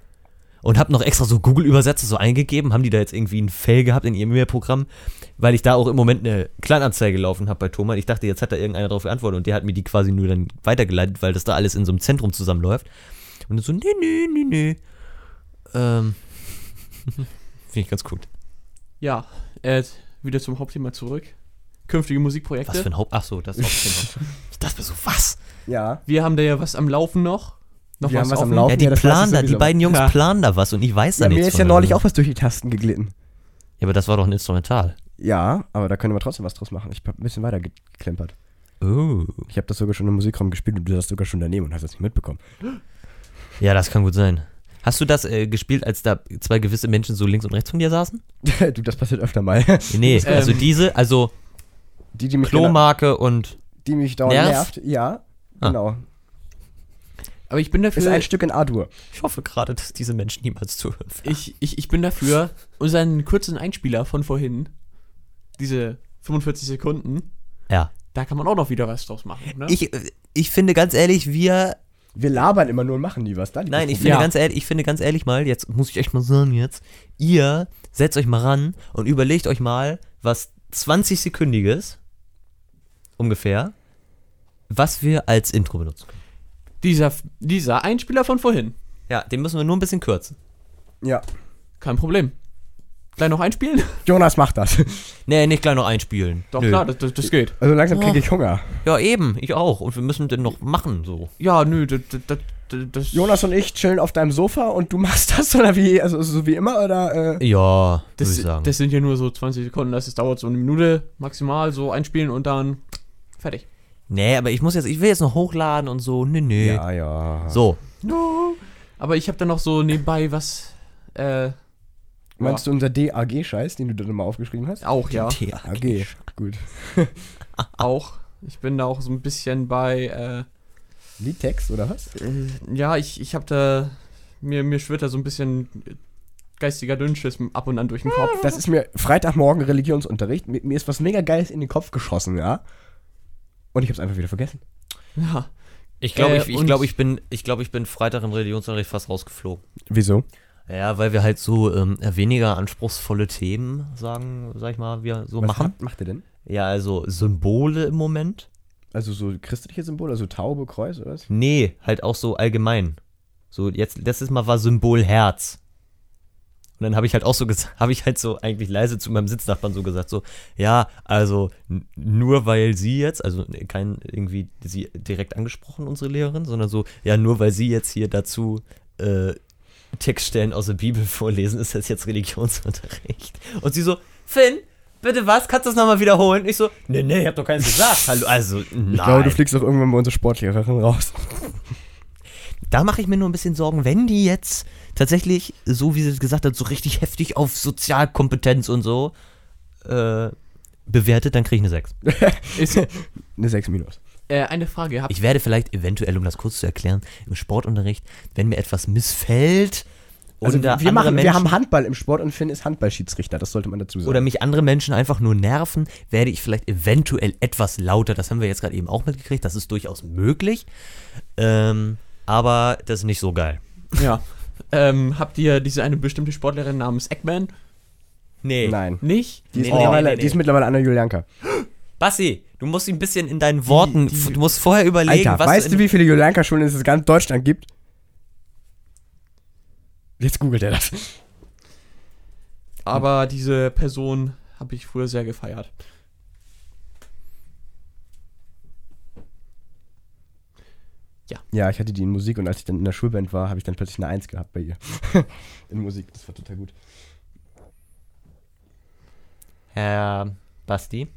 Speaker 1: und habe noch extra so Google-Übersetzer so eingegeben. Haben die da jetzt irgendwie einen Fail gehabt in ihrem E-Mail-Programm? Weil ich da auch im Moment eine Kleinanzeige laufen habe bei Thomas. Ich dachte, jetzt hat da irgendeiner drauf geantwortet und der hat mir die quasi nur dann weitergeleitet, weil das da alles in so einem Zentrum zusammenläuft. Und dann so, nee, nee, nee, nee. Ähm, [LAUGHS] finde ich ganz gut.
Speaker 3: Ja, äh, wieder zum Hauptthema zurück. Künftige Musikprojekte.
Speaker 1: Was für ein Haupt... Ach so, das ist
Speaker 2: [LAUGHS]
Speaker 1: auch genau. Ich dachte mir so, was?
Speaker 2: Ja.
Speaker 3: Wir haben da ja was am Laufen noch. Noch
Speaker 2: Wir haben was am
Speaker 3: offen.
Speaker 2: Laufen.
Speaker 1: Ja, die
Speaker 2: Ja, das
Speaker 1: planen
Speaker 2: heißt
Speaker 1: da, die
Speaker 2: sowieso.
Speaker 1: beiden Jungs
Speaker 3: Ja.
Speaker 1: planen da was und ich weiß da
Speaker 2: ja mir
Speaker 1: nichts
Speaker 2: ist
Speaker 1: von.
Speaker 2: ja neulich auch was durch die Tasten geglitten.
Speaker 1: Ja, aber das war doch ein Instrumental.
Speaker 2: Ja, aber da können wir trotzdem was draus machen. Ich habe ein bisschen weiter geklempert.
Speaker 1: Oh.
Speaker 2: Ich habe das sogar schon im Musikraum gespielt und du saßt sogar schon daneben und hast das nicht mitbekommen.
Speaker 1: Ja, das kann gut sein. Hast du das äh, gespielt, als da zwei gewisse Menschen so links und rechts von dir saßen?
Speaker 2: [LAUGHS] du, das passiert öfter mal. [LAUGHS]
Speaker 1: Nee, also
Speaker 3: Ähm.
Speaker 1: diese, also
Speaker 2: Die, die mich, genau,
Speaker 1: Klomarke und.
Speaker 2: die mich dauernd
Speaker 1: Nervt?
Speaker 2: nervt. Ja,
Speaker 1: Ah.
Speaker 2: genau.
Speaker 3: Aber ich bin dafür.
Speaker 2: Ist ein Stück in A-Dur.
Speaker 1: Ich hoffe gerade, dass diese Menschen niemals zuhören.
Speaker 3: Ich, ich, ich bin dafür, unseren kurzen Einspieler von vorhin, diese 45 Sekunden,
Speaker 1: Ja.
Speaker 3: da kann man auch noch wieder was draus machen. Ne?
Speaker 1: Ich, äh, ich finde ganz ehrlich, wir
Speaker 2: Wir labern immer nur und machen nie was. Da liegt
Speaker 1: Nein,
Speaker 2: das
Speaker 1: ich finde,
Speaker 3: Ja.
Speaker 1: ganz ehrlich, ich finde ganz ehrlich mal, jetzt muss ich echt mal sagen, jetzt, ihr setzt euch mal ran und überlegt euch mal, was 20-sekündiges, ungefähr, was wir als Intro benutzen. können.
Speaker 3: dieser, dieser Einspieler von vorhin,
Speaker 1: Ja, den müssen wir nur ein bisschen kürzen.
Speaker 2: Problem. Ja.
Speaker 3: kein Problem. Gleich noch einspielen? [LAUGHS]
Speaker 2: Jonas macht das. [LAUGHS]
Speaker 1: Nee, nicht gleich noch einspielen.
Speaker 3: Doch,
Speaker 1: Nö.
Speaker 3: klar, das, das, das geht.
Speaker 2: Also langsam
Speaker 1: Oh.
Speaker 2: kriege ich Hunger.
Speaker 1: Ja, eben, ich auch. Und wir müssen den noch machen, so.
Speaker 3: Ja, nö, das. das, das, das
Speaker 2: Jonas und ich chillen auf deinem Sofa und du [LAUGHS] machst das oder wie, also so wie immer oder äh,
Speaker 1: Ja, würde
Speaker 3: das,
Speaker 1: ich sagen.
Speaker 3: das sind ja nur so 20 Sekunden, das, das dauert so eine Minute maximal, so einspielen und dann fertig.
Speaker 1: nee, aber ich muss jetzt, ich will jetzt noch hochladen und so. Nee, nee.
Speaker 2: ja.
Speaker 1: So.
Speaker 3: No. Aber ich habe dann noch so nebenbei was. Äh,
Speaker 2: Meinst du unser DAG-Scheiß, den du dann immer aufgeschrieben hast?
Speaker 3: auch, ja.
Speaker 1: Tja.
Speaker 2: AG. Gut.
Speaker 3: Auch. Ich bin da auch so ein bisschen bei. Äh,
Speaker 2: Liedtext oder was?
Speaker 3: Äh, ja, ich, ich hab da. Mir, mir schwirrt da so ein bisschen äh, geistiger Dünnschiss ab und an durch den Kopf.
Speaker 2: Das ist mir Freitagmorgen Religionsunterricht. Mir, mir ist was mega Geiles in den Kopf geschossen, ja. Und ich hab's einfach wieder vergessen.
Speaker 3: Ja.
Speaker 1: Ich glaube,
Speaker 3: Äh,
Speaker 1: ich, ich,
Speaker 3: und-
Speaker 1: glaub, ich, bin, ich, glaub, ich bin Freitag im Religionsunterricht fast rausgeflogen.
Speaker 2: Wieso?
Speaker 1: Ja, weil wir halt so ähm, weniger anspruchsvolle Themen sagen, sag ich mal, wir so
Speaker 2: Was
Speaker 1: machen.
Speaker 2: hat- macht ihr denn?
Speaker 1: Ja, also Symbole im Moment.
Speaker 2: Also so christliche Symbole, also Taube, Kreuz oder was?
Speaker 1: Nee, halt auch so allgemein. So jetzt letztes Mal war Symbol Herz. Und dann habe ich halt auch so [LAUGHS] habe ich halt so eigentlich leise zu meinem Sitznachbarn so gesagt so, ja, also n- nur weil sie jetzt, also kein irgendwie sie direkt angesprochen unsere Lehrerin, sondern so, ja, nur weil sie jetzt hier dazu äh, Textstellen aus der Bibel vorlesen, ist das jetzt Religionsunterricht. Und sie so, Finn, bitte was? Kannst du das nochmal wiederholen? Ich so, nee, nee, ich hab doch keins gesagt. Hallo, also, nein.
Speaker 2: Ich glaube, du fliegst auch irgendwann bei unserer Sportlehrerin raus. [LAUGHS]
Speaker 1: Da mache ich mir nur ein bisschen Sorgen, wenn die jetzt tatsächlich, so wie sie es gesagt hat, so richtig heftig auf Sozialkompetenz und so äh, bewertet, dann kriege ich eine 6.
Speaker 3: Ist,
Speaker 2: Eine 6 minus.
Speaker 3: äh, eine Frage. Hab,
Speaker 1: Ich werde vielleicht eventuell, um das kurz zu erklären, im Sportunterricht, wenn mir etwas missfällt oder, andere
Speaker 2: Also wir, machen,
Speaker 1: Menschen,
Speaker 2: wir haben Handball im Sport und Finn ist Handballschiedsrichter, das sollte man dazu sagen.
Speaker 1: oder mich andere Menschen einfach nur nerven, werde ich vielleicht eventuell etwas lauter. Das haben wir jetzt gerade eben auch mitgekriegt, das ist durchaus möglich. Ähm, aber das ist nicht so geil.
Speaker 3: ja. Ähm, habt ihr diese eine bestimmte Sportlehrerin namens Eggman?
Speaker 1: Nee.
Speaker 2: Nein.
Speaker 3: Nicht?
Speaker 2: Die ist,
Speaker 1: Nee, nee,
Speaker 2: mittlerweile,
Speaker 1: nee, nee,
Speaker 2: die ist
Speaker 1: nee.
Speaker 2: mittlerweile Anna Julianka.
Speaker 1: Bassi, du musst ihn ein bisschen in deinen Worten,
Speaker 3: Die- die-
Speaker 1: du musst vorher überlegen,
Speaker 2: Alter,
Speaker 1: was
Speaker 2: weißt
Speaker 1: in,
Speaker 2: du, wie viele Julianka-Schulen es in ganz Deutschland gibt? Jetzt googelt er das.
Speaker 3: Aber diese Person habe ich früher sehr gefeiert.
Speaker 2: Ja, ich hatte die in Musik und als ich dann in der Schulband war, habe ich dann plötzlich eine Eins gehabt
Speaker 1: [LAUGHS]
Speaker 2: bei ihr. in Musik, das war total gut.
Speaker 1: Herr Basti?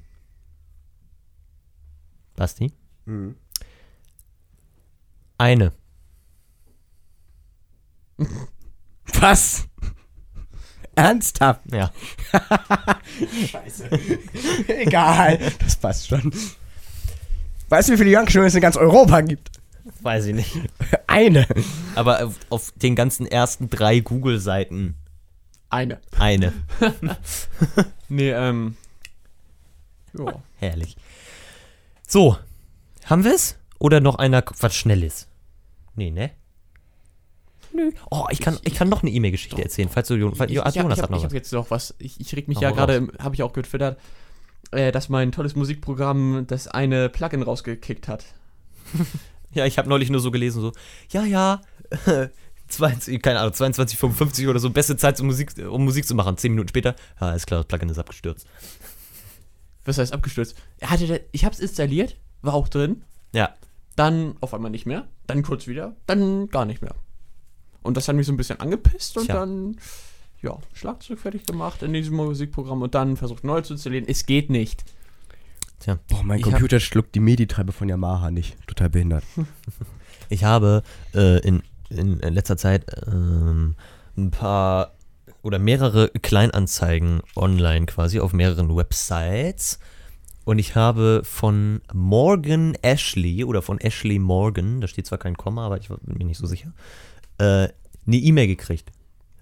Speaker 1: Basti? Mhm. Eine.
Speaker 2: Was? [LAUGHS] Ernsthaft?
Speaker 1: Ja. [LAUGHS]
Speaker 2: Egal, das passt schon. Weißt du, wie viele Julianka-Schulen es in ganz Europa gibt?
Speaker 1: Weiß ich nicht.
Speaker 2: Eine.
Speaker 1: Aber auf, auf den ganzen ersten drei Google-Seiten
Speaker 3: Eine.
Speaker 1: eine.
Speaker 3: Nee, ähm. Ja.
Speaker 1: Herrlich. So, haben wir es? Oder noch einer was Schnelles? Nee, ne? Nö. Oh, ich kann, ich kann noch eine E-Mail-Geschichte erzählen, falls du Jonas, falls,
Speaker 3: Ich, ich,
Speaker 1: Jonas
Speaker 3: hab- ich
Speaker 1: hat
Speaker 3: habe
Speaker 1: noch
Speaker 3: hab
Speaker 1: was.
Speaker 3: jetzt noch was. Ich, ich reg mich
Speaker 1: Hau
Speaker 3: ja
Speaker 1: raus.
Speaker 3: gerade, habe ich auch getwittert, äh, dass mein tolles Musikprogramm das eine Plugin rausgekickt hat.
Speaker 1: [LAUGHS] Ja, ich habe neulich nur so gelesen, so, ja, ja, [LAUGHS] 20, keine Ahnung, 22,55 oder so, beste Zeit, um Musik, um Musik zu machen. Zehn Minuten später, ja, ist klar, das Plugin ist abgestürzt.
Speaker 3: was heißt abgestürzt? Er hatte, da- ich hab's installiert, war auch drin,
Speaker 1: Ja,
Speaker 3: dann auf einmal nicht mehr, dann kurz wieder, dann gar nicht mehr. Und das hat mich so ein bisschen angepisst und
Speaker 1: Tja.
Speaker 3: dann, ja, Schlagzeug fertig gemacht in diesem Musikprogramm und dann versucht neu zu installieren. Es geht nicht.
Speaker 1: tja.
Speaker 2: Boah, mein
Speaker 1: Ich hab-
Speaker 2: Computer schluckt die MIDI-Treibe von Yamaha nicht. Total behindert.
Speaker 1: Ich habe äh, in in äh, letzter Zeit ähm, ein paar oder mehrere Kleinanzeigen online quasi auf mehreren Websites. Und ich habe von Morgan Ashley oder von Ashley Morgan, da steht zwar kein Komma, aber ich bin mir nicht so sicher, äh, eine E-Mail gekriegt.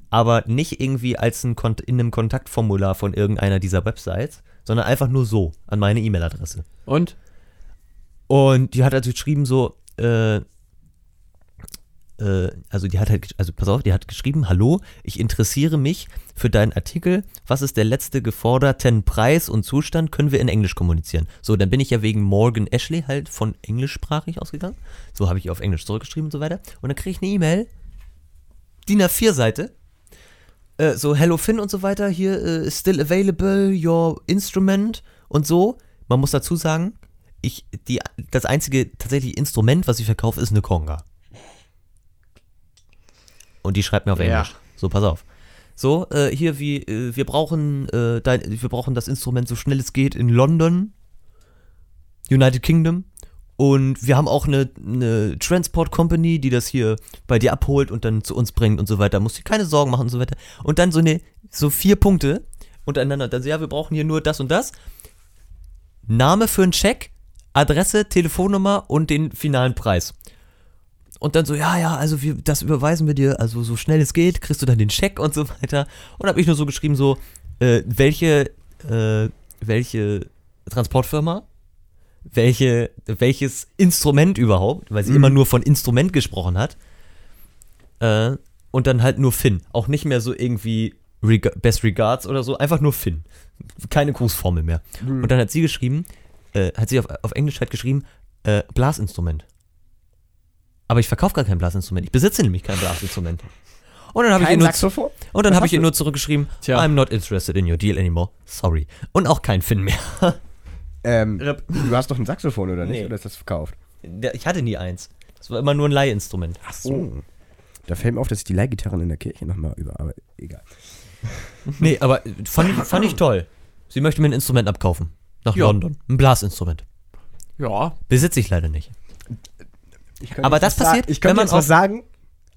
Speaker 1: Aber nicht irgendwie als ein Kont in einem Kontaktformular von irgendeiner dieser Websites, sondern einfach nur so an meine E-Mail-Adresse.
Speaker 3: Und?
Speaker 1: Und die hat also geschrieben so, äh, äh, also die hat halt, gesch- also pass auf, die hat geschrieben, hallo, ich interessiere mich für deinen Artikel, was ist der letzte geforderten Preis und Zustand, können wir in Englisch kommunizieren. So, dann bin ich ja wegen Morgan Ashley halt von englischsprachig ausgegangen, so habe ich ihr auf Englisch zurückgeschrieben und so weiter und dann kriege ich eine E-Mail, DIN A4-Seite, äh, so Hello Finn und so weiter, hier äh, is still available your instrument und so. Man muss dazu sagen, ich, die, das einzige tatsächliche Instrument, was ich verkaufe, ist eine Conga. Und die schreibt mir auf
Speaker 3: Ja.
Speaker 1: Englisch. So, pass auf. So, äh, hier, wie, äh, wir brauchen, äh, dein, wir brauchen das Instrument so schnell es geht in London, United Kingdom. Und wir haben auch eine, eine Transport Company, die das hier bei dir abholt und dann zu uns bringt und so weiter. Musst dir keine Sorgen machen und so weiter. Und dann so eine, so vier Punkte untereinander. Dann so, ja, wir brauchen hier nur das und das. Name für einen Scheck, Adresse, Telefonnummer und den finalen Preis. Und dann so, ja, ja, also wir, das überweisen wir dir, also so schnell es geht, kriegst du dann den Scheck und so weiter. Und habe ich nur so geschrieben, so, äh, welche, äh, welche Transportfirma, welche, welches Instrument überhaupt, weil sie immer nur von Instrument gesprochen hat. Äh, und dann halt nur Finn. Auch nicht mehr so irgendwie Reg Best Regards oder so, einfach nur Finn. Keine Grußformel mehr. Und dann hat sie geschrieben, äh, hat sie auf, auf Englisch halt geschrieben, äh, Blasinstrument. Aber ich verkaufe gar kein Blasinstrument. Ich besitze nämlich kein Blasinstrument. Und dann habe ich ihr
Speaker 2: Kein
Speaker 1: nur
Speaker 2: Saxophon?
Speaker 1: und dann
Speaker 2: Was
Speaker 1: habe
Speaker 2: hast
Speaker 1: ich ihr
Speaker 2: du?
Speaker 1: nur zurückgeschrieben,
Speaker 3: Tja.
Speaker 1: I'm not interested in your deal anymore. Sorry. Und auch kein Finn mehr.
Speaker 2: Ähm,
Speaker 3: Rip.
Speaker 2: du hast doch ein Saxophon, oder nicht?
Speaker 1: Nee.
Speaker 2: Oder ist das verkauft?
Speaker 1: Der- Ich hatte nie eins. Das war immer nur ein Leihinstrument.
Speaker 2: Ach so. Da fällt mir auf, dass ich die Leihgitarren in der Kirche nochmal über, aber egal.
Speaker 1: Nee, aber fand ich, fand [LAUGHS] ich toll. Sie möchte mir ein Instrument abkaufen. Nach
Speaker 3: Ja.
Speaker 1: London. Ein Blasinstrument.
Speaker 3: Ja.
Speaker 1: Besitze ich leider nicht.
Speaker 2: Ich könnte
Speaker 1: Aber
Speaker 2: jetzt
Speaker 1: das
Speaker 2: was sagen-
Speaker 1: passiert,
Speaker 2: Ich könnte
Speaker 1: wenn man
Speaker 2: jetzt was
Speaker 1: auf-
Speaker 2: sagen,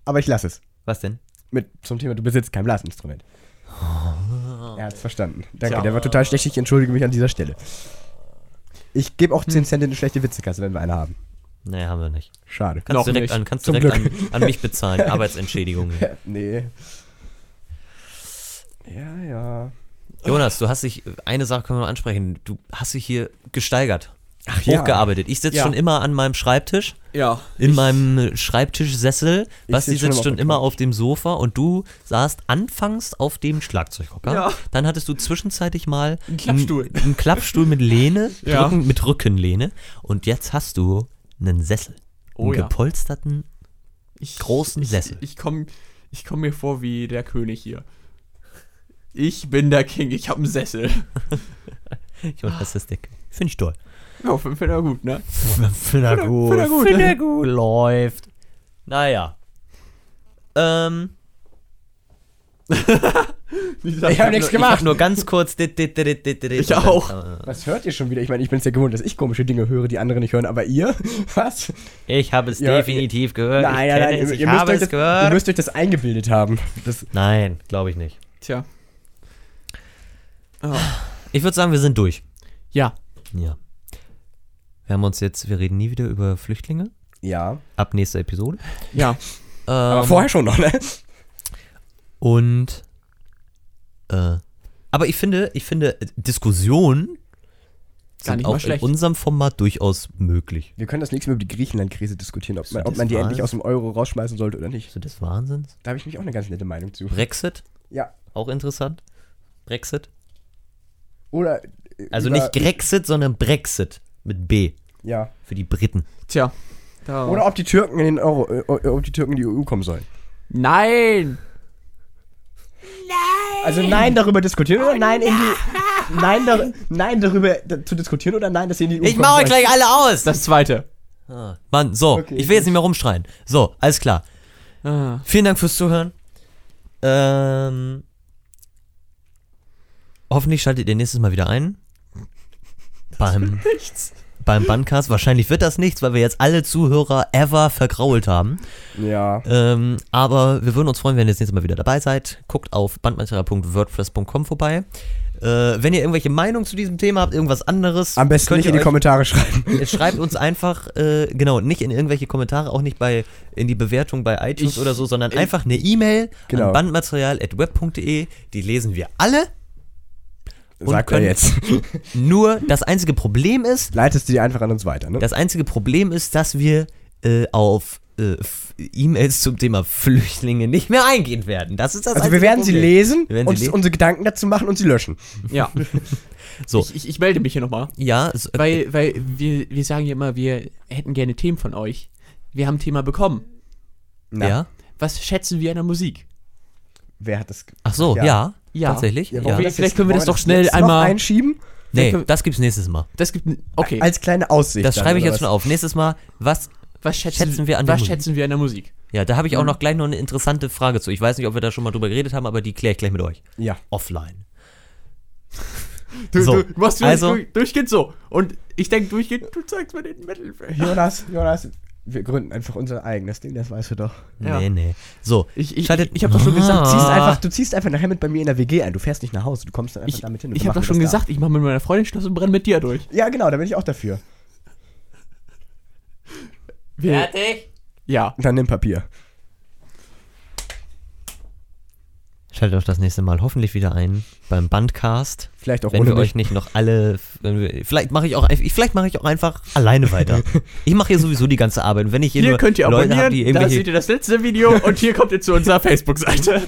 Speaker 2: aber ich lasse es.
Speaker 1: Was denn?
Speaker 2: Mit zum Thema, du besitzt kein
Speaker 1: [LAUGHS]
Speaker 2: Blasinstrument. Er hat's verstanden. Danke,
Speaker 3: Tja.
Speaker 2: der war total schlecht. Ich entschuldige mich an dieser Stelle. Ich gebe auch
Speaker 1: Hm.
Speaker 2: 10 Cent in eine schlechte Witzekasse, wenn wir eine haben.
Speaker 1: Nee, haben wir nicht.
Speaker 2: Schade.
Speaker 1: Kannst
Speaker 3: Noch
Speaker 1: direkt,
Speaker 3: nicht.
Speaker 1: An, kannst
Speaker 2: Zum
Speaker 1: direkt an, an mich [LAUGHS] bezahlen. Arbeitsentschädigung.
Speaker 2: [LAUGHS] nee. Ja, ja.
Speaker 1: Jonas, du hast dich, eine Sache können wir noch ansprechen. Du hast dich hier gesteigert. Ach,
Speaker 2: ja.
Speaker 1: Hochgearbeitet. Ich sitze
Speaker 3: Ja.
Speaker 1: schon immer an meinem Schreibtisch.
Speaker 3: Ja.
Speaker 1: in meinem Schreibtischsessel. Basti
Speaker 2: sitz schon
Speaker 1: sitzt
Speaker 2: immer
Speaker 1: schon
Speaker 2: auf
Speaker 1: immer
Speaker 2: der
Speaker 1: auf dem Sofa und du saßt anfangs auf dem Schlagzeughocker.
Speaker 3: Ja.
Speaker 1: Dann hattest du zwischenzeitlich mal einen
Speaker 3: Klappstuhl.
Speaker 1: Einen Klappstuhl mit Lehne,
Speaker 3: Ja.
Speaker 1: Rücken, mit Rückenlehne. Und jetzt hast du einen Sessel.
Speaker 3: Oh
Speaker 1: einen
Speaker 3: ja.
Speaker 1: gepolsterten.
Speaker 3: Ich,
Speaker 1: Großen
Speaker 3: ich,
Speaker 1: Sessel.
Speaker 3: Ich komme ich komm mir vor wie der König hier. Ich bin der King, ich habe einen Sessel. [LAUGHS]
Speaker 1: Ich weiß, das ist dick. Finde ich toll.
Speaker 3: Ja, finde er gut, ne?
Speaker 1: Finde er gut.
Speaker 3: find er gut.
Speaker 1: Find [LAUGHS] er gut. Läuft. Naja. Ähm.
Speaker 3: Ich
Speaker 2: hab nichts
Speaker 1: nur, Ich
Speaker 2: gemacht.
Speaker 1: hab nur ganz kurz. dit, dit, dit, dit, dit, dit,
Speaker 3: Ich
Speaker 1: und dann-
Speaker 3: auch.
Speaker 2: Was hört ihr schon wieder? Ich meine, ich bin es ja gewohnt, dass ich komische Dinge höre, die andere nicht hören, aber ihr? [LAUGHS] Was?
Speaker 1: Äh, Ich habe es
Speaker 2: Ja,
Speaker 1: definitiv gehört. ich kenne es, ich
Speaker 2: müsst
Speaker 1: habe
Speaker 2: euch
Speaker 1: es
Speaker 2: das, ihr
Speaker 1: gehört.
Speaker 2: müsst euch das eingebildet haben. Das,
Speaker 1: Nein, glaube ich nicht.
Speaker 3: Tja.
Speaker 1: Ich würde sagen, wir sind durch.
Speaker 3: Ja.
Speaker 1: Ja. Wir haben uns jetzt, wir reden nie wieder über Flüchtlinge.
Speaker 2: ja.
Speaker 1: Ab nächster Episode.
Speaker 3: Ja.
Speaker 2: Aber
Speaker 1: Ähm,
Speaker 2: vorher schon noch, ne?
Speaker 1: Und äh, aber ich finde, ich finde, äh, Diskussionen
Speaker 3: Gar
Speaker 1: sind
Speaker 3: nicht mal
Speaker 1: auch in
Speaker 3: schlecht.
Speaker 1: unserem Format durchaus möglich.
Speaker 2: Wir können das nächste Mal über die Griechenland-Krise diskutieren, ob man,
Speaker 1: das
Speaker 2: ob man die
Speaker 1: wahr?
Speaker 2: endlich aus dem Euro rausschmeißen sollte oder nicht.
Speaker 1: Ist das Wahnsinns?
Speaker 2: Da habe ich mich auch eine ganz nette Meinung zu.
Speaker 1: Brexit,
Speaker 2: Ja.
Speaker 1: auch interessant. Brexit.
Speaker 2: Oder. äh,
Speaker 1: Also
Speaker 2: über-
Speaker 1: nicht Grexit, sondern Brexit mit B.
Speaker 2: Ja.
Speaker 1: Für die Briten.
Speaker 3: Tja. Da.
Speaker 2: Oder ob die Türken in den Euro, äh, ob die Türken in die EU kommen sollen.
Speaker 3: Nein!
Speaker 2: Also nein darüber diskutieren oder nein in
Speaker 1: [LAUGHS]
Speaker 2: die. Nein, dar, nein darüber da- zu diskutieren oder nein, dass sie in die EU
Speaker 1: Ich
Speaker 2: kommen
Speaker 1: mache euch
Speaker 2: sollen.
Speaker 1: gleich alle aus!
Speaker 3: Das zweite.
Speaker 1: Ah, Mann, so,
Speaker 2: Okay,
Speaker 1: ich will jetzt nicht mehr rumschreien. So, alles klar.
Speaker 3: Ah.
Speaker 1: Vielen Dank fürs Zuhören. Ähm, hoffentlich schaltet ihr nächstes Mal wieder ein. Beim beim Banncast. Wahrscheinlich wird das nichts, weil wir jetzt alle Zuhörer ever vergrault haben.
Speaker 2: Ja.
Speaker 1: Ähm, aber wir würden uns freuen, wenn ihr das nächste Mal wieder dabei seid. Guckt auf bandmaterial.wordpress.com vorbei. Äh, wenn ihr irgendwelche Meinungen zu diesem Thema habt, irgendwas anderes,
Speaker 2: Am besten
Speaker 1: könnt
Speaker 2: nicht
Speaker 1: ihr
Speaker 2: in die
Speaker 1: euch-
Speaker 2: Kommentare schreiben.
Speaker 1: Äh, schreibt uns einfach, äh, genau, nicht in irgendwelche Kommentare, auch nicht bei, in die Bewertung bei iTunes
Speaker 3: Ich-
Speaker 1: oder so, sondern
Speaker 3: ich-
Speaker 1: einfach eine E-Mail
Speaker 2: Genau.
Speaker 1: an bandmaterial.web.de. Die lesen wir alle. Und
Speaker 2: Sagt er
Speaker 1: können-
Speaker 2: jetzt.
Speaker 1: [LAUGHS] Nur das einzige Problem ist,
Speaker 2: Leitest du die einfach an uns weiter, ne?
Speaker 1: Das einzige Problem ist, dass wir äh, auf äh, F- E-Mails zum Thema Flüchtlinge nicht mehr eingehen werden. Das ist das
Speaker 2: also
Speaker 1: einzige
Speaker 2: wir werden sie
Speaker 1: Problem.
Speaker 2: lesen,
Speaker 1: Wir werden sie
Speaker 2: uns
Speaker 1: lesen.
Speaker 2: unsere Gedanken dazu machen und sie löschen.
Speaker 3: Ja. [LAUGHS]
Speaker 1: So.
Speaker 3: Ich, ich, ich melde mich hier nochmal.
Speaker 1: Ja, so, äh,
Speaker 3: Weil, weil wir, wir sagen ja immer, wir hätten gerne Themen von euch. Wir haben ein Thema bekommen.
Speaker 2: Na,
Speaker 1: ja.
Speaker 3: Was schätzen wir an der Musik?
Speaker 2: Wer hat das?
Speaker 1: Ach so, ja.
Speaker 2: Ja.
Speaker 3: Ja.
Speaker 1: Tatsächlich?
Speaker 2: Ja,
Speaker 1: Ja.
Speaker 2: warum wir
Speaker 3: Vielleicht können wir
Speaker 2: wollen
Speaker 3: das doch schnell
Speaker 2: jetzt
Speaker 3: einmal-
Speaker 2: noch einschieben.
Speaker 1: Nee,
Speaker 3: können-
Speaker 1: das gibt's nächstes Mal.
Speaker 3: Das gibt. n- Okay.
Speaker 2: Als kleine Aussicht.
Speaker 1: Das
Speaker 2: dann,
Speaker 1: schreibe ich
Speaker 2: oder
Speaker 1: jetzt schon
Speaker 2: was?
Speaker 1: auf. Nächstes Mal, was.
Speaker 3: was schätzen,
Speaker 1: schätzen wir an der
Speaker 3: was
Speaker 1: Musik?
Speaker 3: schätzen wir an der Musik?
Speaker 1: Ja, da habe
Speaker 3: Mhm.
Speaker 1: ich auch noch gleich noch eine interessante Frage zu. Ich weiß nicht, ob wir da schon mal drüber geredet haben, aber die kläre ich gleich mit euch.
Speaker 2: Ja.
Speaker 1: Offline.
Speaker 3: Du,
Speaker 1: So,
Speaker 3: du machst du
Speaker 1: also-
Speaker 3: durch, durchgeht so. Und ich denke, durchgeht, du zeigst mir den Metal.
Speaker 2: Jonas, Jonas, wir gründen einfach unser eigenes Ding, das weißt du doch.
Speaker 3: Ja.
Speaker 1: Nee, nee. So.
Speaker 3: Ich, ich,
Speaker 1: Schaltet-
Speaker 3: ich habe doch schon gesagt,
Speaker 2: Du ziehst,
Speaker 1: Ah.
Speaker 2: einfach, du ziehst einfach nachher mit bei mir in der WG ein. Du fährst nicht nach Hause, du kommst dann einfach
Speaker 3: ich,
Speaker 2: damit hin. und
Speaker 3: ich
Speaker 2: dann
Speaker 3: habe doch
Speaker 2: machen
Speaker 3: schon
Speaker 2: wir das
Speaker 3: gesagt, ich mache mit meiner Freundin Schluss und brenne mit dir durch.
Speaker 2: Da. Ja, genau, da bin ich auch dafür.
Speaker 3: Wir, ja.
Speaker 2: Und dann nimm Papier.
Speaker 1: Schaltet euch das nächste Mal hoffentlich wieder ein beim Bandcast.
Speaker 2: Vielleicht auch
Speaker 1: wenn
Speaker 2: ohne
Speaker 1: wir
Speaker 2: mich.
Speaker 1: euch nicht noch alle, wenn wir, vielleicht mache ich auch, ein- vielleicht mache ich auch
Speaker 3: [LAUGHS]
Speaker 1: einfach alleine weiter. ich mache hier sowieso die ganze Arbeit. Und wenn ich hier,
Speaker 3: Hier
Speaker 1: nur
Speaker 3: könnt ihr
Speaker 1: Leute
Speaker 3: abonnieren,
Speaker 1: habe, die
Speaker 3: da seht
Speaker 1: irgendwelche,
Speaker 3: ihr das letzte Video und hier kommt ihr
Speaker 1: [LAUGHS]
Speaker 3: zu unserer Facebook-Seite.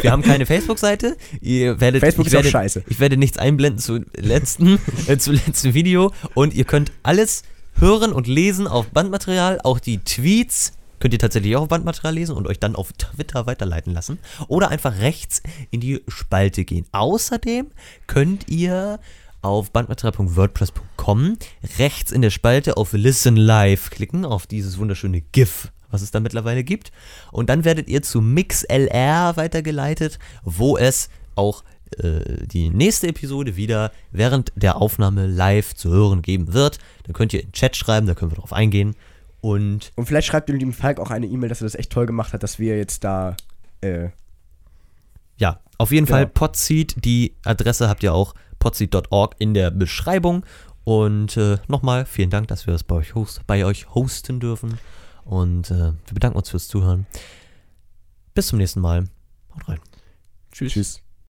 Speaker 1: wir haben keine Facebook-Seite. Ihr werdet,
Speaker 2: Facebook
Speaker 1: ich
Speaker 2: ist auch
Speaker 1: werde,
Speaker 2: scheiße.
Speaker 1: Ich werde nichts einblenden zu letzten, äh, zu letzten Video. Und ihr könnt alles hören und lesen auf Bandmaterial, auch die Tweets. Könnt ihr tatsächlich auch auf Bandmaterial lesen und euch dann auf Twitter weiterleiten lassen. Oder einfach rechts in die Spalte gehen. Außerdem könnt ihr auf bandmaterial.wordpress.com rechts in der Spalte auf Listen Live klicken, auf dieses wunderschöne GIF, was es da mittlerweile gibt. Und dann werdet ihr zu MixLR weitergeleitet, wo es auch äh, die nächste Episode wieder während der Aufnahme live zu hören geben wird. Dann könnt ihr in den Chat schreiben, da können wir drauf eingehen. Und
Speaker 2: Und vielleicht schreibt dem lieben Falk auch eine E-Mail, dass er das echt toll gemacht hat, dass wir jetzt da. Äh,
Speaker 1: ja, auf jeden
Speaker 2: Genau.
Speaker 1: Fall Podseed, die Adresse habt ihr auch podseed.org in der Beschreibung. Und äh, nochmal vielen Dank, dass wir das bei euch, host, bei euch hosten dürfen. Und äh, wir bedanken uns fürs Zuhören. Bis zum nächsten Mal. Haut rein.
Speaker 3: Tschüss.
Speaker 2: tschüss.